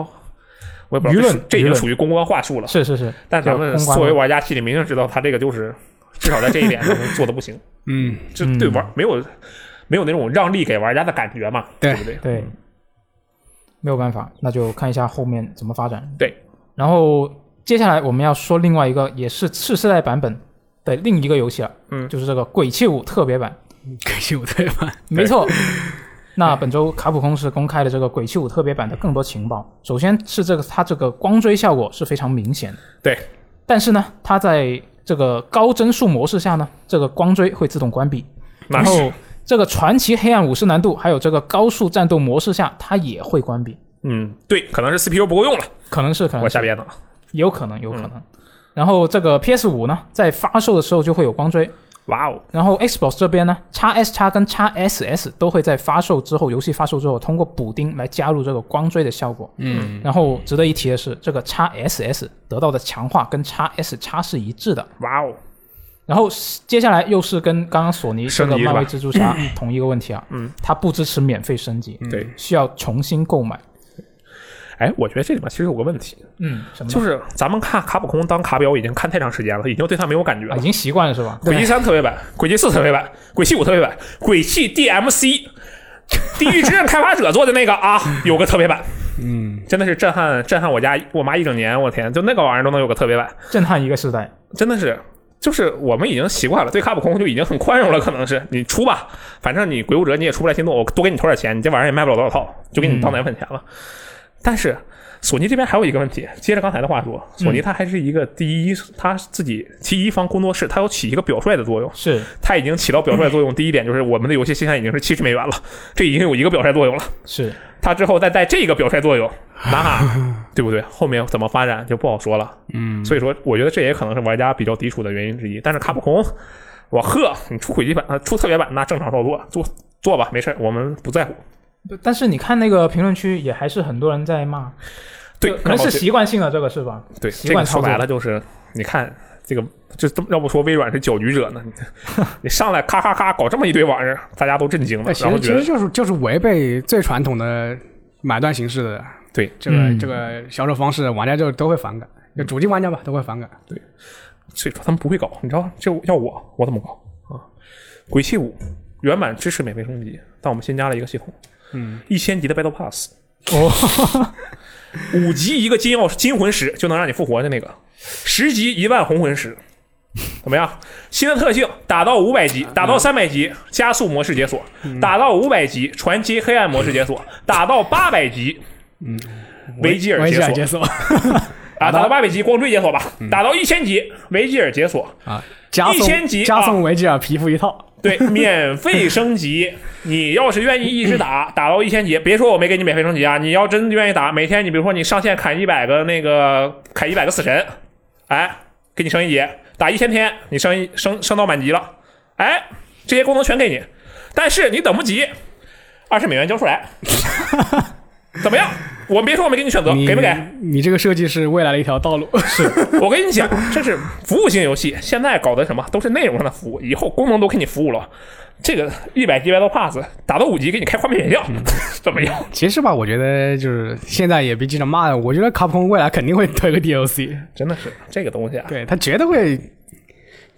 Speaker 1: 我也不知道
Speaker 2: 舆论
Speaker 1: 这是这已
Speaker 2: 舆
Speaker 1: 经
Speaker 2: 论
Speaker 1: 属于公关话术了。
Speaker 2: 是是是，
Speaker 1: 但咱们
Speaker 2: 公关
Speaker 1: 作为玩家心里明明知道他这个就是，至少在这一 点上做的不行，
Speaker 3: 嗯，
Speaker 1: 这对玩没有没有那种让利给玩家的感觉嘛，
Speaker 3: 对
Speaker 1: 不对？嗯
Speaker 2: 对，没有办法，那就看一下后面怎么发展。
Speaker 1: 对，
Speaker 2: 然后接下来我们要说另外一个也是次世代版本的另一个游戏了，
Speaker 1: 嗯
Speaker 2: 就是这个《鬼泣五》特别版，
Speaker 3: 可惜我对吧？
Speaker 2: 没 错。那本周卡普空是公开了这个《鬼泣五》特别版的更多情报。首先是这个它这个光追效果是非常明显的，
Speaker 1: 对，
Speaker 2: 但是呢，它在这个高帧数模式下呢，这个光追会自动关闭，
Speaker 1: 那
Speaker 2: 然
Speaker 1: 是
Speaker 2: 后这个传奇黑暗武士难度，还有这个高速战斗模式下，它也会关闭，
Speaker 1: 嗯，对，可能是 CPU 不够用了，
Speaker 2: 可能是可能
Speaker 1: 我嗯
Speaker 2: 是
Speaker 1: 瞎编的。
Speaker 2: 也有可能有可能。然后这个 PS 五呢，在发售的时候就会有光追，
Speaker 1: 哇哦，
Speaker 2: 然后 Xbox 这边呢，x S 叉跟 x SS 都会在发售之后，游戏发售之后通过补丁来加入这个光追的效果。
Speaker 3: 嗯，
Speaker 2: 然后值得一提的是，这个 x SS 得到的强化跟 x S 叉是一致的。
Speaker 1: 哇哦，
Speaker 2: 然后接下来又是跟刚刚索尼这
Speaker 1: 升
Speaker 2: 个
Speaker 1: 级是吧
Speaker 2: 漫威蜘 蛛侠同一个问题啊，
Speaker 1: 嗯，
Speaker 2: 它不支持免费升级，
Speaker 1: 对，
Speaker 2: 需要重新购买。
Speaker 1: 哎，我觉得这里面其实有个问题，
Speaker 2: 嗯，什么呢？
Speaker 1: 就是咱们看卡普空当卡表已经看太长时间了，已经对它没有感觉
Speaker 2: 啊
Speaker 1: 了
Speaker 2: 已。经习惯了是吧？
Speaker 1: 轨迹三特别版、轨迹四特别版、轨迹五特别版、轨迹 DMC，地狱之刃开发者做的那个啊，有个特别版，嗯，真的是震撼震撼我家我妈一整年，我天，就那个玩意儿都能有个特别版，
Speaker 2: 震撼一个时代。
Speaker 1: 真的是。就是我们已经习惯了，对卡普空就已经很宽容了，可能是你出吧，反正你鬼武者你也出不来新作，我多给你投点钱，你这玩意儿也卖不了多少套，就给你当奶粉钱了。但是索尼这边还有一个问题，接着刚才的话说，索尼它还是一个第一，它自己其一方工作室，它有起一个表率的作用，
Speaker 2: 是
Speaker 1: 它已经起到表率作用。第一点就是我们的游戏现在已经是七十美元了，这已经有一个表率作用了。
Speaker 2: 是，
Speaker 1: 它之后再带这个表率作 用，那对不对？后面怎么发展就不好说了。嗯，所以说我觉得这也可能是玩家比较抵触的原因之一。但是卡普空，我呵，你出轨迹版啊，出特别版那正常操作，做做吧，没事儿，我们不在乎。
Speaker 2: 但是你看那个评论区也还是很多人在骂，
Speaker 1: 对，
Speaker 2: 可能
Speaker 1: 然后
Speaker 2: 是
Speaker 1: 这
Speaker 2: 习惯性的这个是吧？
Speaker 1: 对，
Speaker 2: 习
Speaker 1: 这
Speaker 2: 惯
Speaker 1: 个
Speaker 2: 操
Speaker 1: 说
Speaker 2: 作
Speaker 1: 白了就是，你看这个，这这要不说微软是搅局者呢？你你上来咔咔咔搞这么一堆玩意儿，大家都震惊了
Speaker 2: 哎
Speaker 3: 但，其
Speaker 1: 然后
Speaker 3: 实
Speaker 1: 觉
Speaker 3: 其
Speaker 1: 得
Speaker 3: 实就是就是违背最传统的买断形式的
Speaker 1: 对
Speaker 3: 这个
Speaker 2: 嗯
Speaker 3: 这个销售方式，玩家就都会反感，就主机玩家吧都会反感。
Speaker 1: 所以说他们不会搞，你知道，这要我我怎么搞啊？鬼泣五原版支持免费升级，但我们新加了一个系统，
Speaker 3: 嗯，
Speaker 1: 一千级的 Battle Pass，
Speaker 2: 哦，
Speaker 1: 五级一个金钥匙金魂石就能让你复活的那个，十级一万红魂石，怎么样？新的特性，打到五百级，打到三百级加速模式解锁，
Speaker 3: 嗯
Speaker 1: 打到五百级传奇黑暗模式解 锁，打到八百级。嗯，维吉尔
Speaker 3: 维
Speaker 1: 解
Speaker 3: 吉尔
Speaker 1: 锁
Speaker 3: 解 嗯锁
Speaker 1: 啊，打到八百级光追解锁吧，打到一千级维吉尔解锁，
Speaker 3: 啊， 加
Speaker 1: 一千级
Speaker 3: 送加
Speaker 1: 啊
Speaker 3: 送维吉尔皮肤一套，
Speaker 1: 对，免费升级，你要是愿意一直打，打到一千级，别说我没给你免费升级啊！你要真愿意打，每天你比如说你上线砍一百个那个砍一百个死神，哎，给你升一级，打一千天，你升一升升到满级了，哎，这些功能全给你，但是你等不及，二十美元交出来，怎么样？我别说我没给你选择，
Speaker 3: 你
Speaker 1: 给不给？
Speaker 3: 你这个设计是未来的一条道路。
Speaker 1: 我跟你讲，这是服务型游戏，现在搞的什么都是内容上的服务，以后功能都给你服务了。这个一百 G Battle Pass 打到五级给你开画面选项， 怎么样？
Speaker 3: 其实吧，我觉得就是现在也别急着骂了，我觉得卡普空未来肯定会推个 DLC，
Speaker 1: 真的是这个东西啊，
Speaker 3: 对他绝对会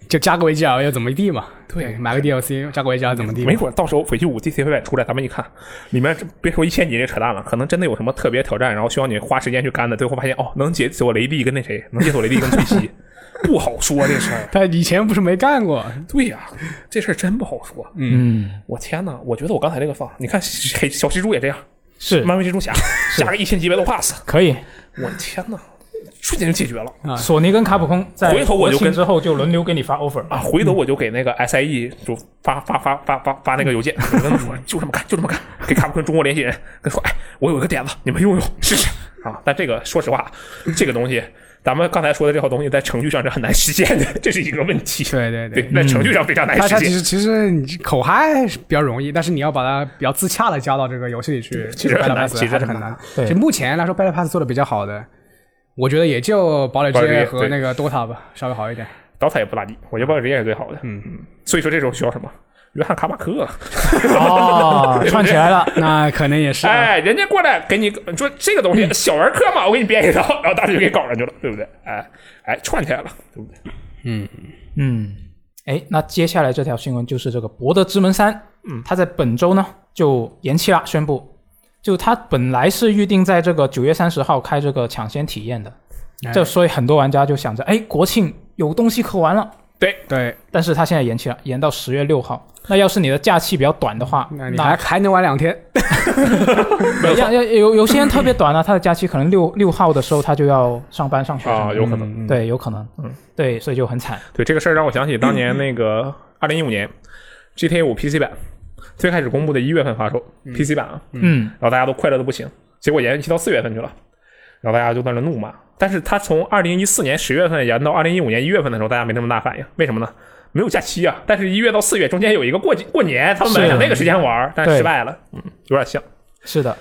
Speaker 3: 就加个维吉尔又怎么地嘛？
Speaker 1: 对
Speaker 3: 买个 DLC 加个维吉尔怎么地嘛？
Speaker 1: 没准到时候《鬼泣五》DC 版出来，咱们一看，里面这别说一千级这扯淡了，可能真的有什么特别挑战，然后需要你花时间去干的，最后发现哦，能解锁雷帝跟那谁，能解锁雷帝跟翠西，不好说这事儿。
Speaker 3: 他以前不是没干过，
Speaker 1: 对呀、这事儿真不好说。
Speaker 2: 嗯，
Speaker 1: 我天哪，我觉得我刚才这个放，你看黑小蜘蛛也这样，
Speaker 2: 是
Speaker 1: 漫威蜘蛛侠加个一千级 Battle Pass，
Speaker 2: 可以，
Speaker 1: 我的天哪！瞬间就解决了
Speaker 3: 啊
Speaker 2: 索尼跟卡普空在
Speaker 1: 回头我就
Speaker 2: 国庆
Speaker 1: 跟
Speaker 2: 之后就轮流给你发 offer，
Speaker 1: 啊！回头我就给那个 SIE 就发发发发发发那个邮件，我跟他们说就这么干，就这么干，给卡普空中国联系人跟说，哎，我有一个点子，你们用用试试啊！但这个说实话，这个东西咱们刚才说的这套东西在程序上是很难实现的，这是一个问题。
Speaker 3: 对对嗯
Speaker 1: 对，在程序上非常难
Speaker 3: 它它
Speaker 1: 实
Speaker 3: 其
Speaker 1: 现。
Speaker 3: 实其实你口嗨是比较容易，但是你要把它比较自洽的加到这个游戏 里去，
Speaker 1: 其实
Speaker 3: Battle
Speaker 1: 很难
Speaker 3: Pass
Speaker 1: 其实
Speaker 3: 还是
Speaker 1: 很
Speaker 3: 很
Speaker 1: 难
Speaker 3: 难。
Speaker 2: 对
Speaker 3: 就目前来说，Battle Pass 做的比较好的，我觉得也就堡垒之
Speaker 1: 堡垒之
Speaker 3: 夜
Speaker 1: 夜
Speaker 3: 和
Speaker 1: 对
Speaker 3: 那个 DOTA 吧，稍微好一点。
Speaker 1: 刀塔也不咋地，我觉得暴雪之夜是最好的。
Speaker 3: 嗯
Speaker 1: 嗯，所以说这时候需要什么？约翰卡马克，啊
Speaker 2: 哦，串起来了。
Speaker 3: 那可能也是啊，
Speaker 1: 哎，人家过来给你你说这个东西小儿科嘛，我给你编一套， 然后大家就给搞上去了，对不对？哎哎，串起来了，对不对？
Speaker 2: 嗯，哎，那接下来这条新闻就是这个《博德之门三》，嗯，它在本周呢就延期了，宣布，就它本来是预定在这个九月三十号开这个抢先体验的，这所以很多玩家就想着，哎，国庆有东西可玩了。
Speaker 3: 对，
Speaker 2: 但是它现在延期了，延到十月六号。那要是你的假期比较短的话，
Speaker 3: 那你还还能玩两天，
Speaker 2: 要要要有有些人特别短啊，他的假期可能六六号的时候他就要上班上学什么
Speaker 1: 啊，
Speaker 2: 的
Speaker 1: 有可能。
Speaker 3: 嗯。
Speaker 2: 对，有可能，嗯，对，所以就很惨。
Speaker 1: 对这个事儿让我想起当年那个二零一五年 GTA 五 PC 版最开始公布的一月份发售 PC 版啊，
Speaker 2: 嗯，
Speaker 1: 然后大家都快乐的不行，结果延期到四月份去了，然后大家就在那怒骂。但是它从二零一四年十月份延到二零一五年一月份的时候，大家没那么大反应，为什么呢？没有假期啊，但是一月到四月中间有一个过节过年，他们本来想
Speaker 2: 是
Speaker 1: 那个时间玩儿，但
Speaker 2: 对
Speaker 1: 是啊失败了，嗯，有点像。
Speaker 2: 是的。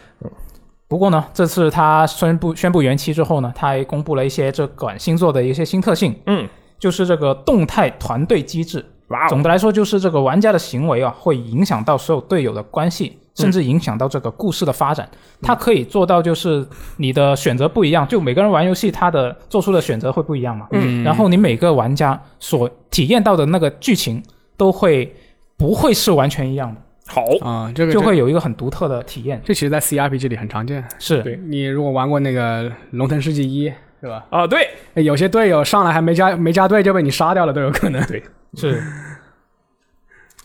Speaker 2: 不过呢，这次他宣布宣布延期之后呢，他还公布了一些这款星座的一些新特性，
Speaker 1: 嗯，
Speaker 2: 就是这个动态团队机制。
Speaker 1: 哇哦
Speaker 2: 总，的来说，就是这个玩家的行为啊，会影响到所有队友的关系，甚至影响到这个故事的发展。它可以做到，就是你的选择不一样，就每个人玩游戏，他的做出的选择会不一样嘛。嗯。然后你每个玩家所体验到的那个剧情，都会不会是完全一样的，
Speaker 1: 好，
Speaker 3: 啊，这个
Speaker 2: 就会有一个很独特的体验。
Speaker 3: 这其实，在 CRPG 里很常见。
Speaker 2: 是，
Speaker 1: 对
Speaker 3: 你如果玩过那个《龙腾世纪一》，是吧？哎
Speaker 1: 啊，对
Speaker 3: 有些队友上来还没加没加队就被你杀掉了都有可能。
Speaker 1: 对，
Speaker 2: 是。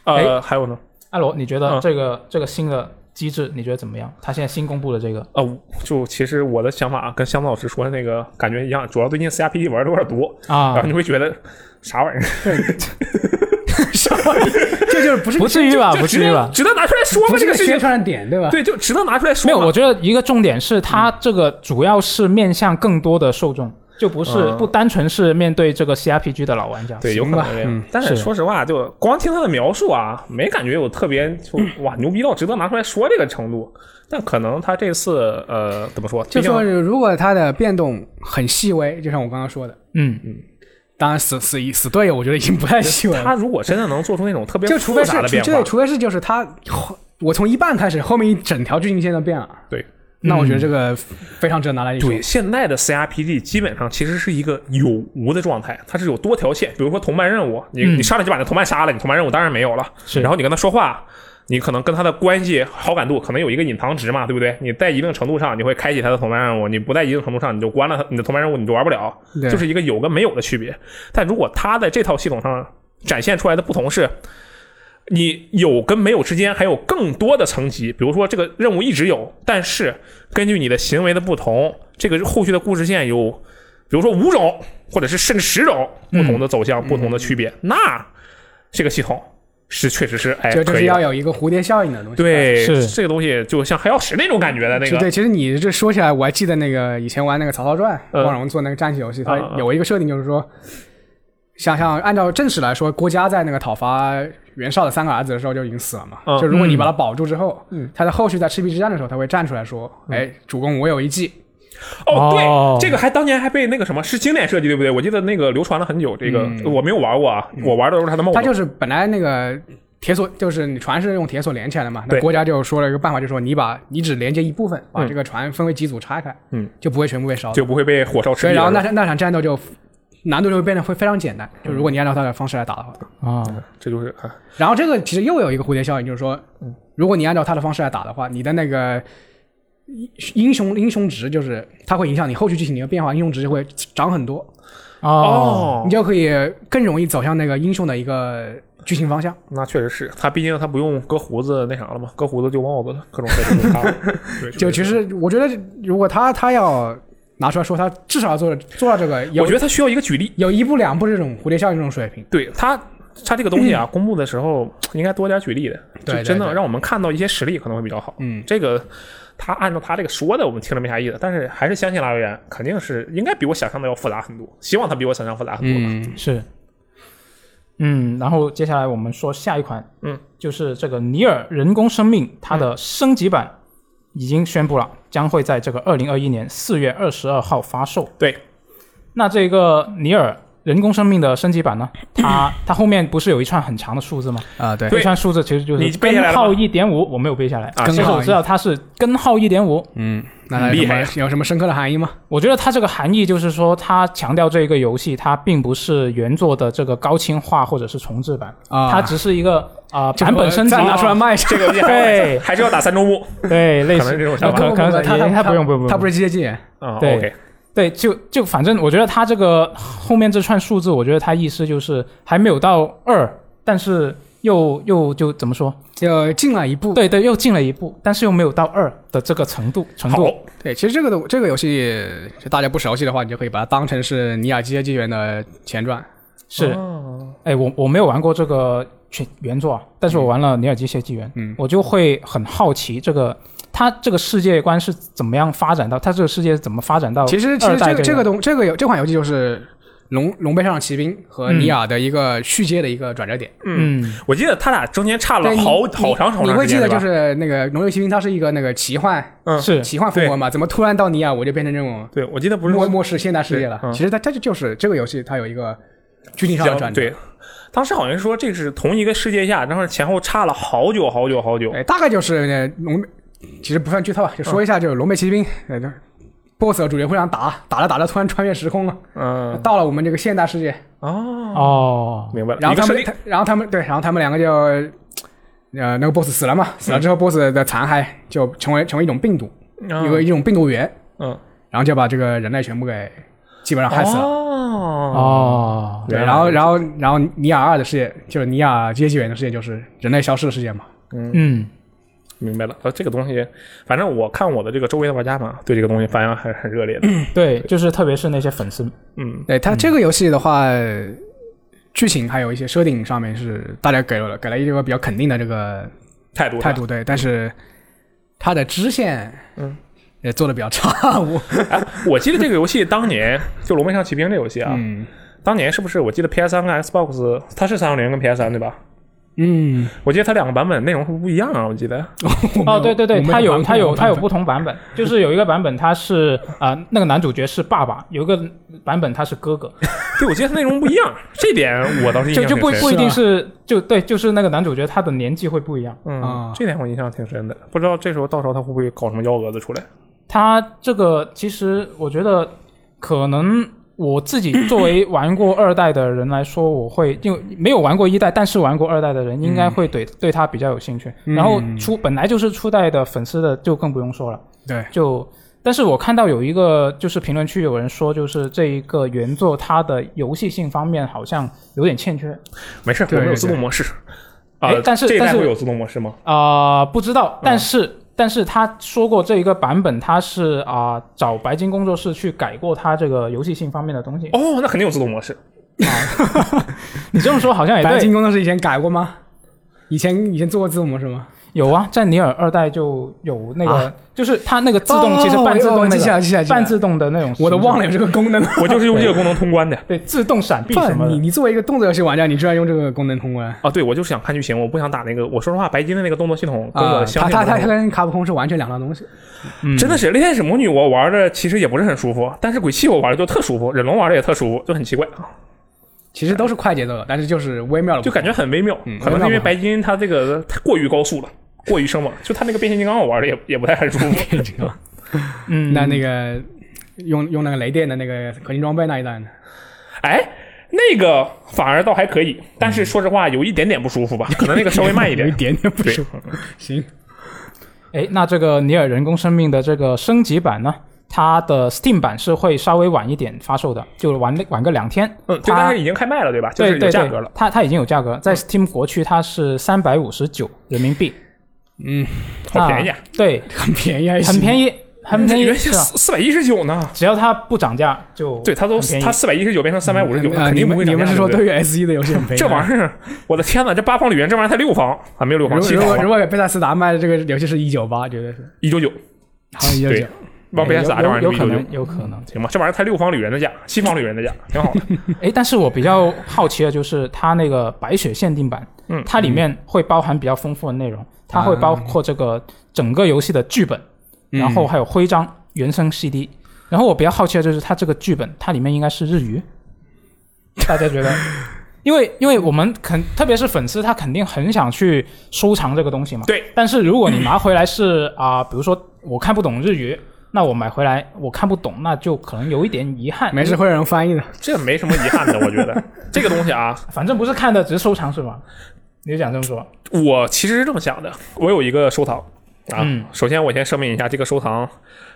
Speaker 1: 呃，还有呢，
Speaker 2: 阿罗，你觉得
Speaker 1: 嗯
Speaker 2: 这个、这个新的机制，你觉得怎么样？他现在新公布的这个，
Speaker 1: 呃，我就其实我的想法啊跟香子老师说的那个感觉一样，主要最近 CRPG 玩的有点多，
Speaker 2: 啊
Speaker 1: 然后你会觉得啥玩意儿，
Speaker 3: 这就是不是
Speaker 2: 不至于吧？
Speaker 1: 就
Speaker 2: 啊不
Speaker 1: 值
Speaker 2: 至于吧
Speaker 1: 得？值得拿出来说
Speaker 3: 不
Speaker 1: 吧，这
Speaker 3: 是个
Speaker 1: 个事
Speaker 3: 宣
Speaker 1: 情，
Speaker 3: 传点，对吧？
Speaker 1: 对，就值得拿出来说
Speaker 2: 没有，
Speaker 1: 嘛。
Speaker 2: 我觉得一个重点是它
Speaker 1: 嗯
Speaker 2: 这个主要是面向更多的受众，就不是
Speaker 1: 嗯
Speaker 2: 不单纯是面对这个 CRPG 的老玩家。
Speaker 1: 对，有可能这样。
Speaker 3: 嗯
Speaker 1: 但
Speaker 2: 是
Speaker 1: 是说实话，就光听他的描述啊，没感觉有特别就哇牛逼到值得拿出来说这个程度。但可能他这次呃怎么说？
Speaker 3: 就
Speaker 1: 毕竟
Speaker 3: 说如果它的变动很细微，就像我刚刚说的，
Speaker 2: 嗯，
Speaker 3: 当然死死死队友，我觉得已经不太细微了。
Speaker 1: 他如果真的能做出那种特别
Speaker 3: 就除非
Speaker 1: 复杂
Speaker 3: 是
Speaker 1: 的
Speaker 3: 除
Speaker 1: 变
Speaker 3: 对，
Speaker 1: 化，
Speaker 3: 除非是就是它后，我从一半开始，后面一整条剧情线都变了。
Speaker 1: 对
Speaker 3: 那我觉得这个非常值得拿来一说。
Speaker 1: 对，现在的 CRPG 基本上其实是一个有无的状态，它是有多条线。比如说同伴任务，你、
Speaker 2: 嗯
Speaker 1: 你上来就把那同伴杀了，你同伴任务当然没有了。
Speaker 2: 是
Speaker 1: 然后你跟他说话，你可能跟他的关系好感度可能有一个隐藏值嘛，对不对？你在一定程度上你会开启他的同伴任务，你不在一定程度上你就关了他你的同伴任务，你就玩不了。
Speaker 3: 对
Speaker 1: 就是一个有跟没有的区别。但如果他在这套系统上展现出来的不同是，你有跟没有之间还有更多的层级，比如说这个任务一直有，但是根据你的行为的不同，这个后续的故事线有，比如说五种或者是甚至十种不同
Speaker 3: 嗯
Speaker 1: 的走向、不同的区别，那这个系统是确实是哎
Speaker 3: 就就
Speaker 1: 可
Speaker 3: 是
Speaker 1: 以
Speaker 3: 要
Speaker 1: 的。
Speaker 3: 有一个蝴蝶效应的东西。啊
Speaker 1: 对，
Speaker 2: 是
Speaker 1: 这个东西就像黑曜石那种感觉的那
Speaker 3: 就
Speaker 1: 个，
Speaker 3: 对，其实你这说起来，我还记得那个以前玩那个《曹操传》，
Speaker 1: 嗯
Speaker 3: 光荣做那个战棋游戏，它
Speaker 1: 啊啊
Speaker 3: 有一个设定就是说，想想按照正史来说，郭嘉在那个讨伐袁绍的三个儿子的时候就已经死了嘛。
Speaker 1: 嗯
Speaker 3: 就如果你
Speaker 2: 嗯
Speaker 3: 把他保住之后，他在后续在赤壁之战的时候，他会站出来说：“
Speaker 1: 嗯
Speaker 3: 哎，主公，我有一计。
Speaker 1: 哦，对，
Speaker 2: 哦
Speaker 1: 这个还当年还被那个什么是经典设计，对不对？我记得那个流传了很久，这个、
Speaker 3: 嗯
Speaker 1: 我没有玩过啊，我玩的都是他的”梦。
Speaker 3: 他就是本来那个铁索，就是你船是用铁索连起来的嘛。那
Speaker 1: 对
Speaker 3: 郭嘉就说了一个办法，就说你把你只连接一部分，把
Speaker 1: 嗯
Speaker 3: 这个船分为几组拆开，
Speaker 1: 嗯，
Speaker 3: 就不会全部被烧。
Speaker 1: 就不会被火烧吃
Speaker 3: 所以，
Speaker 1: 掉。
Speaker 3: 然后那场那场战斗就难度就会变得会非常简单，就如果你按照他的方式来打的话。
Speaker 2: 啊，
Speaker 1: 这就是啊
Speaker 3: 然后这个其实又有一个蝴蝶效应，就是说，
Speaker 1: 嗯
Speaker 3: 如果你按照他的方式来打的话，你的那个英英雄英雄值就是它会影响你后续剧情的一个变化，英雄值就会涨很多，
Speaker 2: 哦，
Speaker 3: 你就可以更容易走向那个英雄的一个剧情方向。
Speaker 1: 那确实是他，毕竟他不用割胡子那啥了嘛， 割胡子就帽子了，各种各种对，
Speaker 3: 就其实我觉得，如果他他要拿出来说，他至少要做做到这个有
Speaker 1: 我觉得他需要一个举例。
Speaker 3: 有一步两步这种蝴蝶效应这种水平。
Speaker 1: 对他，他这个东西啊，公布的时候应该多点举例的，
Speaker 3: 对
Speaker 1: 就
Speaker 3: 嗯对
Speaker 1: 真的
Speaker 3: 对
Speaker 1: 让我们看到一些实例可能会比较好。
Speaker 3: 嗯，
Speaker 1: 这个他按照他这个说的，我们听着没啥意思，但是还是相信拉维安肯定是应该比我想象的要复杂很多，希望他比我想象复杂很多吧。
Speaker 3: 嗯，
Speaker 2: 是，嗯，然后接下来我们说下一款，
Speaker 1: 嗯，
Speaker 2: 就是这个尼尔人工生命它的升级版已经宣布了，将会在这个二零二一年四月二十二号发售。
Speaker 1: 对，
Speaker 2: 那这个尼尔人工生命的升级版呢，它它后面不是有一串很长的数字吗？
Speaker 3: 啊，对
Speaker 1: 对
Speaker 2: 这串数字其实就
Speaker 1: 你
Speaker 2: 是
Speaker 1: 背下来
Speaker 2: 根
Speaker 1: 了吗
Speaker 2: 号一点五，我没有背下来，
Speaker 1: 啊
Speaker 2: 但是
Speaker 3: 根号
Speaker 2: 我知道它是根号一点五，
Speaker 3: 嗯，那它有
Speaker 1: 厉
Speaker 3: 什
Speaker 1: 害
Speaker 3: 么有什么深刻的含义吗？
Speaker 2: 我觉得它这个含义就是说，它强调这个游戏它并不是原作的这个高清化或者是重置版，
Speaker 3: 啊
Speaker 2: 它只是一个啊、呃版本升级
Speaker 3: 再。拿出来卖一下。
Speaker 1: 这个也
Speaker 2: 对
Speaker 1: 还是要打三周目
Speaker 2: 对，类
Speaker 1: 可能是
Speaker 2: 似
Speaker 1: 这种
Speaker 2: 呃
Speaker 1: 想法
Speaker 3: 啊
Speaker 2: 可可能他
Speaker 3: 他
Speaker 2: 不用不用不
Speaker 3: 他
Speaker 2: 用
Speaker 3: 不，是机械纪元。
Speaker 1: 啊。
Speaker 2: 对
Speaker 1: OK，
Speaker 2: 对，就就反正我觉得它这个后面这串数字，我觉得它意思就是还没有到二，但是又又就怎么说？
Speaker 3: 就进了一步。
Speaker 2: 对对，又进了一步，但是又没有到二的这个程度程
Speaker 1: 好
Speaker 2: 度。，
Speaker 3: 对，其实这个的这个游戏，就大家不熟悉的话，你就可以把它当成是《尼亚机械纪元》的前传。
Speaker 2: 是，
Speaker 1: 哦
Speaker 2: 哎，我我没有玩过这个全原作，啊，但是我玩了《尼尔机械纪元》，
Speaker 3: 嗯
Speaker 2: 我就会很好奇这个它这个世界观是怎么样发展到，它这个世界是怎么发展到
Speaker 3: 其实，其
Speaker 2: 二
Speaker 3: 实
Speaker 2: 代
Speaker 3: 这
Speaker 2: 这
Speaker 3: 个这
Speaker 2: 样
Speaker 3: 个东这个游这款游戏就是龙龙背上的骑兵和尼亚的一个续接的一个转折点。
Speaker 1: 嗯，
Speaker 2: 嗯，
Speaker 1: 我记得他俩中间差了
Speaker 3: 对，你
Speaker 1: 好
Speaker 3: 你
Speaker 1: 好长好长时间，
Speaker 3: 你会记得就是
Speaker 1: 吧
Speaker 3: 是那个龙背骑兵，它是一个那个奇幻
Speaker 1: 嗯，
Speaker 2: 是
Speaker 3: 奇幻风格嘛？怎么突然到尼亚我就变成这种
Speaker 1: 对，我记得不是
Speaker 3: 末末世现代世界了
Speaker 1: 对？嗯
Speaker 3: 其实它它就就是这个游戏它有一个剧情上的转折。
Speaker 1: 对，当时好像说这是同一个世界下，然后前后差了好久好久好久。
Speaker 3: 哎，大概就是呃龙，其实不算剧透啊，就说
Speaker 1: 嗯
Speaker 3: 一下，就是龙背骑兵，呃、就 BOSS 和主角互相打，打着打着突然穿越时空了，
Speaker 1: 嗯，
Speaker 3: 到了我们这个现代世界，
Speaker 1: 哦，
Speaker 2: 哦，
Speaker 1: 明白了。
Speaker 3: 然后
Speaker 1: 一个
Speaker 3: 他
Speaker 1: 设
Speaker 3: 们
Speaker 1: 定，，
Speaker 3: 他然后他们对，然后他们两个就，呃，那个 BOSS 死了嘛，死了之后 BOSS 的残骸就成为成为一种病毒，有个
Speaker 1: 嗯嗯
Speaker 3: 一种病毒源，
Speaker 1: 嗯，
Speaker 3: 然后就把这个人类全部给基本上害死了。
Speaker 1: 哦
Speaker 2: 哦，
Speaker 3: 对，然后，然后，然后，尼亚二的世界就是尼亚阶级园的世界，就是人类消失的世界嘛。
Speaker 2: 嗯，
Speaker 1: 明白了。呃，这个东西，反正我看我的这个周围的玩家嘛，对这个东西反应还是很热烈的。
Speaker 2: 对，就是特别是那些粉丝，
Speaker 1: 嗯，
Speaker 3: 对它这个游戏的话，剧情还有一些设定上面是大家给了给了一个比较肯定的这个
Speaker 1: 态度
Speaker 3: 态
Speaker 1: 上，
Speaker 3: 度，对，但是它的支线，
Speaker 1: 嗯，
Speaker 3: 也做的比较差， 我，
Speaker 1: 我记得这个游戏当年就《龙门上骑兵》这游戏啊，
Speaker 3: 嗯
Speaker 1: 当年是不是我记得 PS 三跟 Xbox，它是三六零跟 PS 三对吧？
Speaker 3: 嗯，
Speaker 1: 我记得它两个版本内容是不一样啊，我记得。
Speaker 3: 我没
Speaker 2: 哦，对对对，
Speaker 3: 我没
Speaker 2: 它有
Speaker 3: 玩过
Speaker 2: 它有它有
Speaker 3: 版
Speaker 2: 不同版本，就是有一个版本它是啊、呃那个男主角是爸爸，有一个版本他是哥哥，
Speaker 1: 对，我记得它内容不一样，这点我倒是印
Speaker 2: 就
Speaker 1: 象
Speaker 2: 就
Speaker 1: 挺
Speaker 2: 不
Speaker 1: 深
Speaker 2: 不一定
Speaker 3: 是吧
Speaker 2: 是就对，就是那个男主角他的年纪会不一样。
Speaker 1: 嗯
Speaker 3: 啊，
Speaker 1: 这点我印象挺深的，不知道这时候到时候他会不会搞什么幺蛾子出来？
Speaker 2: 他这个其实我觉得可能。我自己作为玩过二代的人来说，我会因为没有玩过一代，但是玩过二代的人应该会对、对他比较有兴趣。然后初本来就是初代的粉丝的，就更不用说了。
Speaker 3: 对，
Speaker 2: 就，但是我看到有一个就是评论区有人说，就是这一个原作它的游戏性方面好像有点欠缺
Speaker 1: 没事，我
Speaker 3: 对
Speaker 1: 们有
Speaker 3: 对
Speaker 1: 自动模式。
Speaker 2: 哎
Speaker 1: 呃
Speaker 2: 但是
Speaker 1: 这一代
Speaker 2: 但是
Speaker 1: 会有自动模式吗？
Speaker 2: 啊、不知道，但是、但是他说过这一个版本他是啊、找白金工作室去改过他这个游戏性方面的东西。
Speaker 1: 哦，那肯定有自动模式。
Speaker 2: 你这么说好像也
Speaker 3: 白
Speaker 2: 哎对
Speaker 3: 金，工作室以前改过吗？以前以前做过字母是吗？
Speaker 2: 有啊，在尼尔二代就有那个，
Speaker 1: 啊
Speaker 2: 就是它那个自动、
Speaker 3: 哦
Speaker 2: 其实半自
Speaker 3: 我
Speaker 2: 动
Speaker 3: 我
Speaker 2: 那
Speaker 3: 记起来
Speaker 2: 个
Speaker 3: 记起来记起来
Speaker 2: 半自动的那种，
Speaker 3: 我都忘了有这个功能 了。
Speaker 1: 我就是用这个功能通关的。
Speaker 2: 对自动闪避
Speaker 3: 不
Speaker 2: 什么，的
Speaker 3: 你。你作为一个动作游戏玩家，你居然用这个功能通关
Speaker 1: 啊，对，我就是想看剧情，我不想打那个。我说实话，白金的那个动作系统跟我
Speaker 3: 啊？
Speaker 1: 相
Speaker 3: 它
Speaker 1: 信的动
Speaker 3: 它
Speaker 1: 作
Speaker 3: 它
Speaker 1: 系统
Speaker 3: 跟卡普空是完全两套东西。
Speaker 2: 嗯
Speaker 1: 真的是《猎天使魔女》，我玩的其实也不是很舒服，但是鬼泣我玩的就特舒服，忍龙玩的也特舒服，就很奇怪，
Speaker 3: 其实都是快节奏的，但是就是微妙的不
Speaker 1: 就
Speaker 3: 同，
Speaker 1: 感觉很微妙。
Speaker 3: 嗯
Speaker 1: 可能是因为
Speaker 3: 微妙吧
Speaker 1: 白金它这个它过于高速 了，过于生猛，就它那个变形金刚我玩的也也不太很舒服。
Speaker 2: 嗯，
Speaker 3: 那那个用用那个雷电的那个合金装备那一代呢？
Speaker 1: 哎，那个反而倒还可以，但是说实话有一点点不舒服吧，可能那个稍微慢一
Speaker 3: 有
Speaker 1: 点
Speaker 3: 一。点点不
Speaker 1: 对
Speaker 3: 舒服。行，
Speaker 2: 哎，那这个《尼尔：人工生命》的这个升级版呢，它的 Steam 版是会稍微晚一点发售的，就晚晚个两天。
Speaker 1: 嗯，就
Speaker 2: 它
Speaker 1: 但是已经开卖了对吧？就是
Speaker 2: 对
Speaker 1: 有
Speaker 2: 对
Speaker 1: 价格了嗯
Speaker 2: 对，。它它已经有价格，在 Steam 国区它是三百五十九人民币，
Speaker 3: 嗯，
Speaker 1: 好便宜啊哎
Speaker 2: 那对，
Speaker 3: 很便宜还行，啊
Speaker 2: 很便宜。很便宜
Speaker 1: 原先
Speaker 2: 是吧？
Speaker 1: 四四百一十九呢，
Speaker 2: 只要它不涨价就
Speaker 1: 对，它都
Speaker 2: 很便宜
Speaker 1: 它四百一十九变成三百五十九，
Speaker 3: 啊，
Speaker 1: 肯
Speaker 3: 你
Speaker 1: 定不
Speaker 3: 们
Speaker 1: 会
Speaker 3: 你
Speaker 1: 涨价。
Speaker 3: 们是说
Speaker 1: 对不
Speaker 3: 对
Speaker 1: 对
Speaker 3: 于 S 一的游戏很便宜？啊
Speaker 1: 这玩意儿，我的天哪，这八方旅人这玩意儿才六方啊，没有六
Speaker 3: 如
Speaker 1: 方，
Speaker 3: 果
Speaker 1: 七
Speaker 3: 如果如
Speaker 1: 方，
Speaker 3: 果给贝塔斯达卖这个游戏是一九八，绝对是
Speaker 1: 一九九，
Speaker 3: 好一九
Speaker 1: 对
Speaker 3: 九。
Speaker 1: 往
Speaker 3: 哎
Speaker 1: 贝塞斯达这玩意儿
Speaker 2: 哎有
Speaker 1: 就嗯一
Speaker 2: 有可
Speaker 1: 九九，
Speaker 2: 能有可能。
Speaker 1: 行吧，这玩意儿才六方旅人的价，七方旅人的价，挺好的。
Speaker 2: 哎，但是我比较好奇的就是它那个白雪限定版，
Speaker 1: 嗯
Speaker 2: 它里面会包含比较丰富的内容，它会
Speaker 3: 啊
Speaker 2: 包括这个整个游戏的剧本，然
Speaker 1: 嗯
Speaker 2: 后还有徽章、原声 CD。然后我比较好奇的就是它这个剧本，它里面应该是日语，大家觉得？因为因为我们肯，特别是粉丝，他肯定很想去收藏这个东西嘛。
Speaker 1: 对。
Speaker 2: 但是如果你拿回来是 啊、比如说我看不懂日语，那我买回来我看不懂，那就可能有一点遗憾。
Speaker 3: 没事，会有人翻译的。
Speaker 1: 这没什么遗憾的，我觉得这个东西啊，
Speaker 2: 反正不是看的，只是收藏是吧？你就想这么说，
Speaker 1: 我其实是这么想的，我有一个收藏。啊，
Speaker 2: 嗯
Speaker 1: 首先我先声明一下，这个收藏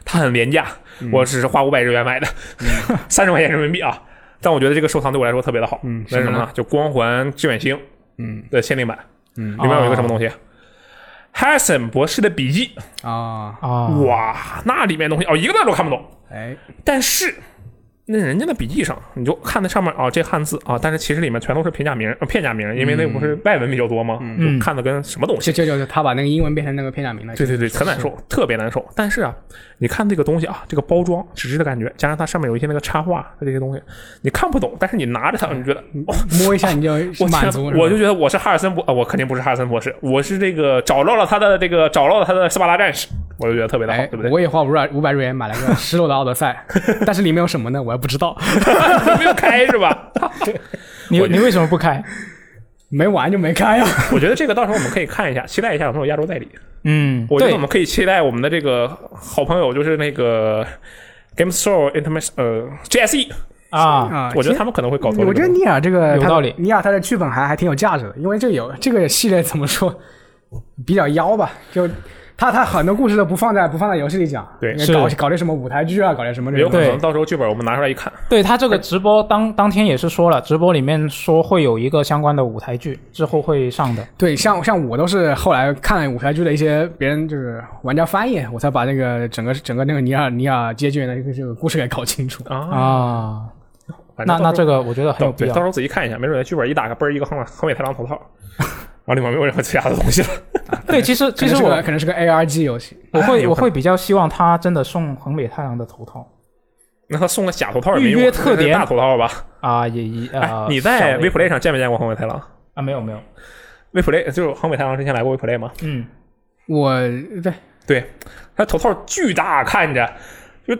Speaker 1: 它很廉价，我只是花五百日元买的， 三十块钱人民币啊。但我觉得这个收藏对我来说特别的好，
Speaker 3: 嗯
Speaker 1: 那是什
Speaker 3: 什么
Speaker 1: 么
Speaker 3: 呢
Speaker 1: 呢？就《光环致远星》
Speaker 3: 嗯
Speaker 1: 的限定版，
Speaker 3: 嗯
Speaker 1: 里面有一个什么东西、h a r r i s o n 博士的笔记，
Speaker 3: 啊，
Speaker 2: 啊？
Speaker 1: 哇，那里面东西哦，一个字儿都看不懂。
Speaker 3: 哎，
Speaker 1: 但是那人家的笔记上，你就看那上面啊、这汉字啊，但是其实里面全都是片假名、呃片假名，因为那不是外文比较多吗？
Speaker 2: 嗯
Speaker 1: 就看的跟什么东西
Speaker 3: 就。就就他把那个英文变成那个片假名了。
Speaker 1: 对对对，很难受，特别难受。但是啊，你看这个东西啊，这个包装纸质的感觉，加上它上面有一些那个插画它这些东西，你看不懂，但是你拿着它，你觉得哦，
Speaker 3: 摸一下你就
Speaker 1: 我
Speaker 3: 嗯满
Speaker 1: 天
Speaker 3: 足。
Speaker 1: 我就觉得我是哈尔森博、啊，我肯定不是哈尔森博士，我是这个找到了他的这个找到了他的斯巴达战士，我就觉得特别的好，
Speaker 3: 哎
Speaker 1: 对不，对？
Speaker 3: 我也花五百五百日元买了个失落的奥 德赛，但是里面有什么呢？我也不知道，
Speaker 1: 你 没有开是吧？
Speaker 2: 你
Speaker 1: 我
Speaker 2: 你为什么不开？
Speaker 3: 没玩就没开啊。
Speaker 1: 我觉得这个到时候我们可以看一下，期待一下有没有亚洲代理。
Speaker 2: 嗯，
Speaker 1: 我觉得我
Speaker 2: 对，
Speaker 1: 们可以期待我们的这个好朋友，就是那个 Game Store Intermes 呃 GSE，
Speaker 2: 啊，
Speaker 3: 啊，
Speaker 1: 我觉得他们可能会搞错这个东西。
Speaker 3: 我觉得尼尔这个
Speaker 2: 有
Speaker 3: 他
Speaker 2: 道理
Speaker 3: 尼尔他的剧本还还挺有价值的，因为这个有这个系列怎么说比较妖吧，就他他很多故事都不放在不放在游戏里讲，
Speaker 1: 对
Speaker 3: 因为搞
Speaker 2: 是
Speaker 3: 搞点什么舞台剧啊，搞点什么这
Speaker 1: 有
Speaker 3: 种
Speaker 1: 可
Speaker 2: 对
Speaker 1: 能到时候剧本我们拿出来一看，
Speaker 2: 对他这个直播当当天也是说了，直播里面说会有一个相关的舞台剧，之后会上的。
Speaker 3: 对，像像我都是后来看了舞台剧的一些别人就是玩家翻译，我才把那个整个整个那个尼尔尼尔街卷的这个这个故事给搞清楚。
Speaker 1: 啊，
Speaker 2: 啊，
Speaker 1: 反
Speaker 2: 那
Speaker 1: 正
Speaker 2: 那
Speaker 1: 到时
Speaker 2: 这个我觉得很有
Speaker 1: 候
Speaker 2: 必
Speaker 1: 对，到时
Speaker 2: 要。
Speaker 1: 候仔细看一下，没准剧本一打开，嘣儿一个横横尾太郎头套，然后里面没有任何其他的东西了。
Speaker 2: 对，其实其实
Speaker 3: 可能是个
Speaker 2: 我
Speaker 3: 可能是个 ARG 游戏，
Speaker 2: 我会
Speaker 1: 有
Speaker 2: 我
Speaker 1: 可能
Speaker 2: 会比较希望他真的送横北太阳的头套
Speaker 1: 那他送个假头套也没用，啊
Speaker 2: 预约特点
Speaker 1: 那是大头套吧？
Speaker 2: 啊，也一
Speaker 1: 哎
Speaker 2: 啊，，
Speaker 1: 你在
Speaker 2: 微
Speaker 1: WePlay 上见没见过横尾太郎
Speaker 2: 啊？没有没有，
Speaker 1: ？WePlay 就是横尾太郎之前来过 WePlay 吗？
Speaker 2: 嗯，
Speaker 3: 我对
Speaker 1: 对，他头套巨大，看着就，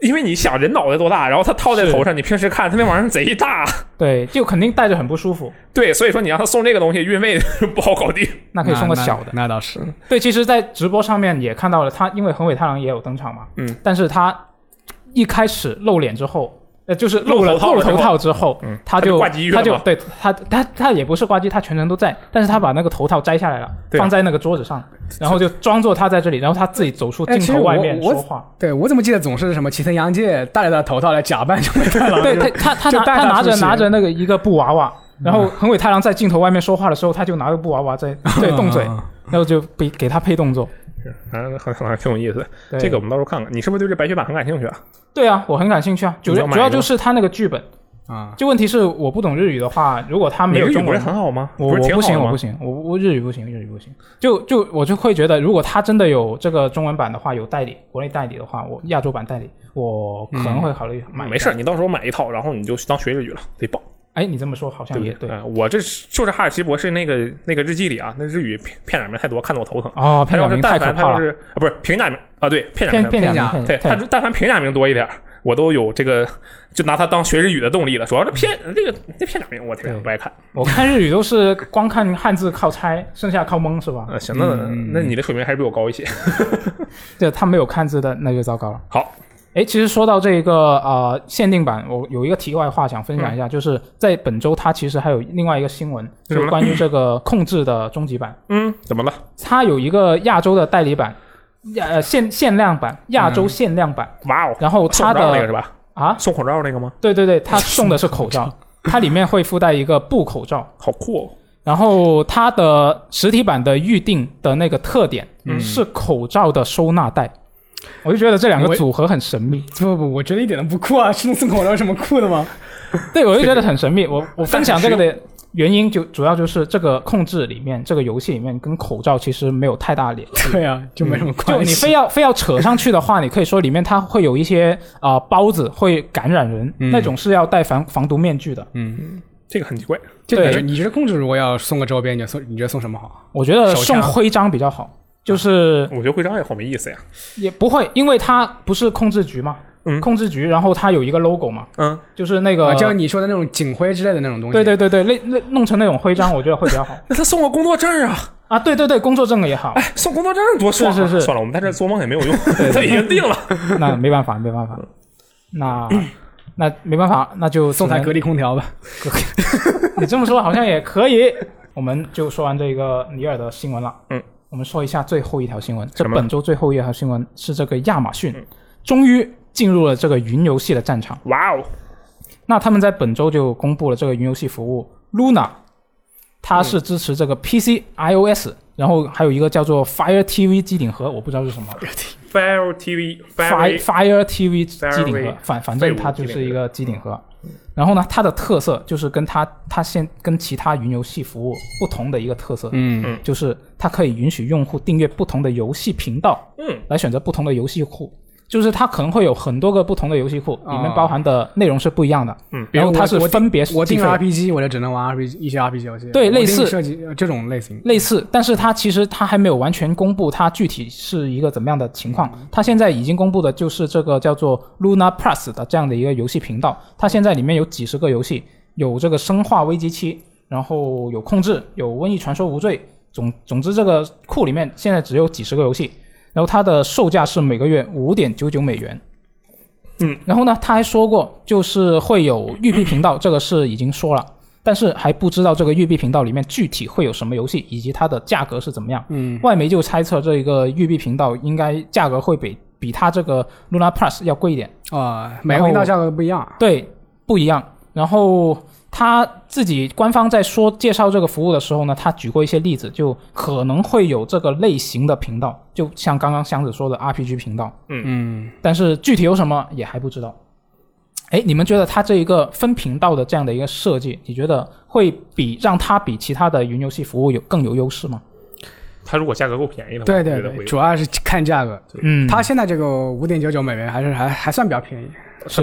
Speaker 1: 因为你想人脑袋多大，然后他套在头上，你平时看他那玩意儿贼大，
Speaker 2: 对，就肯定戴着很不舒服。
Speaker 1: 对，所以说你让他送这个东西，运费 不好搞定。
Speaker 2: 那可以送个小的，嗯
Speaker 3: 那那倒是。
Speaker 2: 对，其实，在直播上面也看到了他，因为横尾太郎也有登场嘛，
Speaker 1: 嗯，
Speaker 2: 但是他一开始露脸之后，呃，就是露了
Speaker 1: 露头套
Speaker 2: 露了
Speaker 1: 之后
Speaker 2: 头套之后，
Speaker 1: 嗯
Speaker 2: 他
Speaker 1: 他就
Speaker 2: 就
Speaker 1: 挂机去了
Speaker 2: 他就
Speaker 1: 嘛
Speaker 2: 对他他他也不是挂机，他全程都在，但是他把那个头套摘下来了，
Speaker 1: 对啊
Speaker 2: 放在那个桌子上，然后就装作他在这里，然后他自己走出
Speaker 3: 哎
Speaker 2: 镜
Speaker 3: 其实
Speaker 2: 头外
Speaker 3: 我
Speaker 2: 面
Speaker 3: 我
Speaker 2: 说话，
Speaker 3: 对我怎么记得总是什么齐藤洋介戴着他的头套来假扮成美太郎？
Speaker 2: 对他他他
Speaker 3: 就
Speaker 2: 拿
Speaker 3: 带
Speaker 2: 他
Speaker 3: 他
Speaker 2: 拿
Speaker 3: 出
Speaker 2: 着
Speaker 3: 去
Speaker 2: 拿着那个一个布娃娃。然
Speaker 1: 嗯
Speaker 2: 后横尾太郎在镜头外面说话的时候，他就拿个布 娃娃在对动嘴，
Speaker 1: 嗯
Speaker 2: 然后就给给他配动作。
Speaker 1: 反正很很挺有意思的，
Speaker 2: 对
Speaker 1: 这个我们到时候看看。你是不是对这白雪版很感兴趣啊？
Speaker 2: 对啊，我很感兴趣啊。主
Speaker 1: 你
Speaker 2: 要
Speaker 1: 要买
Speaker 2: 主要
Speaker 1: 一个
Speaker 2: 就是他那个剧本，
Speaker 3: 啊，
Speaker 2: 就问题是我不懂日语的话，如果他没
Speaker 1: 你
Speaker 2: 有
Speaker 1: 日语
Speaker 2: 中
Speaker 1: 不是
Speaker 2: 文，
Speaker 1: 很好吗？
Speaker 2: 我
Speaker 1: 不是
Speaker 2: 我
Speaker 1: 挺
Speaker 2: 不
Speaker 1: 好
Speaker 2: 行，
Speaker 1: 吗？
Speaker 2: 我不行，我我日语不行，日语不行。就就我就会觉得，如果他真的有这个中文版的话，有代理，国内代理的话，我亚洲版代理，我可能会考虑买、
Speaker 1: 嗯没事儿，。你到时候买一套，然后你就当学日语了，贼棒，
Speaker 2: 哎，你这么说好像
Speaker 1: 对
Speaker 2: 也
Speaker 1: 不
Speaker 2: 对
Speaker 1: 对？。哎我这是就是哈尔奇博士那个那个日记里啊，那日语片片假名太多，看得我头疼。
Speaker 2: 哦，
Speaker 1: 他
Speaker 2: 片假
Speaker 1: 要是
Speaker 2: 名
Speaker 1: 但
Speaker 2: 太可
Speaker 1: 凡他
Speaker 2: 怕
Speaker 1: 要
Speaker 2: 了，
Speaker 1: 是啊，不是平假名啊，对，片假
Speaker 2: 片
Speaker 1: 名
Speaker 2: 片
Speaker 3: 片
Speaker 2: 假
Speaker 3: 假
Speaker 2: 名
Speaker 1: 对他
Speaker 2: 太
Speaker 1: 就但凡平假名多一点儿，我都有这个就拿它当学日语的动力了。主要是片这个那片假名我天
Speaker 2: 嗯对
Speaker 1: 不爱看。
Speaker 2: 我看日语都是光看汉字靠猜，剩下靠蒙是吧？
Speaker 1: 呃，行，那
Speaker 2: 嗯
Speaker 1: 那你的水平还是比我高一些。
Speaker 2: 这他没有汉字的那就糟糕了。
Speaker 1: 好，
Speaker 2: 哎，其实说到这个呃限定版，我有一个题外话想分
Speaker 1: 嗯
Speaker 2: 享一下，就是在本周它其实还有另外一个新闻，
Speaker 1: 是
Speaker 2: 就
Speaker 1: 什么
Speaker 2: 是
Speaker 1: 呢
Speaker 2: 关于这个控制的终极版，
Speaker 1: 嗯，怎么了？
Speaker 2: 它有一个亚洲的代理版，亚呃限限量版，亚洲限量版，
Speaker 1: 哇哦，
Speaker 2: 然后
Speaker 1: 嗯送
Speaker 2: 它
Speaker 1: 口罩那个
Speaker 2: 的
Speaker 1: 是吧？
Speaker 2: 啊，
Speaker 1: 送口罩那个吗？
Speaker 2: 对对对，它送的是口罩，它里面会附带一个布口罩，
Speaker 1: 好酷哦！
Speaker 2: 然后它的实体版的预定的那个特点
Speaker 1: 嗯
Speaker 2: 是口罩的收纳袋，我就觉得这两个
Speaker 3: 我
Speaker 2: 组合很神秘，
Speaker 3: 不不不，我觉得一点都不酷啊！是能送口粮有什么酷的吗？
Speaker 2: 对我就觉得很神秘。我我分享这个的原因就主要就是这个控制里面，这个游戏里面跟口罩其实没有太大联系。
Speaker 3: 对啊，就没什么
Speaker 2: 就
Speaker 3: 关
Speaker 2: 你
Speaker 3: 系。
Speaker 2: 非要非要扯上去的话，你可以说里面它会有一些啊、呃包子会感染人，
Speaker 3: 嗯
Speaker 2: 那种是要戴防防毒面具的。
Speaker 3: 嗯，
Speaker 1: 这个很奇怪。
Speaker 3: 就你
Speaker 2: 对
Speaker 3: 觉你觉得控制如果要送个周边，你就送你觉得送什么好？
Speaker 2: 我觉得
Speaker 3: 手
Speaker 2: 送
Speaker 3: 枪
Speaker 2: 徽章比较好，就是
Speaker 1: 我觉得徽章也好没意思呀。
Speaker 2: 也不会，因为它不是控制局嘛，
Speaker 1: 嗯
Speaker 2: 控制局，然后它有一个 logo 嘛，
Speaker 1: 嗯，
Speaker 2: 就是那个，
Speaker 3: 啊，就你说的那种警徽之类的那种东西。
Speaker 2: 对对对对，那那弄成那种徽章，我觉得会比较 好
Speaker 1: 那他送个工作证啊，
Speaker 2: 啊。对对对，工作证 也好，
Speaker 1: 哎，送工作证多爽、啊！
Speaker 2: 是是是
Speaker 1: 算了，我们在这做梦也没有用，他 已经定了。
Speaker 2: 那没办法，没办
Speaker 1: 嗯
Speaker 2: 法，那那没办法，那就
Speaker 3: 送台
Speaker 2: 只
Speaker 3: 格
Speaker 2: 能
Speaker 3: 力空调吧。
Speaker 2: 你这么说好像也可以。我们就说完这个尼尔的新闻了，
Speaker 1: 嗯，
Speaker 2: 我们说一下最后一条新闻。这
Speaker 1: 什么嗯
Speaker 2: 本周最后一条新闻是这个亚马逊终于进入了这个云游戏的战场。
Speaker 1: 哇哦，
Speaker 2: 那他们在本周就公布了这个云游戏服务 Luna，它是支持这个 PC、iOS，然后还有一个叫做 Fire TV 机顶盒，我不知道是什么
Speaker 1: Fire TV Fire
Speaker 2: Fire Fire TV 机顶
Speaker 1: Fire-
Speaker 2: 盒，反反正它就是一个机顶盒。然后呢，它的特色就是跟它它现跟其他云游戏服务不同的一个特色，
Speaker 3: 嗯
Speaker 2: 就是它可以允许用户订阅不同的游戏频道，
Speaker 1: 嗯，
Speaker 2: 来选择不同的游戏库。就是它可能会有很多个不同的游戏库，
Speaker 1: 啊
Speaker 2: 里面
Speaker 3: 哦
Speaker 2: 包含的内容是不一样的。
Speaker 1: 嗯
Speaker 2: 然后它是
Speaker 3: 比如我
Speaker 2: 分别
Speaker 3: 我
Speaker 2: 计
Speaker 3: 定
Speaker 2: 费
Speaker 3: 了
Speaker 2: 的
Speaker 3: RPG，我就只能玩 RPG 一些 RPG 游戏。
Speaker 2: 对
Speaker 3: 我
Speaker 2: 类
Speaker 3: 定
Speaker 2: 似
Speaker 3: 设计呃这种类型。
Speaker 2: 类似，但是它其实它还没有完全公布它具体是一个怎么样的情况。它现在已经公布的就是这个叫做 Luna Plus 的这样的一个游戏频道，它现在里面有几十个游戏，有这个《生化危机七》，然后有《控制》，有《瘟疫传说：无罪》总。总之，这个库里面现在只有几十个游戏，然后它的售价是每个月五点九九美元。
Speaker 1: 嗯，
Speaker 2: 然后呢，他还说过，就是会有育碧频道，这个是已经说了。但是还不知道这个育碧频道里面具体会有什么游戏，以及它的价格是怎么样。
Speaker 3: 嗯，
Speaker 2: 外媒就猜测这一个育碧频道应该价格会比比它这个 Luna Plus 要贵一点，
Speaker 3: 啊，每个频道价格不一样。
Speaker 2: 对，不一样。然后他自己官方在说介绍这个服务的时候呢，他举过一些例子，就可能会有这个类型的频道，就像刚刚箱子说的 RPG 频道，
Speaker 3: 嗯，
Speaker 2: 但是具体有什么也还不知道。哎，你们觉得它这一个分频道的这样的一个设计，你觉得会比让它比其他的云游戏服务有更有优势吗？
Speaker 1: 它如果价格够便宜的话，
Speaker 3: 对
Speaker 1: 我
Speaker 3: 对
Speaker 1: 觉得会
Speaker 3: 对，主要是看价格。
Speaker 2: 嗯
Speaker 3: 它现在这个五点九九美元还是还还算比较便宜。
Speaker 2: 是，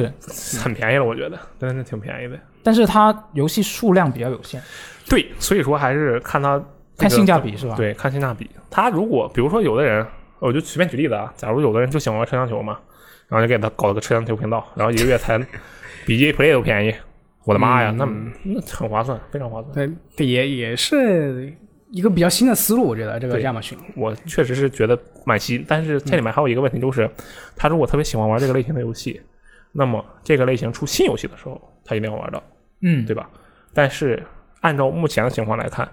Speaker 1: 很便宜了，我觉得真的挺便宜的。
Speaker 2: 但是它游戏数量比较有限，
Speaker 1: 对，所以说还是看它
Speaker 2: 看性价比是吧？，
Speaker 1: 对，看性价比。他如果比如说有的人，我就随便举例子啊，假如有的人就喜欢玩车厢球嘛，然后就给他搞了个车厢球频道，然后一个月才 比 J Play 都便宜，我的妈呀，
Speaker 2: 嗯
Speaker 1: 那那很划算，非常划算。
Speaker 3: 对，对也也是一个比较新的思路，我觉得这个
Speaker 1: 对
Speaker 3: 亚马逊。
Speaker 1: 我确实是觉得蛮新，但是这里面还有一个问题就是，他如果特别喜欢玩这个类型的游戏，那么这个类型出新游戏的时候，他一定要玩到。
Speaker 2: 嗯，
Speaker 1: 对吧？但是按照目前的情况来看，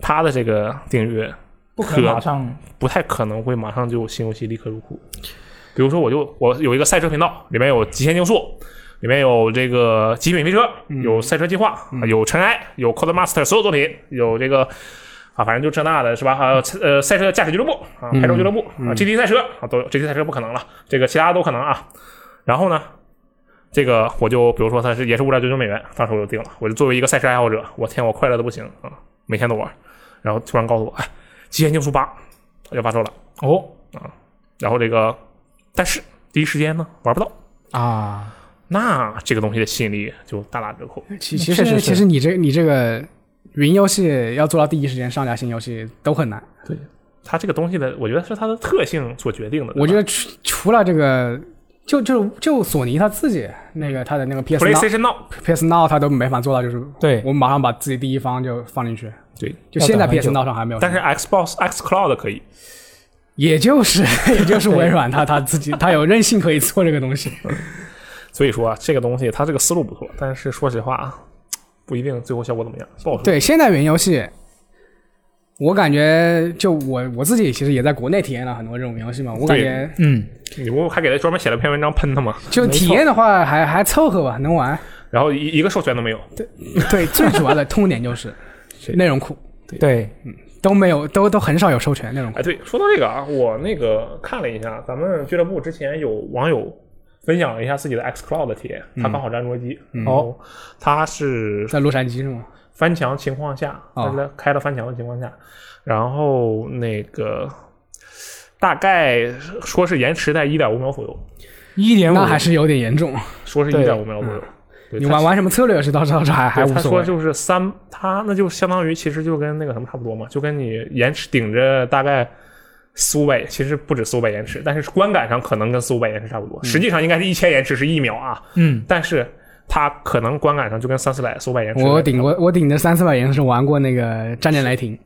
Speaker 1: 它的这个订阅
Speaker 2: 不可能马上
Speaker 1: 不太可能会马上就有新游戏立刻入库。比如说，我就我有一个赛车频道，里面有极限竞速，里面有这个极品飞车，有赛车计划，啊有尘埃，有 Codemaster 所有作品，有这个。啊，反正就这那的是吧？还有呃，赛车驾驶俱乐部啊，拍照俱乐部、啊，GT 赛车啊，都有 GT 赛车不可能了，这个其他都可能啊。然后呢，这个我就比如说它是也是五点九九美元，当时我就定了，我就作为一个赛车爱好者，我天，我快乐的不行啊，每天都玩。然后突然告诉我，哎，极限竞速八要发售了，
Speaker 2: 哦
Speaker 1: 然后这个但是第一时间呢玩不到，
Speaker 2: 啊，
Speaker 1: 那这个东西的吸引力就大打折扣。
Speaker 3: 其其
Speaker 2: 确实
Speaker 3: 实
Speaker 2: 是
Speaker 3: 其实你这你这个云游戏要做到第一时间上架新游戏都很难。
Speaker 1: 它这个东西的，我觉得是它的特性所决定的。
Speaker 3: 我觉
Speaker 1: 得
Speaker 3: 得除除了这个，就就就索尼他自己那个他的那个 PS Now
Speaker 1: PlayStation Now
Speaker 3: PS Now 他都没法做到，就是
Speaker 2: 对
Speaker 3: 我马上把自己第一方就放进去。
Speaker 1: 对，
Speaker 3: 就现在
Speaker 2: 要等很
Speaker 3: PS
Speaker 2: 久
Speaker 3: Now 上还没有，
Speaker 1: 但是 Xbox X Cloud 可以，
Speaker 3: 也就是也就是微软他他自己他有韧性可以做这个东西。
Speaker 1: 所以说啊，这个东西它这个思路不错，但是说实话啊，不一定最后效果怎么样，不好说。
Speaker 3: 对，现在云游戏，我感觉就我我自己其实也在国内体验了很多这种云游戏嘛，我感觉
Speaker 2: 嗯，
Speaker 1: 你不还给他专门写了篇文章喷他吗？
Speaker 3: 就体验的话还还凑合吧，能玩。
Speaker 1: 然后一一个授权都没有，
Speaker 3: 对，最主要的痛点就是内容库。
Speaker 2: 对，
Speaker 3: 都没有，都都很少有授权那种。
Speaker 1: 哎，对，说到这个啊，我那个看了一下，咱们俱乐部之前有网友分享了一下自己的 xCloud 的体验，他刚好是安卓机，
Speaker 2: 哦，
Speaker 1: 他是
Speaker 3: 在洛杉矶是吗？
Speaker 1: 翻墙情况下，
Speaker 3: 哦
Speaker 1: 他是开了翻墙的情况下，然后那个大概说是延迟在一点五秒左右，
Speaker 2: 一点五
Speaker 3: 那还是有点严重。
Speaker 1: 说是一
Speaker 2: 对
Speaker 1: 点五秒左右。对
Speaker 3: 你
Speaker 1: 他
Speaker 3: 玩玩什么策略是到时候还还
Speaker 1: 对
Speaker 3: 无
Speaker 1: 他
Speaker 3: 所
Speaker 1: 说
Speaker 3: 谓。
Speaker 1: 就是三，他那就相当于其实就跟那个什么差不多嘛，就跟你延迟顶着大概四五百，其实不止四五百延迟，但是观感上可能跟四五百延迟差不多，
Speaker 3: 嗯
Speaker 1: 实际上应该是一千延迟是一秒啊，
Speaker 2: 嗯，
Speaker 1: 但是它可能观感上就跟三四百、四五百延迟。
Speaker 3: 我顶过，我顶着三四百延迟玩过那个《战舰来停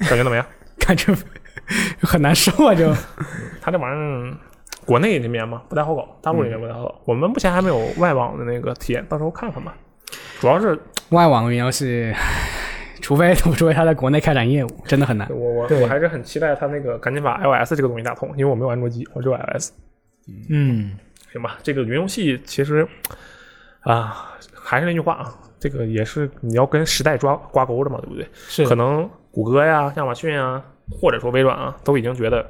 Speaker 1: 感觉怎么样？》，
Speaker 3: 感觉 很难受 啊，就
Speaker 1: 他这玩意儿国内这边嘛不太好搞，大陆这边
Speaker 3: 嗯
Speaker 1: 不太好搞，我们目前还没有外网的那个体验，到时候看看吧。主要是
Speaker 3: 外网云游戏，除非 除非他在国内开展业务，真的很难。
Speaker 1: 我我
Speaker 2: 对
Speaker 1: 我还是很期待它那个赶紧把 iOS 这个东西打通，因为我没有安卓机，我只有 iOS。
Speaker 2: 嗯，
Speaker 1: 行吧，这个云游戏其实啊，还是那句话啊，这个也是你要跟时代抓挂钩的嘛，对不对？
Speaker 2: 是
Speaker 1: 可能谷歌呀、亚马逊呀，或者说微软啊，都已经觉得，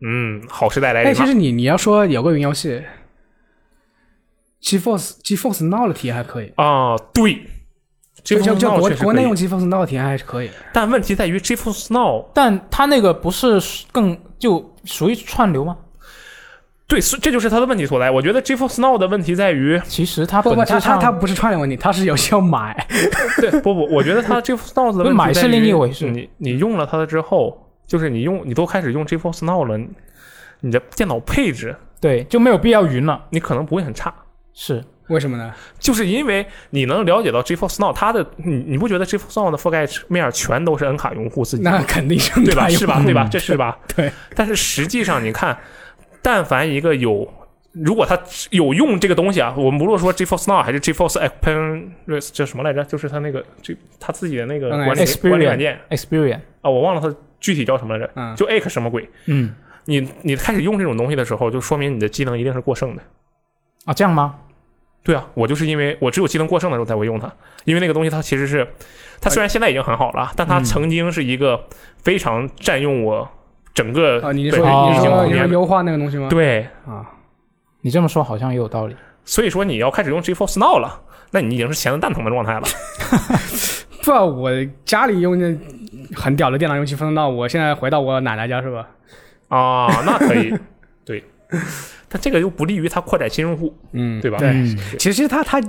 Speaker 1: 嗯，好时代来
Speaker 3: 哎，
Speaker 1: 临
Speaker 3: 其
Speaker 1: 了。
Speaker 3: 实你你要说有个云游戏，GeForce GeForce Now 的体验还可以，
Speaker 1: 啊，对，这
Speaker 3: 就就就国国内用
Speaker 1: 用，
Speaker 3: GeForce Now 的体验还是可以。
Speaker 1: 但问题在于 GeForce Now
Speaker 2: 但他那个不是更就属于串流吗？
Speaker 1: 对，是这就是它的问题所在。我觉得 GeForce Now 的问题在于，
Speaker 2: 其实它
Speaker 3: 不
Speaker 2: 本
Speaker 3: 不，
Speaker 2: 质
Speaker 3: 他他
Speaker 2: 上
Speaker 3: 他不是串流问题，他是游戏要买。
Speaker 1: 对，不不，我觉得它 GeForce Now 的问题
Speaker 2: 买
Speaker 1: 在
Speaker 2: 是
Speaker 1: 于
Speaker 2: 另一回事
Speaker 1: 你你用了它的之后，就是你用你都开始用 GeForce Now 了，你你的电脑配置
Speaker 2: 对就没有必要云了，
Speaker 1: 你可能不会很差，
Speaker 2: 是
Speaker 3: 为什么呢？
Speaker 1: 就是因为你能了解到 GeForce Now 它的，你你不觉得 GeForce Now 的覆盖面全都是 N 卡用户自己
Speaker 3: 那肯定是
Speaker 1: 对吧？
Speaker 3: 大用户
Speaker 1: 是吧？对吧？这是吧？
Speaker 3: 对。
Speaker 1: 但是实际上，你看，但凡一个有，如果它有用这个东西啊，我们不论说 GeForce Now 还是 GeForce Open，这什么来着？就是它那个这它自己的那个
Speaker 3: NS
Speaker 1: 管理管理软件
Speaker 2: experience，
Speaker 1: 啊，我忘了它具体叫什么来着，
Speaker 3: 嗯
Speaker 1: 就 Ache 什么鬼？
Speaker 2: 嗯
Speaker 1: 你你开始用这种东西的时候，就说明你的机能一定是过剩的。
Speaker 2: 啊这样吗？
Speaker 1: 对啊，我就是因为我只有机能过剩的时候才会用它，因为那个东西它其实是，它虽然现在已经很好了，但
Speaker 3: 嗯
Speaker 1: 它曾经是一个非常占用我整个
Speaker 3: 啊，你是
Speaker 1: 本
Speaker 3: 说
Speaker 1: 身运
Speaker 2: 对
Speaker 3: 你是
Speaker 1: 行
Speaker 2: 哦
Speaker 3: 说
Speaker 1: 空
Speaker 3: 你说
Speaker 1: 间的。
Speaker 3: 优化那个东西吗？
Speaker 1: 对，
Speaker 3: 啊，
Speaker 2: 你这么说好像也有道理，
Speaker 1: 所以说你要开始用 GeForce Now 了，那你已经是闲的蛋疼的状态 了。
Speaker 3: 不，我家里用的很屌的电脑用 GeForce Now，我现在回到我奶奶家是吧？
Speaker 1: 啊，那可 以，对，但这个又不利于它扩展新用户，
Speaker 3: 嗯
Speaker 1: 对吧？
Speaker 3: 对，
Speaker 2: 嗯
Speaker 3: 其实他他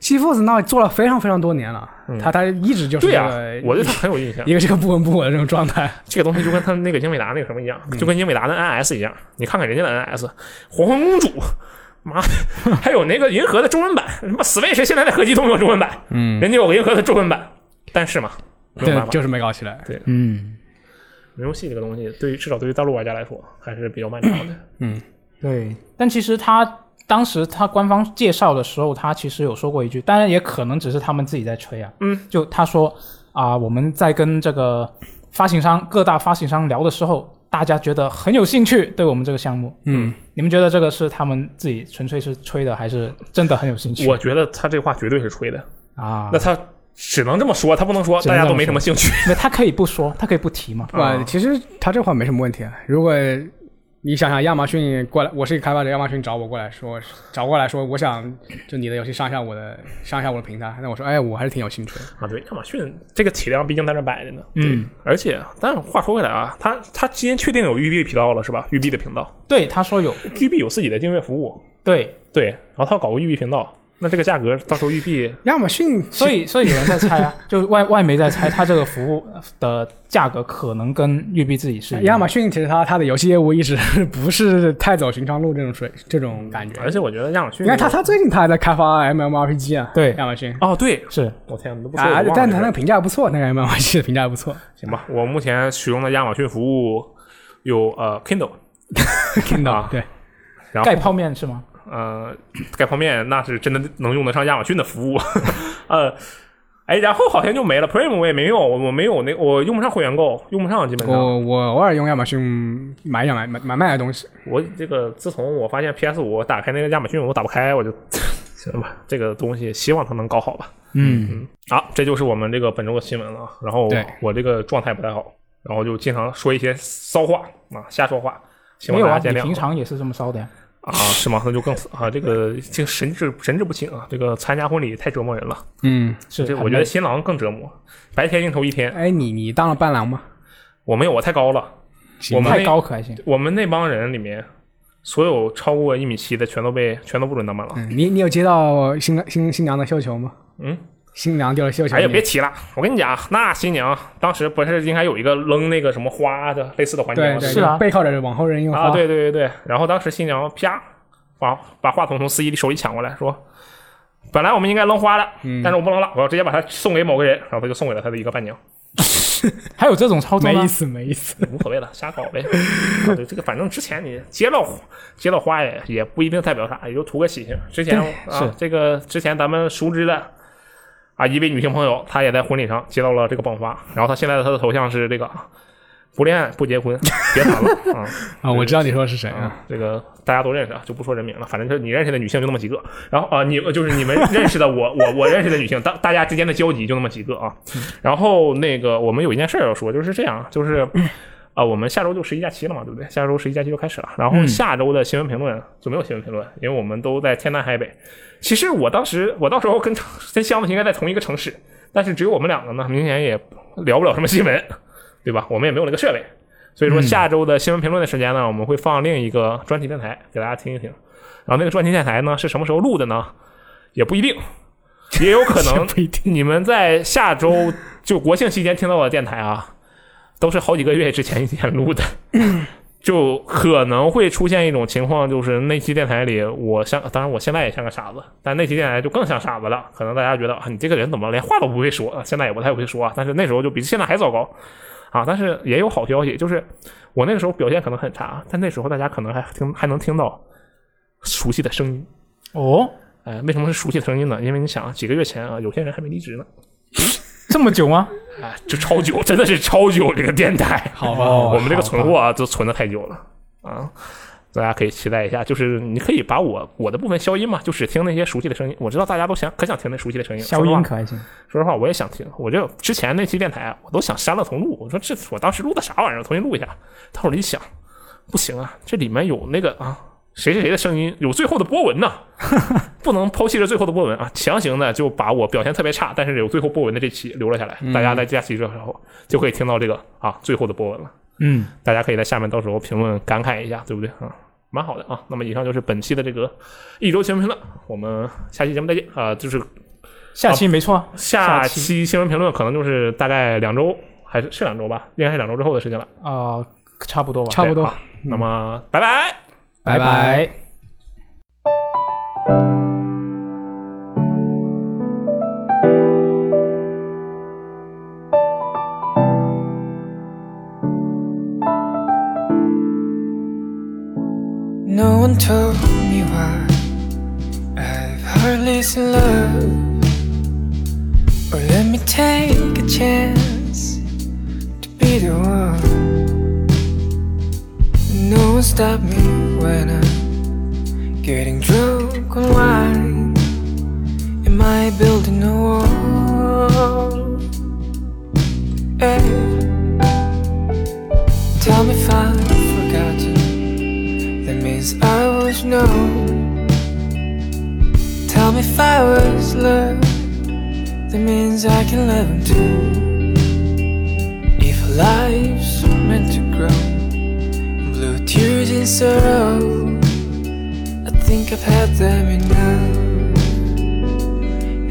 Speaker 3: GeForce Now 做了非常非常多年了，
Speaker 1: 嗯
Speaker 3: 他他一直就是
Speaker 1: 对
Speaker 3: 这
Speaker 1: 呀、
Speaker 3: 个
Speaker 1: 我对它很有 印象。
Speaker 3: 一个这个不温不火的这种状态。
Speaker 1: 这个东西就跟他们那个英伟达那个什么一样，
Speaker 2: 嗯
Speaker 1: 就跟英伟达的 NS 一样。你看看人家的 NS，黄昏公主， 妈，还有那个银河的中文版，什么 Switch 现在的合集都没有中文版，
Speaker 3: 嗯，
Speaker 1: 人家有个银河的中文版。但是嘛，没有
Speaker 3: 对
Speaker 1: 办，法，
Speaker 3: 就是没搞起来。
Speaker 2: 嗯，
Speaker 1: 云游戏这个东西，对于至少对于大陆玩家来说还是比较漫长的。
Speaker 2: 嗯对，但其实他当时他官方介绍的时候，他其实有说过一句，当然也可能只是他们自己在吹啊。
Speaker 1: 嗯，
Speaker 2: 就他说啊、我们在跟这个发行商各大发行商聊的时候，大家觉得很有兴趣对我们这个项目。
Speaker 3: 嗯，
Speaker 2: 你们觉得这个是他们自己纯粹是吹的，还是真的很有兴趣？
Speaker 1: 我觉得他这话绝对是吹的，
Speaker 2: 啊
Speaker 1: 那，他只能这么说，他不能说
Speaker 2: 只
Speaker 1: 大
Speaker 2: 能
Speaker 1: 家都
Speaker 2: 这么
Speaker 1: 没什么兴趣。
Speaker 2: 那他可以不说，他可以不提嘛。
Speaker 3: 不，其实他这话没什么问题啊。如果你想想，亚马逊过来，我是一个开发者，亚马逊找我过来说，找过来说，我想就你的游戏上一下我的上一下我的平台，那我说，哎，我还是挺有兴趣的。
Speaker 1: 啊，对，亚马逊这个体量毕竟在那摆着呢。
Speaker 2: 嗯，
Speaker 1: 而且，但是话说回来啊，他他今天确定有育碧频道了是吧？育碧的频道。
Speaker 2: 对，他说有，
Speaker 1: 育碧有自己的订阅服务，
Speaker 2: 对，
Speaker 1: 对，然后他要搞个育碧频道，那这个价格到时候育碧
Speaker 3: 亚马逊
Speaker 2: 所以所以有人在猜啊，就外外媒在猜，他这个服务的价格可能跟育碧自己是一样的
Speaker 3: 亚马逊其实它它的游戏业务一直不是太走寻常路这种水这种感觉。
Speaker 1: 而且我觉得亚马逊，
Speaker 3: 你看它它最近它还在开发 MMORPG 啊，
Speaker 2: 对
Speaker 3: 亚马逊
Speaker 1: 哦，对，
Speaker 2: 是
Speaker 1: 我天，你都不说，
Speaker 3: 啊
Speaker 1: 我，忘
Speaker 3: 但
Speaker 1: 了
Speaker 3: 它那
Speaker 1: 这
Speaker 3: 个
Speaker 1: 事
Speaker 3: 评价不错，那个 MMORPG 的评价不错。
Speaker 1: 行吧，我目前使用的亚马逊服务有呃 Kindle，
Speaker 3: Kindle
Speaker 1: 啊
Speaker 3: 对，
Speaker 1: 然
Speaker 2: 盖
Speaker 1: 后
Speaker 2: 泡面是吗？
Speaker 1: 呃盖泡面那是真的能用得上亚马逊的服务， 呃。哎，然后好像就没了，Prime 我也没用，我我没有那我用不上会员购，用不上基本上。
Speaker 3: 我我偶尔用亚马逊买点买买买卖的东西。
Speaker 1: 我这个自从我发现 PS 五打开那个亚马逊我打不开，我就 行吧，这个东西希望它能搞好吧。
Speaker 2: 嗯，
Speaker 1: 好，这就是我们这个本周的新闻了啊。然后
Speaker 3: 对
Speaker 1: 我这个状态不太好，然后就经常说一些骚话啊，瞎说话，希
Speaker 2: 没
Speaker 1: 望
Speaker 2: 有
Speaker 1: 大家见
Speaker 2: 啊，你
Speaker 1: 谅。
Speaker 2: 平常也是这么烧的呀。
Speaker 1: 啊，是吗？那就更啊，这个这个神志神志不清啊，这个参加婚礼太折磨人了。
Speaker 3: 嗯，
Speaker 2: 是，
Speaker 1: 这
Speaker 2: 很
Speaker 1: 我觉得
Speaker 2: 累
Speaker 1: 新郎更折磨，白天应酬一天，
Speaker 3: 哎，你你当了伴郎吗？
Speaker 1: 我没有，我太高了。
Speaker 3: 行
Speaker 1: 我们
Speaker 2: 太
Speaker 1: 那
Speaker 2: 高可还行。
Speaker 1: 我们那帮人里面，所有超过一米七的全都被全都不准当伴郎。
Speaker 3: 嗯，你你有接到新郎新新娘的绣球吗？
Speaker 1: 嗯，
Speaker 3: 新娘丢了绣球，
Speaker 1: 哎呀，
Speaker 3: 你
Speaker 1: 别提了，我跟你讲，啊那新娘当时不是应该有一个扔那个什么花的类似的环节
Speaker 3: 对
Speaker 1: 吗？
Speaker 3: 对，
Speaker 2: 是啊
Speaker 3: 就背靠着往后扔用花，
Speaker 1: 啊，对对对对。然后当时新娘啪把把话筒从司机的手里抢过来，说：“本来我们应该扔花的，
Speaker 3: 嗯
Speaker 1: 但是我不扔了，我要直接把它送给某个人。”然后他就送给了他的一个伴娘，
Speaker 2: 还有这种操作
Speaker 3: 没
Speaker 2: 吗
Speaker 3: 意？思没意思。
Speaker 1: 无所谓了，瞎搞呗。啊对，这个反正之前你接到接到花也也不一定代表啥，也就图个喜庆。之前啊
Speaker 2: 是，
Speaker 1: 这个之前咱们熟知的。啊，一位女性朋友，她也在婚礼上接到了这个捧花，然后她现在的她的头像是这个不恋爱不结婚，别谈了啊。
Speaker 3: 啊，我知道你说的是谁啊。
Speaker 1: 啊，这个大家都认识啊，就不说人名了，反正就是你认识的女性就那么几个，然后啊、你就是你们认识的我我我认识的女性，大大家之间的交集就那么几个啊。然后那个我们有一件事儿要说，就是这样，就是啊、我们下周就十一假期了嘛，对不对？下周十一假期就开始了，然后下周的新闻评论就没有新闻评论，因为我们都在天南海北。其实我当时我到时候跟跟箱子应该在同一个城市，但是只有我们两个呢，明显也聊不了什么新闻，对吧？我们也没有那个设备。所
Speaker 3: 嗯
Speaker 1: 以说下周的新闻评论的时间呢，我们会放另一个专题电台给大家听一听。然后那个专题电台呢是什么时候录的呢？也不一定，也有 可能
Speaker 3: 不一定
Speaker 1: 你们在下周就国庆期间听到的电台啊，都是好几个月之前一天录 的。就可能会出现一种情况，就是那期电台里，我像，当然我现在也像个傻子，但那期电台就更像傻子了。可能大家觉得啊，你这个人怎么连话都不会说？啊现在也不太会说啊，但是那时候就比现在还糟糕啊。但是也有好消息，就是我那个时候表现可能很差，啊但那时候大家可能还听还能听到熟悉的声音。
Speaker 2: 哦，
Speaker 1: 哎，为什么是熟悉的声音呢？因为你想啊，几个月前啊，有些人还没离职呢，
Speaker 2: 这么久吗？
Speaker 1: 哎， 就超久，真的是超久这个电台。
Speaker 3: 好吧，
Speaker 2: 哦
Speaker 1: 我们这个存货啊，都存的太久了啊，大家可以期待一下。就是你可以把我我的部分消音嘛，就只听那些熟悉的声音。我知道大家都想可想听那熟悉的声音。
Speaker 2: 消
Speaker 1: 说实
Speaker 2: 音
Speaker 1: 话
Speaker 2: 可还行。
Speaker 1: 说实话，我也想听。我就之前那期电台啊，我都想删了重录。我说这我当时录的啥玩意儿，我重新录一下。但我一想，不行啊，这里面有那个啊谁谁谁的声音，有最后的波纹呐，不能抛弃这最后的波纹啊！强行的就把我表现特别差，但是有最后波纹的这期留了下来。大家在假期之后就可以听到这个啊最后的波纹了。
Speaker 2: 嗯，
Speaker 1: 大家可以在下面到时候评论感慨一下，对不对啊？蛮好的啊。那么以上就是本期的这个一周新闻评论，我们下期节目再见啊、就是
Speaker 2: 下期没错啊，
Speaker 1: 下
Speaker 2: 下
Speaker 1: 期新闻评论可能就是大概两周，还是是两周吧，应该是两周之后的事情了。
Speaker 2: 呃，差不多吧。
Speaker 3: 差不多
Speaker 1: 对
Speaker 3: 嗯
Speaker 1: 好那么，拜拜。
Speaker 3: 拜
Speaker 2: 拜拜
Speaker 4: No one told me why I've hardly seen love. Or let me take a chance to be the one. No one stopped me when I'm getting drunk on wine. Am I building a wall? Hey. Tell me if I forgot you. That means I was no. Tell me if I was loved. That means I can love him too. If life's meant to grow, blue tears in sorrow. I think I've had them enough.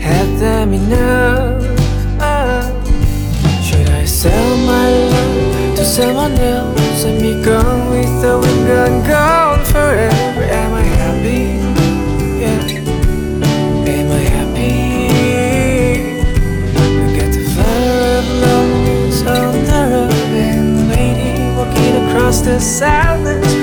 Speaker 4: Had them enough. Oh. Should I sell my love to someone else? Let me go with the wind gone, gone forever. Am I happy? Yeah. Am I happy? Look at the flower of loneliness on the road and the lady walking across the silence.